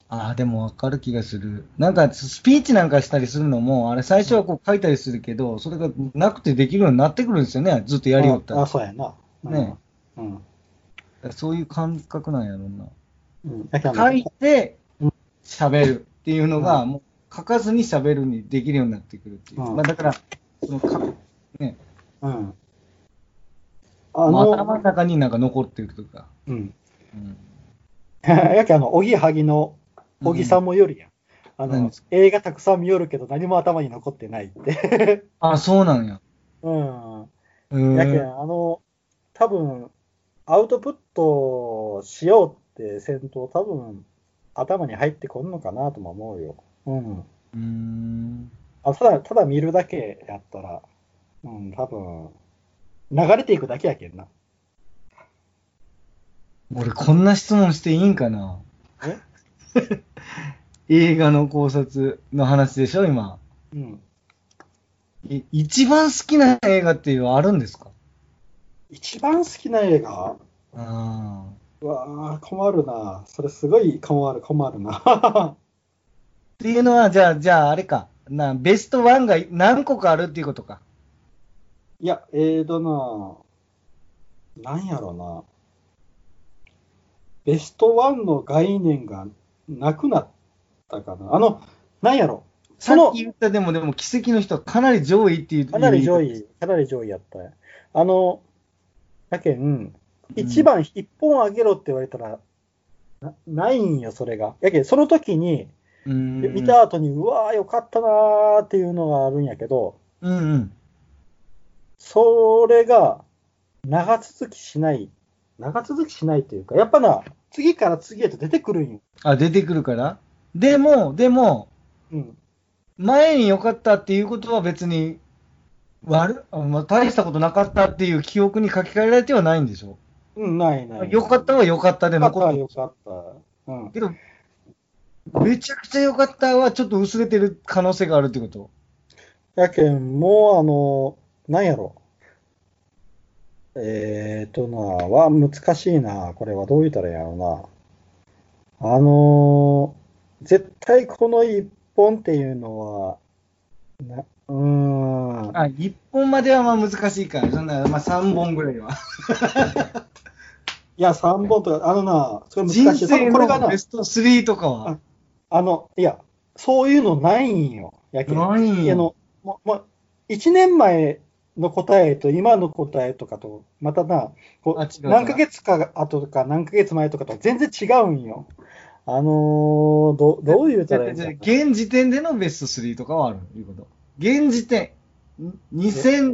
ああ、でもわかる気がする。なんかスピーチなんかしたりするのも、あれ最初はこう書いたりするけど、それがなくてできるようになってくるんですよね、ずっとやりよった
あ、
ら。
そうやな。うん
ね。
うん。
そういう感覚なんやろうな。
うん。だけどあ
書
の
いて、喋るっていうのが、もう書かずに喋るにできるようになってくるっていう。
うん
まあだから、その書く、ね、
うん。
ま
あ
あ
の、
頭の中になんか残ってるとか。
うん。
うん
やけあの、おぎやはぎの、おぎさんもよるやん。あ
何
の
です、
映画たくさん見よるけど、何も頭に残ってないって。
あ、そうなんや。
うん。
うーん
やけん、あの、多分、アウトプットしようって戦闘、多分、頭に入ってこんのかなとも思うよ。うん。
うーん。
あ、ただ、ただ見るだけやったら、うん、多分、流れていくだけやけんな。
俺、こんな質問していいんかな
え
映画の考察の話でしょ、今。
うん。
い一番好きな映画っていうのはあるんですか
一番好きな映画
ああ。
うわあ、困るな。それすごい困る、困るな。
っていうのは、じゃあ、じゃあ、あれか。な、ベストワンが何個かあるっていうことか。
いや、ええー、とな、なんやろな。ベストワンの概念がなくなったかな。あの、なんやろ。
さ
その
っき言ったでも、でも、奇跡の人はかなり上位っていう。
かなり上。位、かなり上位やった。あの、やけん、一番、一本あげろって言われたら、なないんよ、それが。やけん、その時に、
うん。
見た後に、うわー、よかったなーっていうのがあるんやけど、
うんうん。
それが長続きしない、長続きしないというか、やっぱな、次から次へと出てくるんよ。
あ、出てくるからでも、でも、
うん。
前に良かったっていうことは別に、悪、あまあ、大したことなかったっていう記憶に書き換えられてはないんでしょ
うん、ないない。
良かったは良かったで
よかっ
残
た
っ
は
てる
よ。かった。うん。
けど、めちゃくちゃ良かったはちょっと薄れてる可能性があるってこと
やけん、もうあの、なんやろ。えーとな、は難しいな。これはどう言ったらいいんやろうな。あのー絶対この一本っていうのは、なうーん。
あ、1本まではまあ難しいから、そんな、まあ3本ぐらいは。
いや、3本とか、あのな、それ
人
難しい。多
生
分これが
の
な
ベ、スト3とかは
あ。あの、いや、そういうのないんよ。やけん
ないん
あ
や。
の、もう、もう、1年前の答えと今の答えとかと、またな、こ
あ違う
う
な
何ヶ月か後とか何ヶ月前とかとは全然違うんよ。あのー、ど、どう言うたらいいん
じ
だ
ゃあ
ろう
現時点でのベスト3とかはあるということ。現時点、ん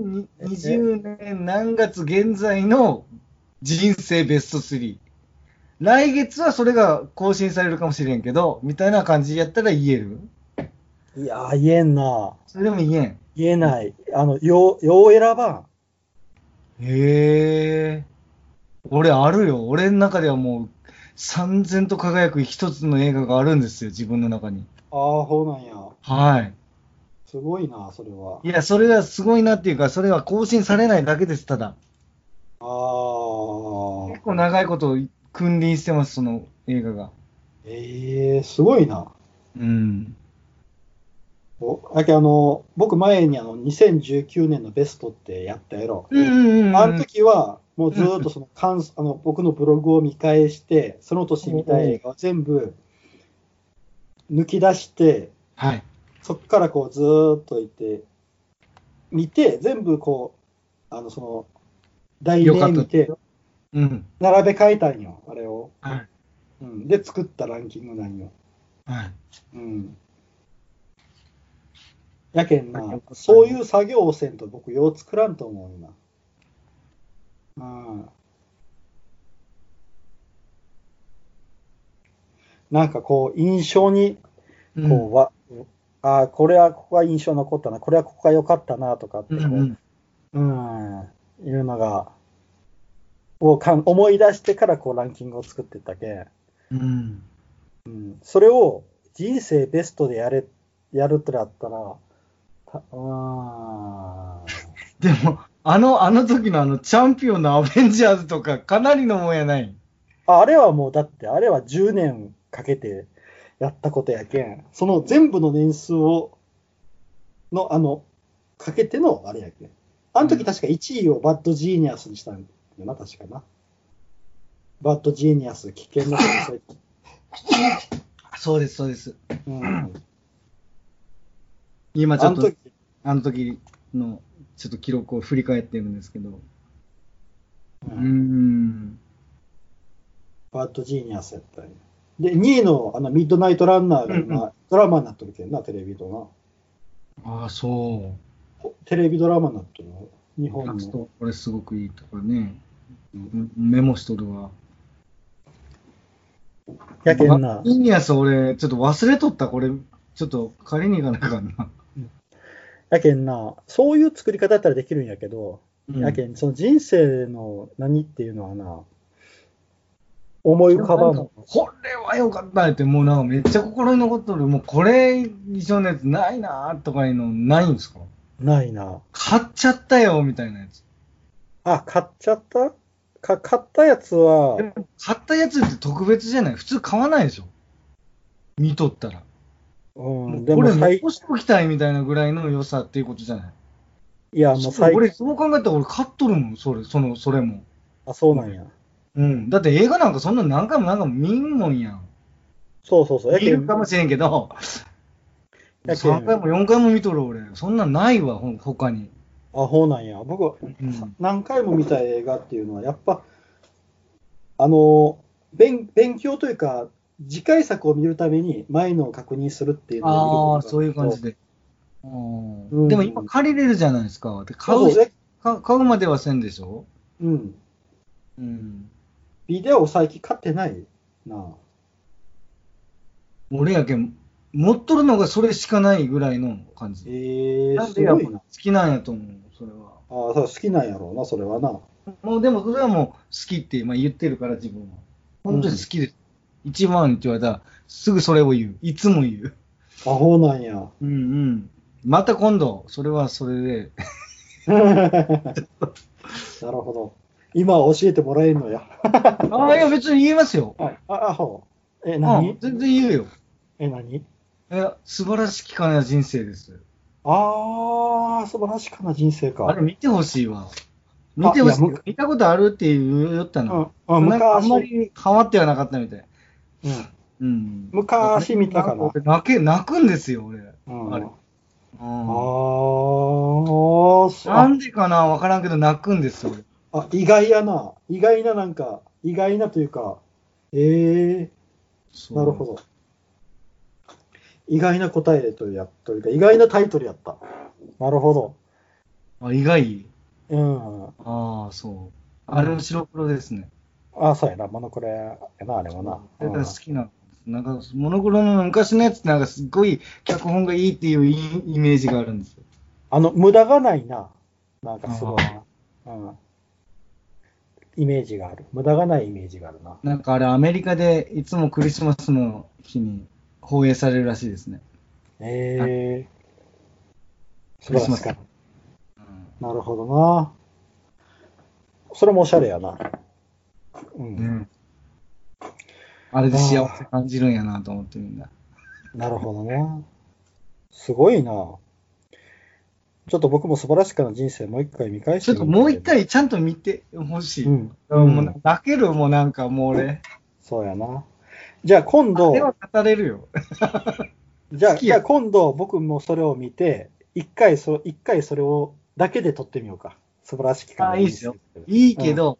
2020年何月現在の人生ベスト3。来月はそれが更新されるかもしれんけど、みたいな感じやったら言える
いやー、言えんな。
それでも言えん。
言えない。あの、よう、よう選ばん。
へえ。俺あるよ。俺の中ではもう、三千と輝く一つの映画があるんですよ、自分の中に。
ああ、そうなんや。
はい。
すごいな、それは。
いや、それがすごいなっていうか、それは更新されないだけです、ただ。
ああ。
結構長いこと君臨してます、その映画が。
ええすごいな。
うん。
おだけどあの僕前にあの2019年のベストってやったやろ。
うんうんうん。
あの時はもうずーっとその感想あの僕のブログを見返して、その年見た映画を全部抜き出して、
はい。
そっからこうずーっといて、見て、全部こう、あのその、題
よか
名
った
見て、
うん。
並べ替えたんよ、あれを。
はい
うん、で、作ったランキングなんよ。
はい。
うん。やけんな
はい、
そういう作業をせんと僕、よう作らんと思う、今。うん。なんかこう、印象に、
うん
こう、わ、ああ、これは、ここが印象残ったな、これはここが良かったな、とかって、
う
こ
ん
う、
うん。
うん、いうのが、をかん思い出してからこうランキングを作ってったけん、
うん。
うん、それを人生ベストでやれ、やるってなったら、たうーん、
でも、あの、あの時のあの、チャンピオンのアベンジャーズとか、かなりのもんやない。
ああれはもうだって、あれは10年かけてやったことやけん、その全部の年数を、の、あの、かけてのあれやけん。あの時確か1位をバッドジーニアスにしたんだな、確かな。バッドジーニアス、危険な存在。
そうです、そうです。
うん
今ち
あ
ょ
の
っと、
時、
あの時の、ちょっと記録を振り返ってるんですけど。う
う
ー
ん
ん。
バッドジーニアスやったんやで、2位のあのミッドナイトランナーが今、ドラマになっとるけんな、テレビドラ
ああ、そ
マ。テレビドラマになっとるの日
う。
本
ラス
の。
ト、これすごくいいところね。
うん
メモしとるわ。
やけん
あ
な。
インディアス、俺、ちょっと忘れとった、これ。ちょっと、借りに行かなあかんな。
やけんな。そういう作り方だったらできるんやけど、
うん
やけん、その人生の何っていうのはな、思い浮かばんもん。
これは良かったって、もうなんかめっちゃ心に残っとる。もうこれ以上のやつないなーとかいうのないんですか
ないな。
買っちゃったよみたいなやつ。
あ、買っちゃったか、買ったやつは、
買ったやつって特別じゃない普通買わないでしょ見とったら。
う、
もうん
で
こ
も
れ
最、
残しておきたいみたいなぐらいの良さっていうことじゃない
いや、もう
そう
最、
俺、そう考えたら俺買っとるもん、それ、その、それも。
あ、そうなんや。
うん。だって映画なんかそんな何回も何回も見んもんやん。
そうそうそう。や
見
け
る
ん
か、もしれんけど、
やけん
3回も4回も見とる俺。そんなんないわ、ほん他に。
あ、そうなんや。僕、
うん。
何回も見た映画っていうのは、やっぱ、あの勉、勉強というか、次回作を見るために前のを確認するっていうの
あ
を見ることが
あ、そういう感じ
で。
で。うん
うん
でも今借りれるじゃないですか。で買
そううそう、
か買うまではせんでしょ
うん。
うん。
ビデオ最近買ってないな。
俺やけん、持っとるのがそれしかないぐらいの感
え
じ。
ー、
なん
す
でやっ
ご
ぱ
いな
好。きなんやと思う、それは。
ああ、そう好きなんやろうな、それはな。
もうでもそれはもう好きって、まあ、言ってるから自分は。本当に好きです。一番って言われたら、すぐそれを言う。いつも言う。
あ、そうなんや。
うんうん。また今度、それはそれで。
なるほど。今教えてもらえるのや。
ああ、いや別に言えますよ。
はい。あ、あほう。え、
う
何、
ん、全然言うよ。
え、何
いや、素晴らしきかな人生です。
ああ、素晴らしかな人生か。
あれ見てほしいわ。見てほしい
いやむ。
見たことあるって言うよったの。
うん、あ
なんかあん
昔、
まり変わってはなかったみたい。
う
う
ん、
ん。
昔見たかな。
俺泣け、泣くんですよ、俺。
うん、
あ
あ
れう
あー
ん。
そ
な
あ、
んでかなわからんけど泣くんですよ、俺。
あ意外やな。意外な、なんか、意外なというか、ええなるほ
ど。
ど。意外な答えとやっというか、意外なタイトルやった。なるほど。
あ、意外。
うん。
ああ、そう。あれも白黒ですね。
あ、そうやな、モノクロやな、あれもな。
だから好きな。なんか、モノクロの昔のやつってなんかすっごい脚本がいいっていうイイメージがあるんですよ。
あの、無駄がないな。なんかすごいな。うん。イメージがある。無駄がないイメージがあるな。
なんかあれ、アメリカでいつもクリスマスの日に放映されるらしいですね。
ええ素
クリ
晴
ス
ら
マ
し
ス
かった。なるほどな。それもおしゃれやな。うん。
うん。あれで幸せ感じるんやなと思ってみんな。
なるほどね。すごいな。ちょっと僕も素晴らしかな人生もう一回見返し
ち
て
ょっ
み
と
る
もう一、回ちゃんと見てほしい。
うん。
もう泣けるもうなんかもう俺。
そうやな。じゃあ今
あれは
度、
語れるよ。
じゃあ
好き
じ
や
ゃあ今度僕もそれを見て、一回そ、一回それをだけで撮ってみようか。素晴らしきかな
あいいっすよいいけど、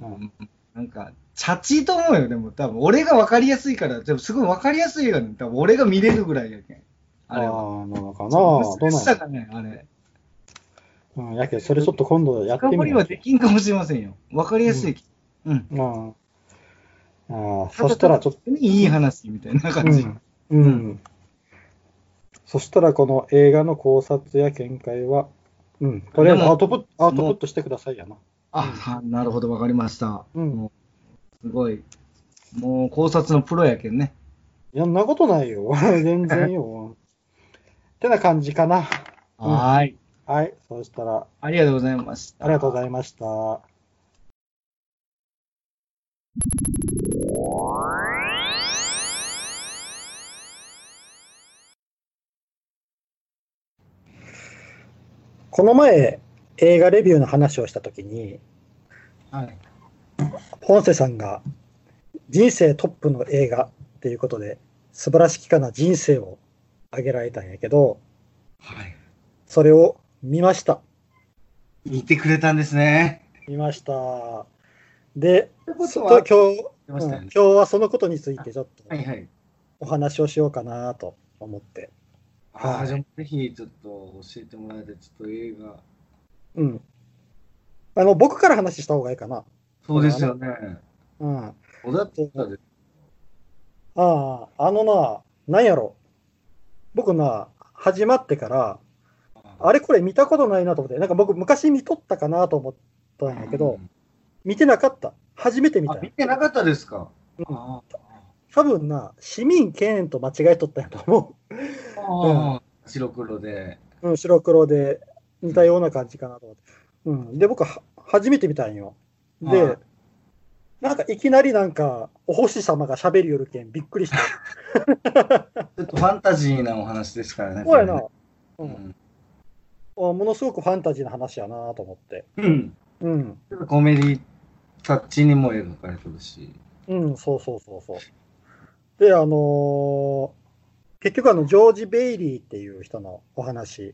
うんなんか、チャチいと思うよ、でも多分。俺が分かりやすいから、でもすごい分かりやすい映画ね。多分俺が見れるぐらいやけん。あれは。
ああ、なのかなどう
難し
な
さ
ん
がね、あれ。
うん、やけど、それちょっと今度やって
深掘
み
り
よ
は
う。
できんかもしれませんよ。分かりやすい。うん。
うんああ、そしたらちょっと、
いい話みたいな
う
感じ。
ん。うん。そしたらこの映画の考察や見解は、うん、とりあえず
でも
アウトプット、アウトプットしてくださいやな。
あ、はなるほど、分かりました。
うん。い
すごい。もう考察のプロやけんね。
や、んなことないよ。 全然よ。ってな感じかな。うん
はーい。
はい。そしたら、
ありがとうございました。
ありがとうございました。この前、映画レビューの話をしたときに、
はい。
ポンセさんが人生トップの映画っていうことで、素晴らしきかな人生を挙げられたんやけど、
はい。
それを見ました。
見てくれたんですね。
見ました。で、
ってこ
ち
と
ょ
は
っ、と今日、
出ましたよ
うん
ね。
今日はそのことについてちょっと
はいはい。
お話をしようかなと思って。
あ
は
あ、
い
じゃあぜひちょっと教えてもらえて、ちょっと映画。
うん。あの、僕から話した方がいいかな。
そうですよね。
うん。あ
小田とかで。
あ、あのな、なんやろ。僕な、始まってから、あれこれ見たことないなと思って、なんか僕昔見とったかなと思ったんやけど、見てなかった。初めて見
あ
た、。
見てなかったですか。
うん
あ
多分な、市民権と間違えとったんやと思
あああ、白黒で。
う。うん、白黒で似たような感じかなと思って。うん。で、僕は、初めて見たんよ。で、
はい
なんかいきなりなんか、お星様が喋るよるけん、びっくり した。
ちょっとファンタジーなお話ですからね。
そうやな。
こ
う
れ
ん、
ね
あものすごくファンタジーな話やなと思って。
うん。うん。
うん。
ちょっとコメディタッチにも描かれてるし。
うん、そうそうそうそう。で、あのー結局あの、ジョージ・ベイリーっていう人のお話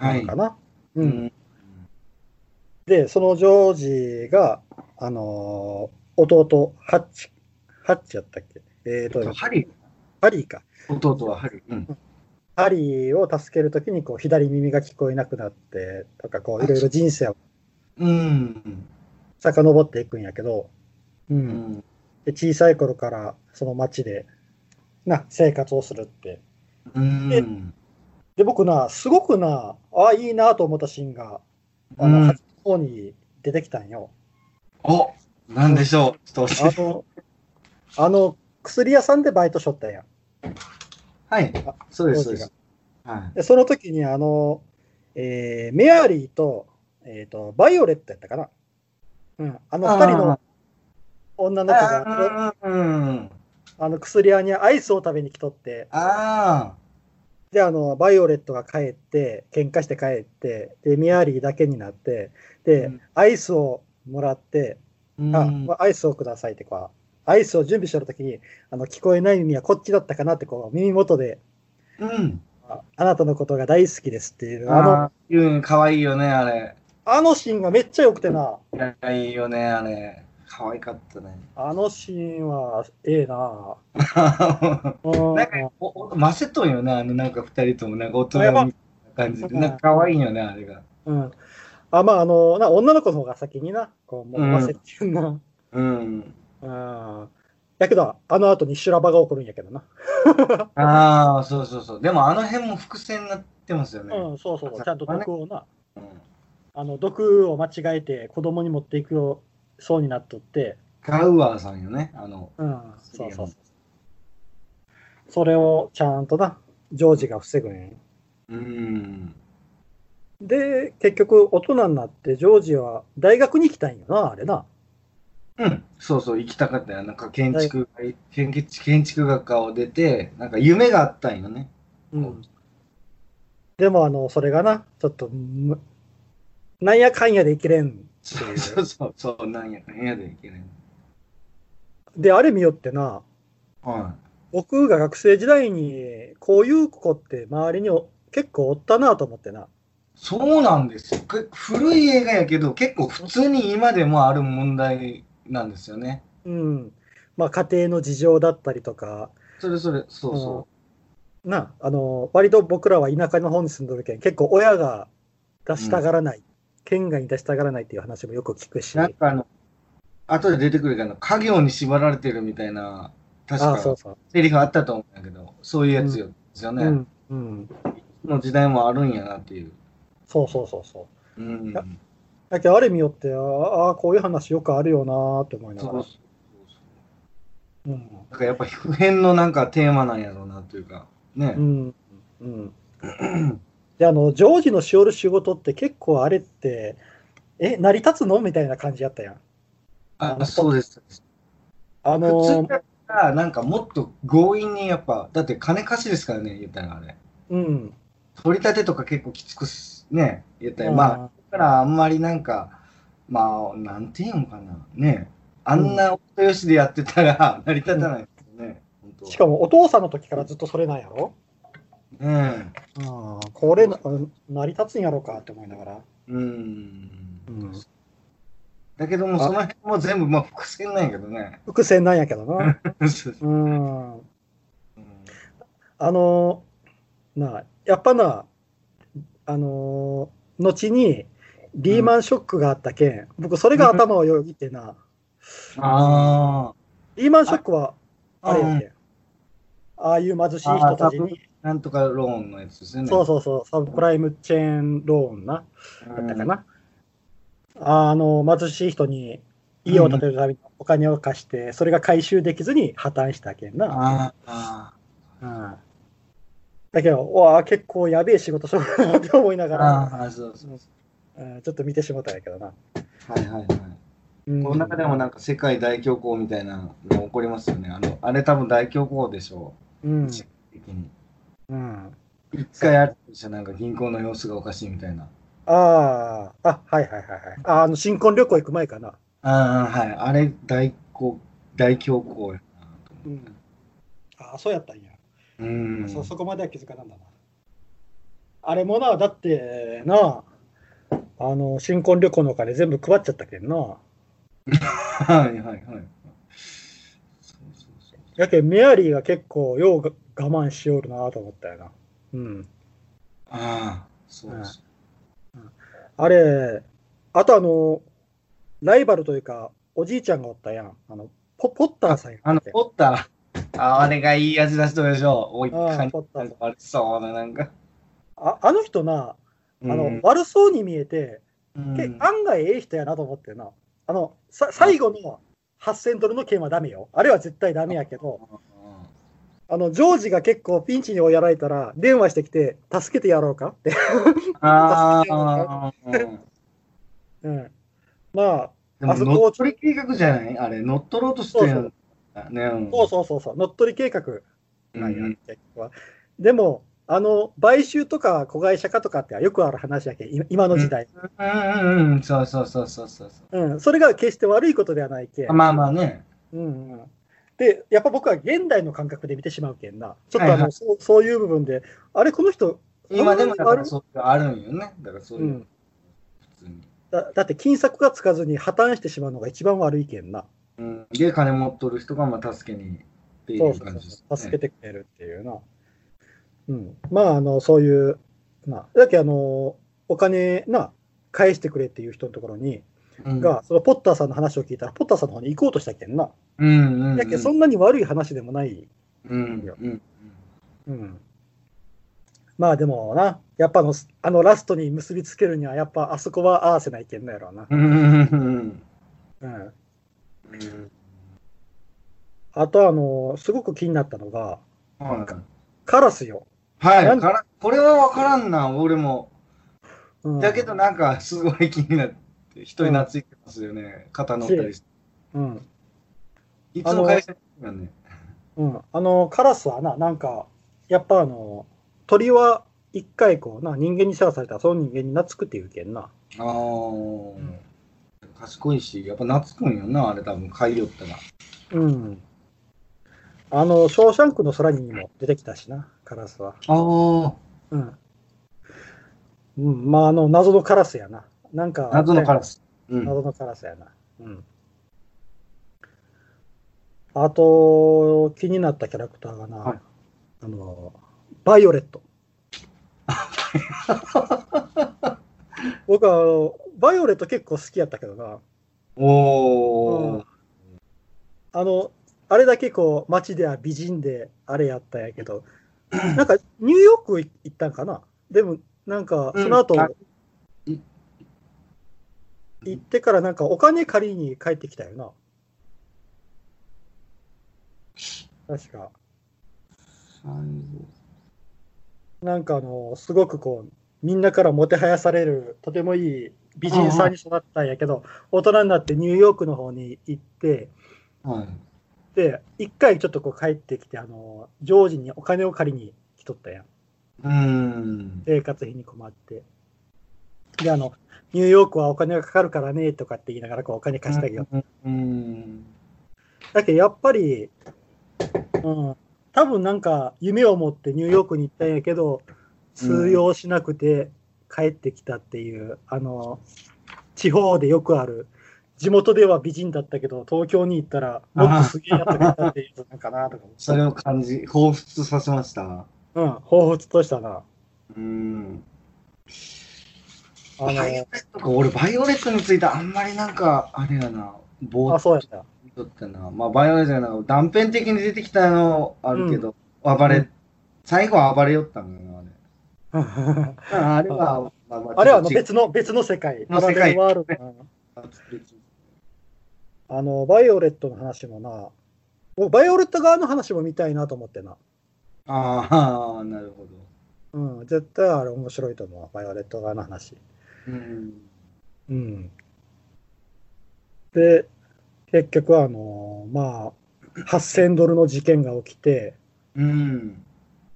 な
はい
のか。な。う。
うんん。
で、そのジョージが、あのー弟、ハッチ、ハッチやったっけえっ、と、
ハリー、
ハリーか。
弟はハリー。うん。
ハリーを助けるときに、こう、左耳が聞こえなくなって、とか、こう、いろいろ人生を
うん。
遡っていくんやけど、う。
うんん。
で小さい頃からその町でな生活をするって
うん。
で僕なすごくなああいいなと思ったシーンがあの、
うん
初の方に出てきたんよ
おなんでしょう。ちょっと教え
あ
て。
の あの薬屋さんでバイトしょったんや
はい
あ。
そうです、そうです。は
でその時にあの、えーメアリーと,、えー、とバイオレットやったかな、うん、あの二人
あ
の女
い。
の子があ
あーうん。
の薬屋にアイスを食べに来とって
あ
で、あの、バイオレットが帰って、喧嘩して帰って、で、ミアリーだけになって、で、
うん
アイスをもらって、
ー
あ、
うん。
アイスをくださいってこう、アイスを準備してるときに、あの、聞こえない耳はこっちだったかなってこう、耳元で、
うん。
ああなたのことが大好きですっていう、あの、あ
あの、うん、かわいいよね、あれ。
のシーンがめっちゃ良くてな、
いや、いいよね、あれ。可愛かった ね。
あのシーンは、ええな
なん
うん
か、おおませとんよね、あの、なんか二人とも、なんか大人みたいな感じで、なんか可愛いよね、あれが。
うん。あ、まあ、あの、な女の子の方が先にな、こう、もう、
うん
忘れてるな。
うん。
うん。やけど、あの後に修羅場が起こるんやけどな。
ああ、そうそうそう。でも、あの辺も伏線になってますよね。
うん、そうそうそう、ちゃんと毒をな、
うん
あの毒を間違えて子供に持っていくようそうになっとって、
ガウアーさんよね、あの、
うん、そうそう
う
そ
ん
う。それをちゃんとな、ジョージが防ぐんよ
うん。
で、結局、大人になって、ジョージは大学に行きたいんよな、あれな。
うん、そうそう、行きたかったよ。なんか建築、建築建築学科を出て、なんか夢があったんよね。
うん。でも、あの、それがな、ちょっと、むなんやかんやで生きれん。
そうそう そう、そうなんやかんやでいけない。
で、あれ見よってな、
は
僕が学生時代に、こういう子って周りにお結構おったなと思ってな。
い。そうなんですよ。く古い映画やけど、結構普通に今でもある問題なんですよね。
うん。まあ、家庭の事情だったりとか、
それそれ、そうそ
な、あの、割と僕らは田舎の方に住んでるけん、結構親が出したがらない、県外に出したがらないっていう話もよく聞く
う。
し、
なん
あ
かあの、後で出てくるけど、家業に縛られてるみたいな、確
あ、そう
か
そう。
セリフあったと思うんだけど、そういうやつよですよね。
うん、うん。
の時代もあるんやなっていう。
そうそうそうそう。
うん。
やだけどある意味によって、ああ、こういう話よくあるよなーって思いな
そう
が
そ
ら
う。そう。
うん。
なんかやっぱ普遍のなんかテーマなんやろうなというか、ね。
うん。うん。で、あの、ジョージのしおる仕事って結構あれって、え、成り立つのみたいな感じやったやん。
あ、そうです。
あ
普通
のー
だったら、なんかもっと強引にやっぱ、だって金貸しですからね、言ったらあれ。
うん。
取り立てとか結構きつくす、ね、言ったら、まあ、だからあんまりなんか、まあ、なんていうのかな、ね。あんなお人よしでやってたら成り立たないですよね。
うんし
も。
かもお父さんの時からずっとそれなんやろ
ね
ああ、これな、うん成り立つんやろうかって思いながら。
うん。
うん。
だけども、その辺も全部、まあ、伏線なんやけど ね。
伏線なんやけどな。うん。
うん
あのーなあ、やっぱな、あのー後にリーマンショックがあったけん、僕それが頭をよぎってな、
あ
リーマンショックは
あ
あれやけん。ああいう貧しい人たちに、
あ、なんとかローンのやつですよね。
そうそうそう、サブプライムチェーンローンな、
うん
だったかな。あの、貧しい人に家を建てるためにお金を貸して、それが回収できずに破綻したけんな。
ああ
うんだけど、うわあ、結構やべえ仕事しようかなって思いながら、
ああ、そうそう
うんちょっと見てしまったんやけどな。
はいはいはい。
うん
この中でもなんか世界大恐慌みたいなの起こりますよね。あのあれ多分大恐慌でしょ
うん
う。。時期的に。
うん、
一回あるでしょ、なんか銀行の様子がおかしいみたいな。
ああ、あ、はいはいはいはい。ああの、新婚旅行行く前かな。
ああ、はい。あれ大恐大恐慌やなと思
うん。ああ、そうやったんや。
う。うん。
そ、そこまでは気づかなんだな。あれもな、だってな、あの、新婚旅行のお金全部配っちゃったけんな。
はいはいはい。そうそうそう。
やけんメアリーが結構ようが我慢しよるなと思ったよな。うん。
ああ、そうそう。
あれ、あとあの、ライバルというか、おじいちゃんがおったやん。あの、ポポッターさんやった
あの、
っけ
ポッター。ああれがいい味出しとるでしょ。おい、
あー
かに
ポッター
悪そうな、なんか。
ああの人な、あの、
うん
悪そうに見えて、
うん
け案外ええ人やなと思ってな。あの、さ最後の8000ドルの件はダメよ。あれは絶対ダメやけど、あの、ジョージが結構ピンチに追いやられたら、電話してきて、助けてやろうかって。
ああ、うん
うん。ま
でも
あそこ
乗っ取り計画じゃないあれ、乗っ取ろうとしてるんだね。
あ、そ
そ
うそうそうそう、乗っ取り計画
う
なんや、
ん。
結局は。でも、あの、買収とか子会社化とかってよくある話やけん、今今の時代。
うんうんうん、そうそうそうそうそうそ
うん。それが決して悪いことではないけん
う。。まあまあね。
うんうんで、やっぱ僕は現代の感覚で見てしまうけんな。ちょっとあの、
はいは
そうそういう部分で、あれ、この人、
今でもだから
あ
そういうのあるんよね。だからそう
う
い
ん
う、普通に。
だだって金策がつかずに破綻してしまうのが一番悪いけんな。
うんで、金持っとる人がまあ助けにってい
そう
う
そう
感じです
そ
ね。
う助けてくれるっていうな。うん。まあ、あの、そういう、な、だけどあの、お金な、返してくれっていう人のところに、
うん
が、そのポッターさんの話を聞いたら、ポッターさんの方に行こうとしたけんな。
うんうんうん。
だけどそんなに悪い話でもない
うんうん。
うんまあでもな、やっぱあのあのラストに結びつけるには、やっぱあそこは合わせないけんのやろうな。
うんうんうん
うん、
うん。
あとあの、すごく気になったのが、
はい
カラスよ。
は
なん
い、からこれは分からんな、俺も。
うん、
だけど、なんか、すごい気になって、人に懐いてますよね、肩乗ったりして。
うん、
いつも会社に行くからね。
うん。あの、カラスはな、なんか、やっぱあの、鳥は一回こうな、人間に世話されたら、その人間に懐くっていうけんな。
ああー、賢いし、やっぱ懐くんよな、あれ多分、買いよったら。
うん。あの、ショーシャンクの空にも出てきたしな、カラスは。
あ
うん。うん、まあ、あの、謎のカラスやな。なんか、
あ、謎のカラス。うん。
謎のカラスやな。うん。あと、気になったキャラクターがな、
はい
あの、バイオレッ ト。僕はあの、バイオレット結構好きやったけどな、
おー。
あの、あれだけこう、街では美人であれやったんや けど、なんかニューヨーク行ったんかなでも、なんか、その後、
うんあい
行ってからなんかお金借りに帰ってきたよな。確か。なんかあの、すごくこう、みんなからもてはやされる、とてもいい美人さんに育ったんやけど、大人になってニューヨークの方に行って、
はい。
で、一回ちょっとこう帰ってきて、あの、ジョージにお金を借りに来とったやん。
うーん。
生活費に困って。で、あの、ニューヨークはお金がかかるからね、とかって言いながらこうお金貸したけど、
うーん。
だけどやっぱり、うん、多分なんか夢を持ってニューヨークに行ったんやけど、通用しなくて帰ってきたっていう、あの、地方でよくある、地元では美人だったけど、東京に行ったらもっとすげえやつがいたっていうやつなんかなとか思って
それを感じ、彷彿させました。
うん、彷彿としたな。
うーん。
あの、
バイオレットか、俺、バイオレットについてあんまりなんか、あれやな、ぼー
あ、
っ
そうやった。
とったな。まあ、バイオレットやなんか断片的に出てきたのあるけど、暴れ、
うん
最後は暴れよったんだよな、あれ。
あ
ああれは、まあま
れはあの
ちょっ
別の、別の世界。
の世界
パラレルワールドな
と違う
あの、バイオレットの話もな、僕、バイオレット側の話も見たいなと思ってな。
ああ、なるほ
うん、絶対あれ面白いと思うわ、バイオレット側の話。
ど。うん。
うん。で、結局はあの、まあ、8000ドルの事件が起きて、
うん。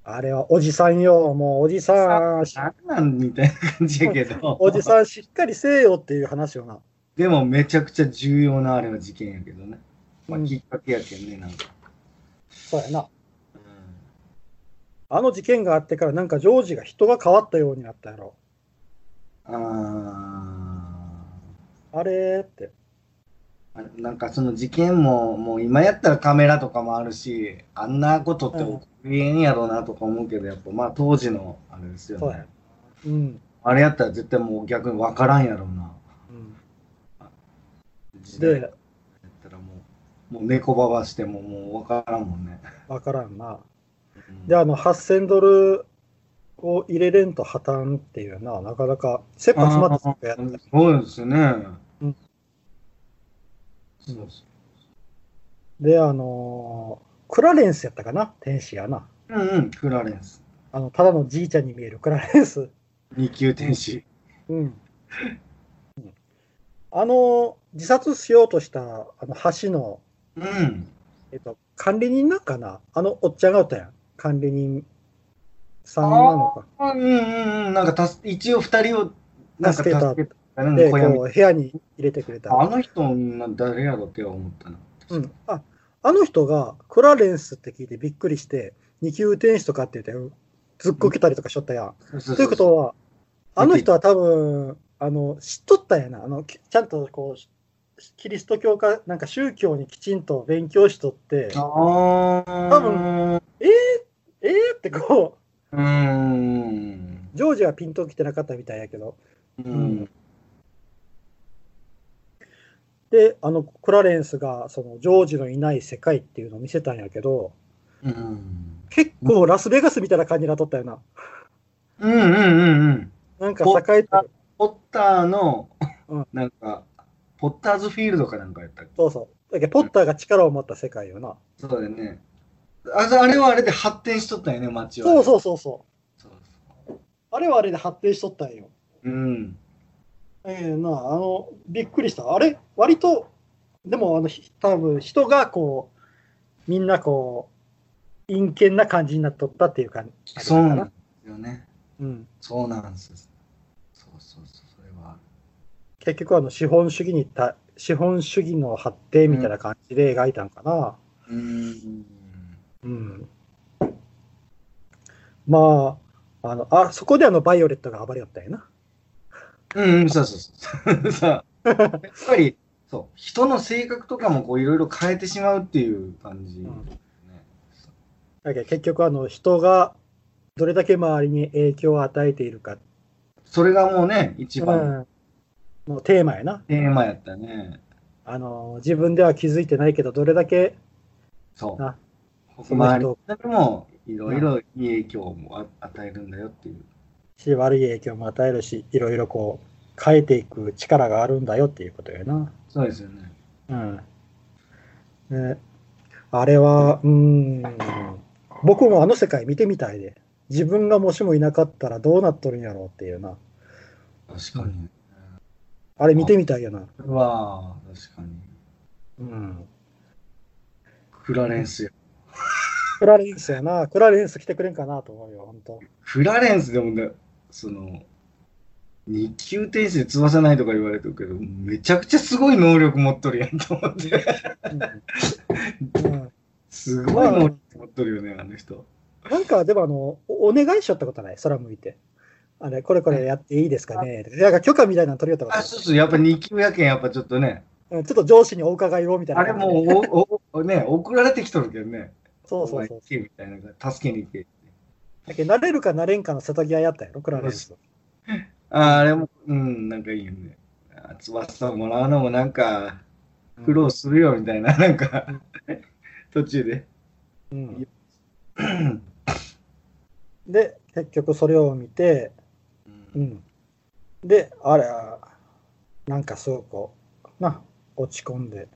あれはおじさんよ、もうおじさん、
なんなんみたいな感じやけど。
おじさんしっかりせえよっていう話をな。
でもめちゃくちゃ重要なあれは事件やけどね。まあ、
うん
きっかけやけんね、なんか。
そうやな。
うん
あの事件があってからなんかジョージが人が変わったようになったやろ。
あ
あれって。
ーあれなんかその事件も、もう今やったらカメラとかもあるし、あんなことって起こりえんやろうなとか思うけど、やっぱまあ当時のあれですよ
そう
ね
や。うん。
あれやったら絶対もう逆に分からんやろうな。
うん
時代やっ
で、
たらもう、もう猫ばばしてももう分からんもんね。
わからんな。
うん
で、あの、8000ドルを入れれんと破綻っていうな、なかなか、切羽詰まった作やった。
そうですね。
うん
そうです。
で、あのークラレンスやったかな、天使やな。
うんうん、クラレンス。
あの、ただのじいちゃんに見えるクラレンス。
二級天使。
うん。うんあの、自殺しようとした、あの、橋の、
うん。
えっと、管理人なんかなあのおっちゃんがおったやん。管理人さんなのか。
うんうんうん、なんか助一応二人をなんか
助けた
助けたね、
で、
小屋み
こう、部屋に入れてくれた。
あの人な誰やろって思ったな。
うん、ああの人がクラレンスって聞いてびっくりして、二級天使とかって言って、ずっこけたりとかしとったやん。
そうそう
ということは、あの人は多分あの知っとったんやなあの、きちゃんとこうキリスト教か、なんか宗教にきちんと勉強しとって、
ああ。
多分えーってこ
うーん。
う、ジョージはピンときてなかったみたいやけど、
うん。
で、あのクラレンスがそのジョージのいない世界っていうのを見せたんやけど、
うん。
結構ラスベガスみたいな感じになっとったよな。
うんうんうんうん。
なんか栄えてる
ポッターの
うん、
なんか、ポッターズフィールドかなんかやったっけ
そうそう。だけどポッターが力を持った世界よな。
そうだよね。ああれはあれで発展しとったよね、街は。
そう
う
そうそうそう。
そう
あれはあれで発展しとったんよ。
そう。うん。
ええなあ、の、びっくりした。あれ割と、でも、あの、ひ多分人がこう、みんなこう、陰険な感じになっとったっていう感じ。
そうなんですよね。
うん。
そうなんです。そうそうそう、それは。
結局、あの、資本主義にた、資本主義の発展みたいな感じで描いたんかな。
うーん。
うん。まあ、あの、あ、そこであの、バイオレットが暴れよったんやな。
うん、うんそうそうそう。そうやっぱり、そう人の性格とかもこういろいろ変えてしまうっていう感じ、ね
だけど結局あの人がどれだけ周りに影響を与えているか、
それがもうね一番
うん、のテーマやな
テーマやったね、
あの自分では気づいてないけどどれだけ
そう
あその
周り
人
の人にもいろいろいい影響をあ与えるんだよっていう
し悪い影響も与えるしいろいろこう変えていく力があるんだよっていうことやな
そうですよね
うんねあれはうん僕もあの世界見てみたいで自分がもしもいなかったらどうなっとるんやろうっていうな
確かに
あれ見てみたいよな
それは確かに
うん
クラレンスよ
クラレンスやなクラレンス来てくれんかなと思うよ本当
クラレンスでもねその2級転生翼ないとか言われてるけどめちゃくちゃすごい能力持っとるやんと思って
うんうん
すごい能力持っとるよねあの人
なんか、でもあの、おお願いしよったことない、空向いて。あれ、これこれやっていいですかね。なんか許可みたいなの取り寄った
あ
こと
そう
ない
そうやっぱ2級やけんやっぱちょっとね
うん。ちょっと上司にお伺いをみたいな
あれ
感じで。
もうおおおね送られてきとるけどね
そうそうそう
お前行。けみたいな助けに行け
だけど慣れるか慣れんかの瀬戸際やったやろ、クラレンス。
ああれも、うん、なんかいいよね。あ翼をもらうのもなんか、苦労するよみたいな、なんか、途中で。
うん、で、結局それを見て、うん。で、あれ、なんかすごくこう、な、落ち込んで。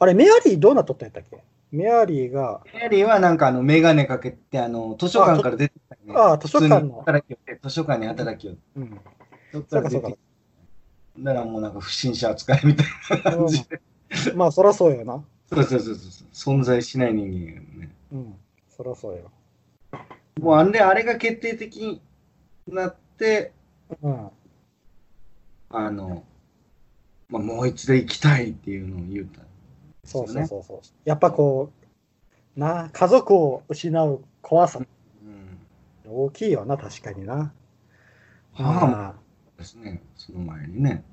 あれ、メアリーどうなっとったんやったっけメアリーが、
ヘアリーはなんかあの、メガネかけて、あの、図書館から出てきたよね。
あ図書館の
普通に働きよって、図書館に働きよって。
うん。
そっか
そ
ら
うかそ
出
う
て
か
き。た。ならもうなんか不審者扱いみたいな感じで。
まあ、そらそうよな。
そうそうそうそう。存在しない人間よね。
うん。そらそうよ。
もうあれ、あれが決定的になって、
うん。
あの、まあ、もう一度行きたいっていうのを言うた。
そうそ
で
う
す
そうそう。やっぱこう、なあ、家族を失う怖さ、
うん。
大きいよな、確かにな。
母もですね、その前にね。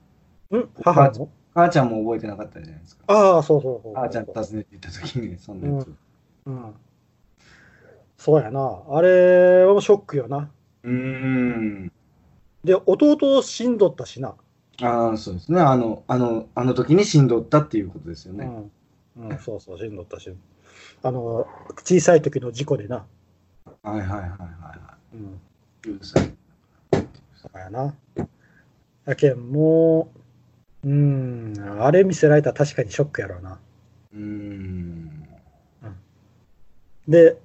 あ、うん、母も
母ちゃんも覚えてなかったじゃないですか。
ああ、そうそうそう。
母ちゃん訪ねて行った時に、そんなやつ。
うん。そうやな。あれはショックよな。
うーん。
で、弟死んどったしな。
ああ、そうですね。あの、あの、あの時に死んどったっていうことですよね。
うん。うん、そうそう、死んどったし。あの、小さい時の事故でな。
はいはいはいはいは
うん。
い。うるさい。
そうやな。だけん、もう、うん、あれ見せられたら確かにショックやろうな。
うーん。
で、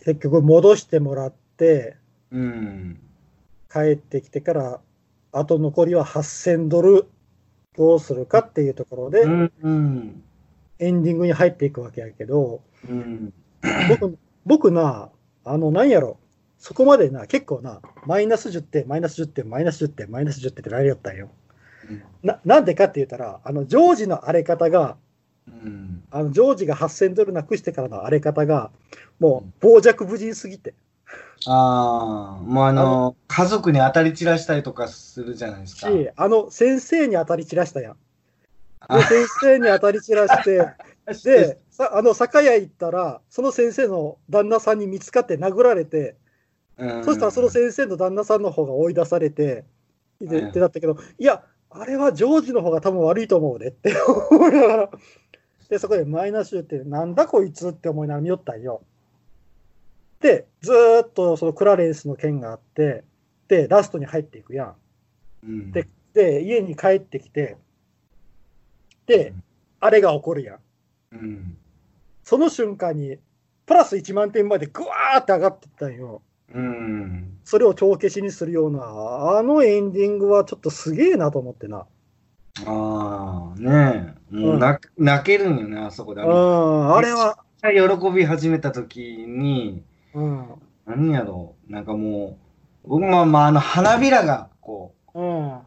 結局戻してもらって、
うん。
帰ってきてから、あと残りは8000ドルどうするかっていうところで、
うん。うん。
エンディングに入っていくわけやけど、
うん。
僕、僕な、あの、なんやろ、そこまでな、結構な、マイナス10点、マイナス10点、マイナス10点、マイナス10点ってられよったんよ。な、なんでかって言ったら、あの、ジョージの荒れ方が、
うん。
あの、ジョージが8000ドルなくしてからの荒れ方が、もう、傍若無人すぎて。
ああ、もうあの、家族に当たり散らしたりとかするじゃないです
し
か。、
あの、先生に当たり散らしたやん。
あ
で、先生に当たり散 らして、で、さあの、酒屋行ったら、その先生の旦那さんに見つかって殴られて、
うん、
そしたらその先生の旦那さんの方が追い出されて、で、
うん
ってなったけど、いや、あれはジョージの方が多分悪いと思うでって 思いながら、で、そこでマイナス10って、なんだこいつって思いながら見よったんよ。で、ずーっとそのクラレンスの件があって、で、ラストに入っていくやん。
うん、
でで家に帰ってきてで、
うん
あれが起こるやん
うん。
その瞬間にプラス1万点までグワーって上がってったんよ
うん。
それを帳消しにするようなあのエンディングはちょっとすげえなと思ってな
ああ、ねえ。もう泣,、泣けるんよね、あそこで。
う
あの
んあれは、
喜び始めた時に、
うんうん、
何やろう、なんかもう、僕もまあ、あの、花びらが、こう、
うん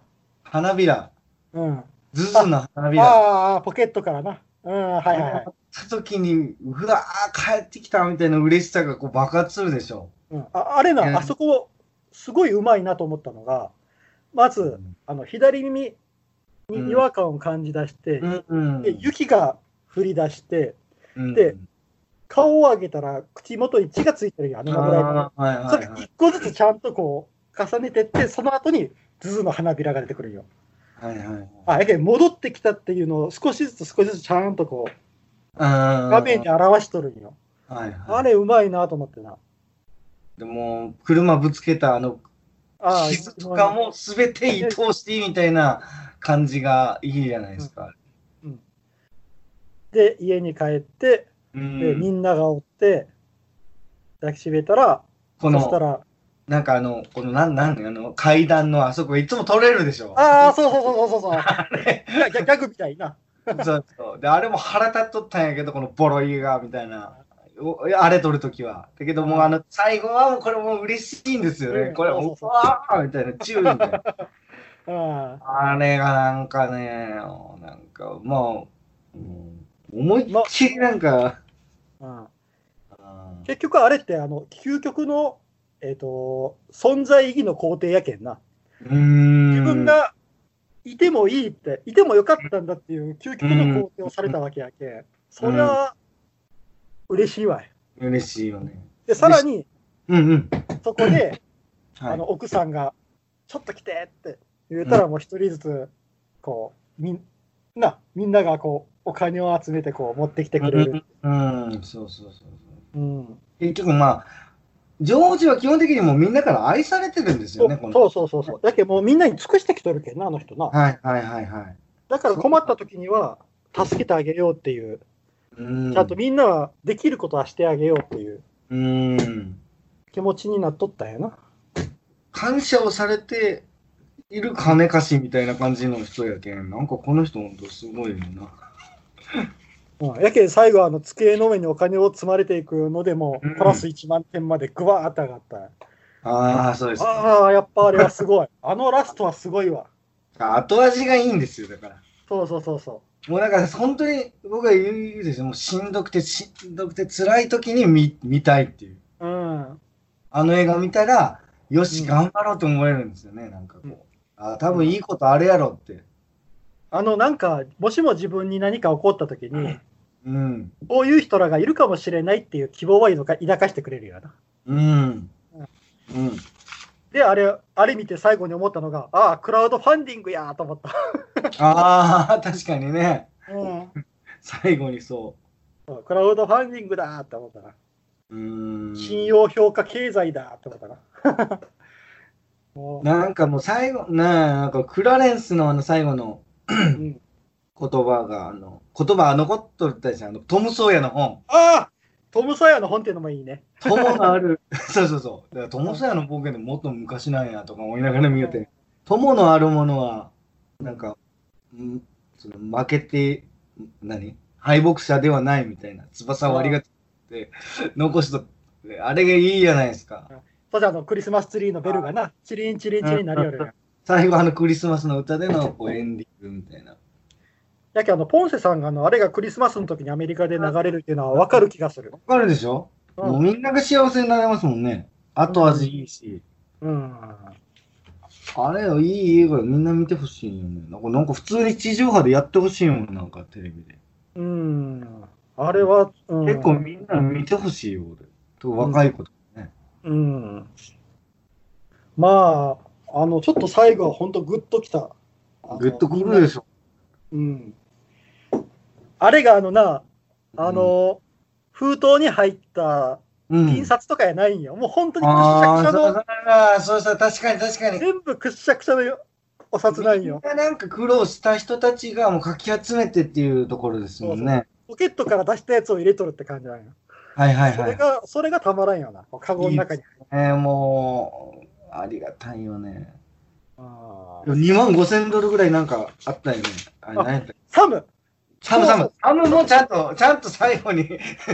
花びら、
うん
ズズの花びら、
ああポケットからなうんはいはいはい、
した時に、うわー、帰ってきたみたいな嬉しさがこう爆発するでしょ。
うん、ああれな、
うん
あそこすごいうまいなと思ったのがまず、あの左耳
うん
に違和感を感じ出して、
うんうん
で雪が降り出して、
うん
で顔を上げたら口元に血がついてるよ、あのぐらいの。
あーはい
そ
はい
れ
はい
一個ずつちゃんとこう重ねてって、その後にズズの花びらが出てくるよ。
はいはいはい
あ、やけん戻ってきたっていうのを少しずつ少しずつちゃんとこう
あー
画面で表しとるんよ。
はいはい
あれうまいなと思ってな。
でも車ぶつけたあの
あー
傷とかも全て伊藤してみたいな感じがいいじゃないですか。
で、家に帰って、
う
でみ
ん、
んながおって、抱きしめたら、
こ
そした
の
ら、
なんかあのこのなんなんあの階段のあそこいつも取れるでしょ。
ああ、そうそうそうそうそう そう。ギャギャグみたいな。
そうそうであれも腹立っとったんやけどこのボロいがみたいな。おあれ取るときは。だけどもうあの最後はもうこれもう嬉しいんですよ
う
ね。
ん
これ
そうそう
もう
そう
わーみたいなチューみたいな。
ああ
あれがなんかね、なんかまあ、うん思いっきりなんか、
あ
うん
あ結局あれって、あの、究極の、えっ、と、存在意義の肯定やけんな。
うーん
自分がいてもいいって、いてもよかったんだっていう究極の肯定をされたわけやけん。そりゃ、嬉しいわい。
嬉しいよね。
で、さらに、
うんうん。
そこで、
は
あ
い
の。奥さんが「ちょっと来て」って言ったらもう一人ずつこうみんなみんながこうお金を集めてこう持ってきてくれる、
うん、そうそうそうそう。
うん
結局まあ、ジョージは基本的にもうみんなから愛されてるんですよね、この。
そうそうそうそうだけどもうみんなに尽くしてきとるけんなあの人な
はいはいはいはい。
だから困った時には助けてあげようっていう
うん。
ちゃんとみんなはできることはしてあげようっていう
うん。
気持ちになっとったんやな
感謝をされている金貸しみたいな感じの人やけん、なんかこの人ほんとすごいよな。
うん、やけん最後はあの机の上にお金を積まれていくのでも
うん
プラス1万点までグワーっと上がったんや、
ああ、そうです。
ああやっぱあれはすごいあのラストはすごいわ
後味がいいんですよ、だから。
そうそうそうそう
もうなんか本当に僕が言う言うでしょ、もうしんどくてしんどくて辛い時に見見たいっていう。
うん、
あの映画見たら、よし、
うん
頑張ろうと思えるんですよね、なんかこ
うん
う。あ多分いいことあれやろって。
あのなんかもしも自分に何か起こった時に
うん。
こういう人らがいるかもしれないっていう希望は抱か抱かしてくれるよな
うん。うん。
であれあれ見て最後に思ったのがああクラウドファンディングやーと思った、
ああ、確かにね。 最後にそ
うん、クラウドファンディングだーって思ったな
う。うーん。
信用評価経済だーって思ったな も
なんかもう最後、ななんかクラレンスのあの最後の
う、うん、
言葉が、あの、言葉が残っとったじゃん。あのトム・ソーヤの本。
ああトム・サヤの本っていうのもいいね
友のある、 そうそうそう。だから友さやの冒険でもっと昔なんやとか思いながら見よって、友のあるものは、なんか、んその負けて、何敗北者ではないみたいな、翼をありがとうって残しとって、あれがいいじゃないですか。
そしたらあのクリスマスツリーのベルがなチリンチリンチリンになりよるやん
最後あのクリスマスの歌でのこうエンディングみたいな。
やけあのポンセさんがあのあれがクリスマスの時にアメリカで流れるっていうのは分かる気がする
わ。かるでしょ、もうみんなが幸せになれますもんね。後味いいし。
うん。
あれよ、いい映画よ。みんな見てほしいよね。なんかなんか普通に地上波でやってほしいもん、なんかテレビで。
うん。あれは、うん、
結構みんな見てほしいよ、俺。と若い子とかね。
うん。まあ、あの、ちょっと最後は本当グッときた。あの
グッとくるでしょ。
うん。あれがあのな、あの、封筒に入った
うん、
印刷とかやないんよ。もう本当にくっし
あ
ゃ
あ、
くしゃ
そう
の、
だな。そうそう、確かに確かに。
全部くっしゃくしゃのお札なん
みん
よ。
ななんか苦労した人たちがもうかき集めてっていうところですもんね。
ポケットから出したやつを入れとるって感じなんよ。
はいはい
そ
は
れ
い。
が、それがたまらんよな。カゴの中に。
えー、もう、ありがたいよね。
あー
2万5千ドルぐらいなんかあったよね。あれ
あ
何やった
サム、
サムサム。サムもちゃんと、ちゃんと最後に、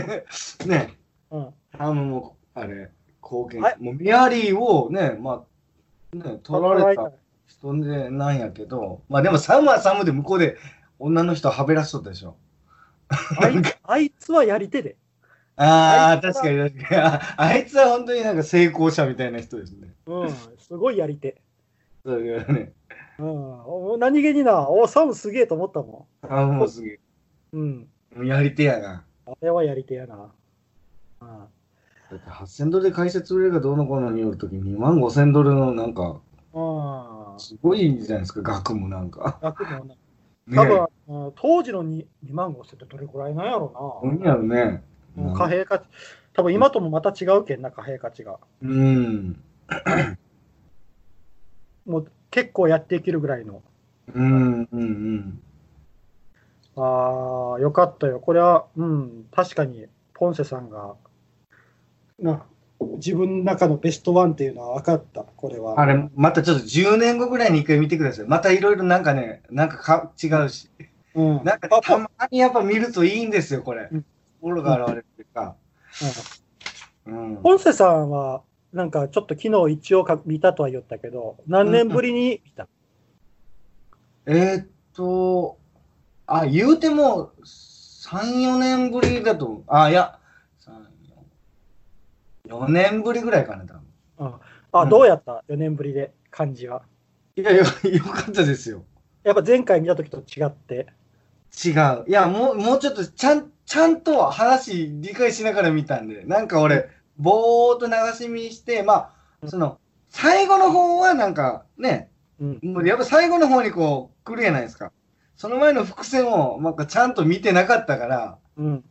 ね、
うん、
サムも、あれ、貢献
はい。
もうミアリーをね、まあ、ね、取られた
あ
人でなんやけど、まあでもサムはサムで向こうで女の人はべらしとったでしょ。
い あいつはやり手で。
ああ、
あいつ
確
は
かに確かに。ああいつは本当になんか成功者みたいな人ですね。
うん、すごいやり手。
そういうね。
うんお、何気にな、おサムすげえと思ったも
あ、もうすげえ。
ん。うん。
もうやり手やな。
あれはやり手やな。うん
だって8000ドルで解説売れがどうのこうのによるとき2万5000ドルのなんか、
うん。
すごいじゃないですか、額もなんか。
楽もな。
ね
多分、うん当時の 2, 2万5千ってどれくらいなんやろ
何やろね。
うな。もう貨幣価値、多分今ともまた違うけんな、貨幣価値が。
うん。
もう結構やっていけるぐらいの。
うん、うん、うん。
ああ、よかったよ。これは、うん、確かに、ポンセさんが、な、自分の中のベストワンっていうのは分かった、これは。
あれ、またちょっと10年後ぐらいに一回見てください。またいろいろなんかね、なんかか違うし。
うん。
なんか
あ
たまにやっぱ見るといいんですよ、これ
うん。
心が現れるっていうか。
うん
うん。
ポンセさんは、なんかちょっと昨日一応か見たとは言ったけど、何年ぶりに見た、
えーっと、あ、言うても、3、4年ぶりだと、あ、いや、3 4年ぶりぐらいかな、多分。
あ、
うん
どうやった ?4 年ぶりで、感じは。
いや、よ、よかったですよ。
やっぱ前回見た時と違って。
違う。いや、もう、もうちょっと、ちゃん、ちゃんと話理解しながら見たんで、なんか俺、ぼーっと流し見して、まあ、その、最後の方はなんか、ね、
うん。
もうやっぱ最後の方にこう、来るやないですか。その前の伏線を、なんかちゃんと見てなかったから、
うん。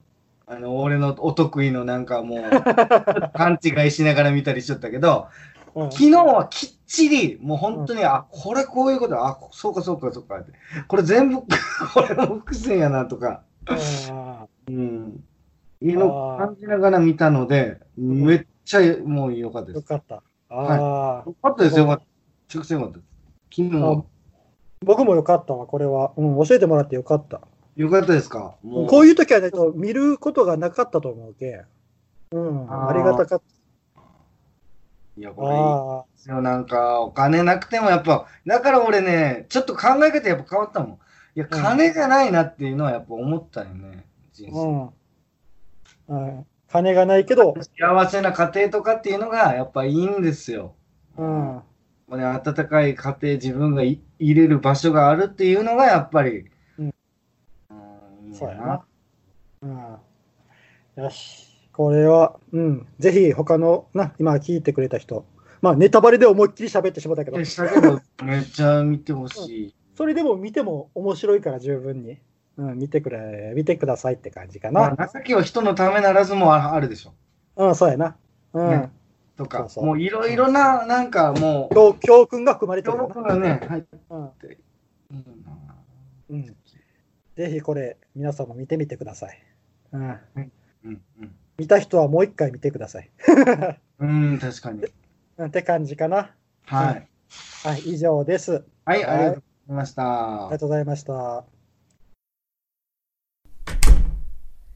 あの、俺のお得意のなんかもう、 勘違いしながら見たりしちゃったけど、
うん
昨日はきっちり、もう本当に、あ、これこういうこと、あ、そうかそうかそうかって、これ全部、こ れも伏線やなとか、
あ
うん。いうのを感じながら見たので、めっちゃもう良かった
ー
で
よ
す。
かった。あー
良かったですよ、めちゃくちゃ良かったです。昨
あ
日、
僕もよかったわ、これは。うん、教えてもらってよかった。
良かったですかも
こう
う、
いう時はね、見ることがなかったと思うけ。うん、
あー
ありがたかっ
いや、
た。
これいい
あ
ですよ。なんか、お金なくてもやっぱ、だから俺ね、ちょっと考え方やっぱ変わったもん。いや、金じゃないなっていうのはやっぱ思ったよね。人生。
ーうん。うん。金がないけど、
幸せな家庭とかっていうのがやっぱいいんですよ。
うん。
まあね、温かい家庭、自分がい入れる場所があるっていうのがやっぱり、
うん
うん
そうやな。。うん。よし。これは、うん。ぜひ、他の、な、今聞いてくれた人。まあ、ネタバレで思いっきり喋ってしまったけど
で、したけど、めっちゃ見てほしい。
それでも見ても面白いから十分に。うん、見てくれ、見てくださいって感じか
ま
な。
あ、情けは人のためならずもああるでしょ。
うん、そうやな。うん。
ねとか、
そうそう
もういろいろな、なんかもう、
教教訓が含まれてるよ
僕がね、入って
な。うん。
る
うん、ぜひこれ、皆さんも見てみてください。うん、
うんうん
見た人はもう一回見てください。
うん、確かに。
うんって感じかな。
はい。
はい、以上です。
はい、ありがとうございました。
ありがとうございました。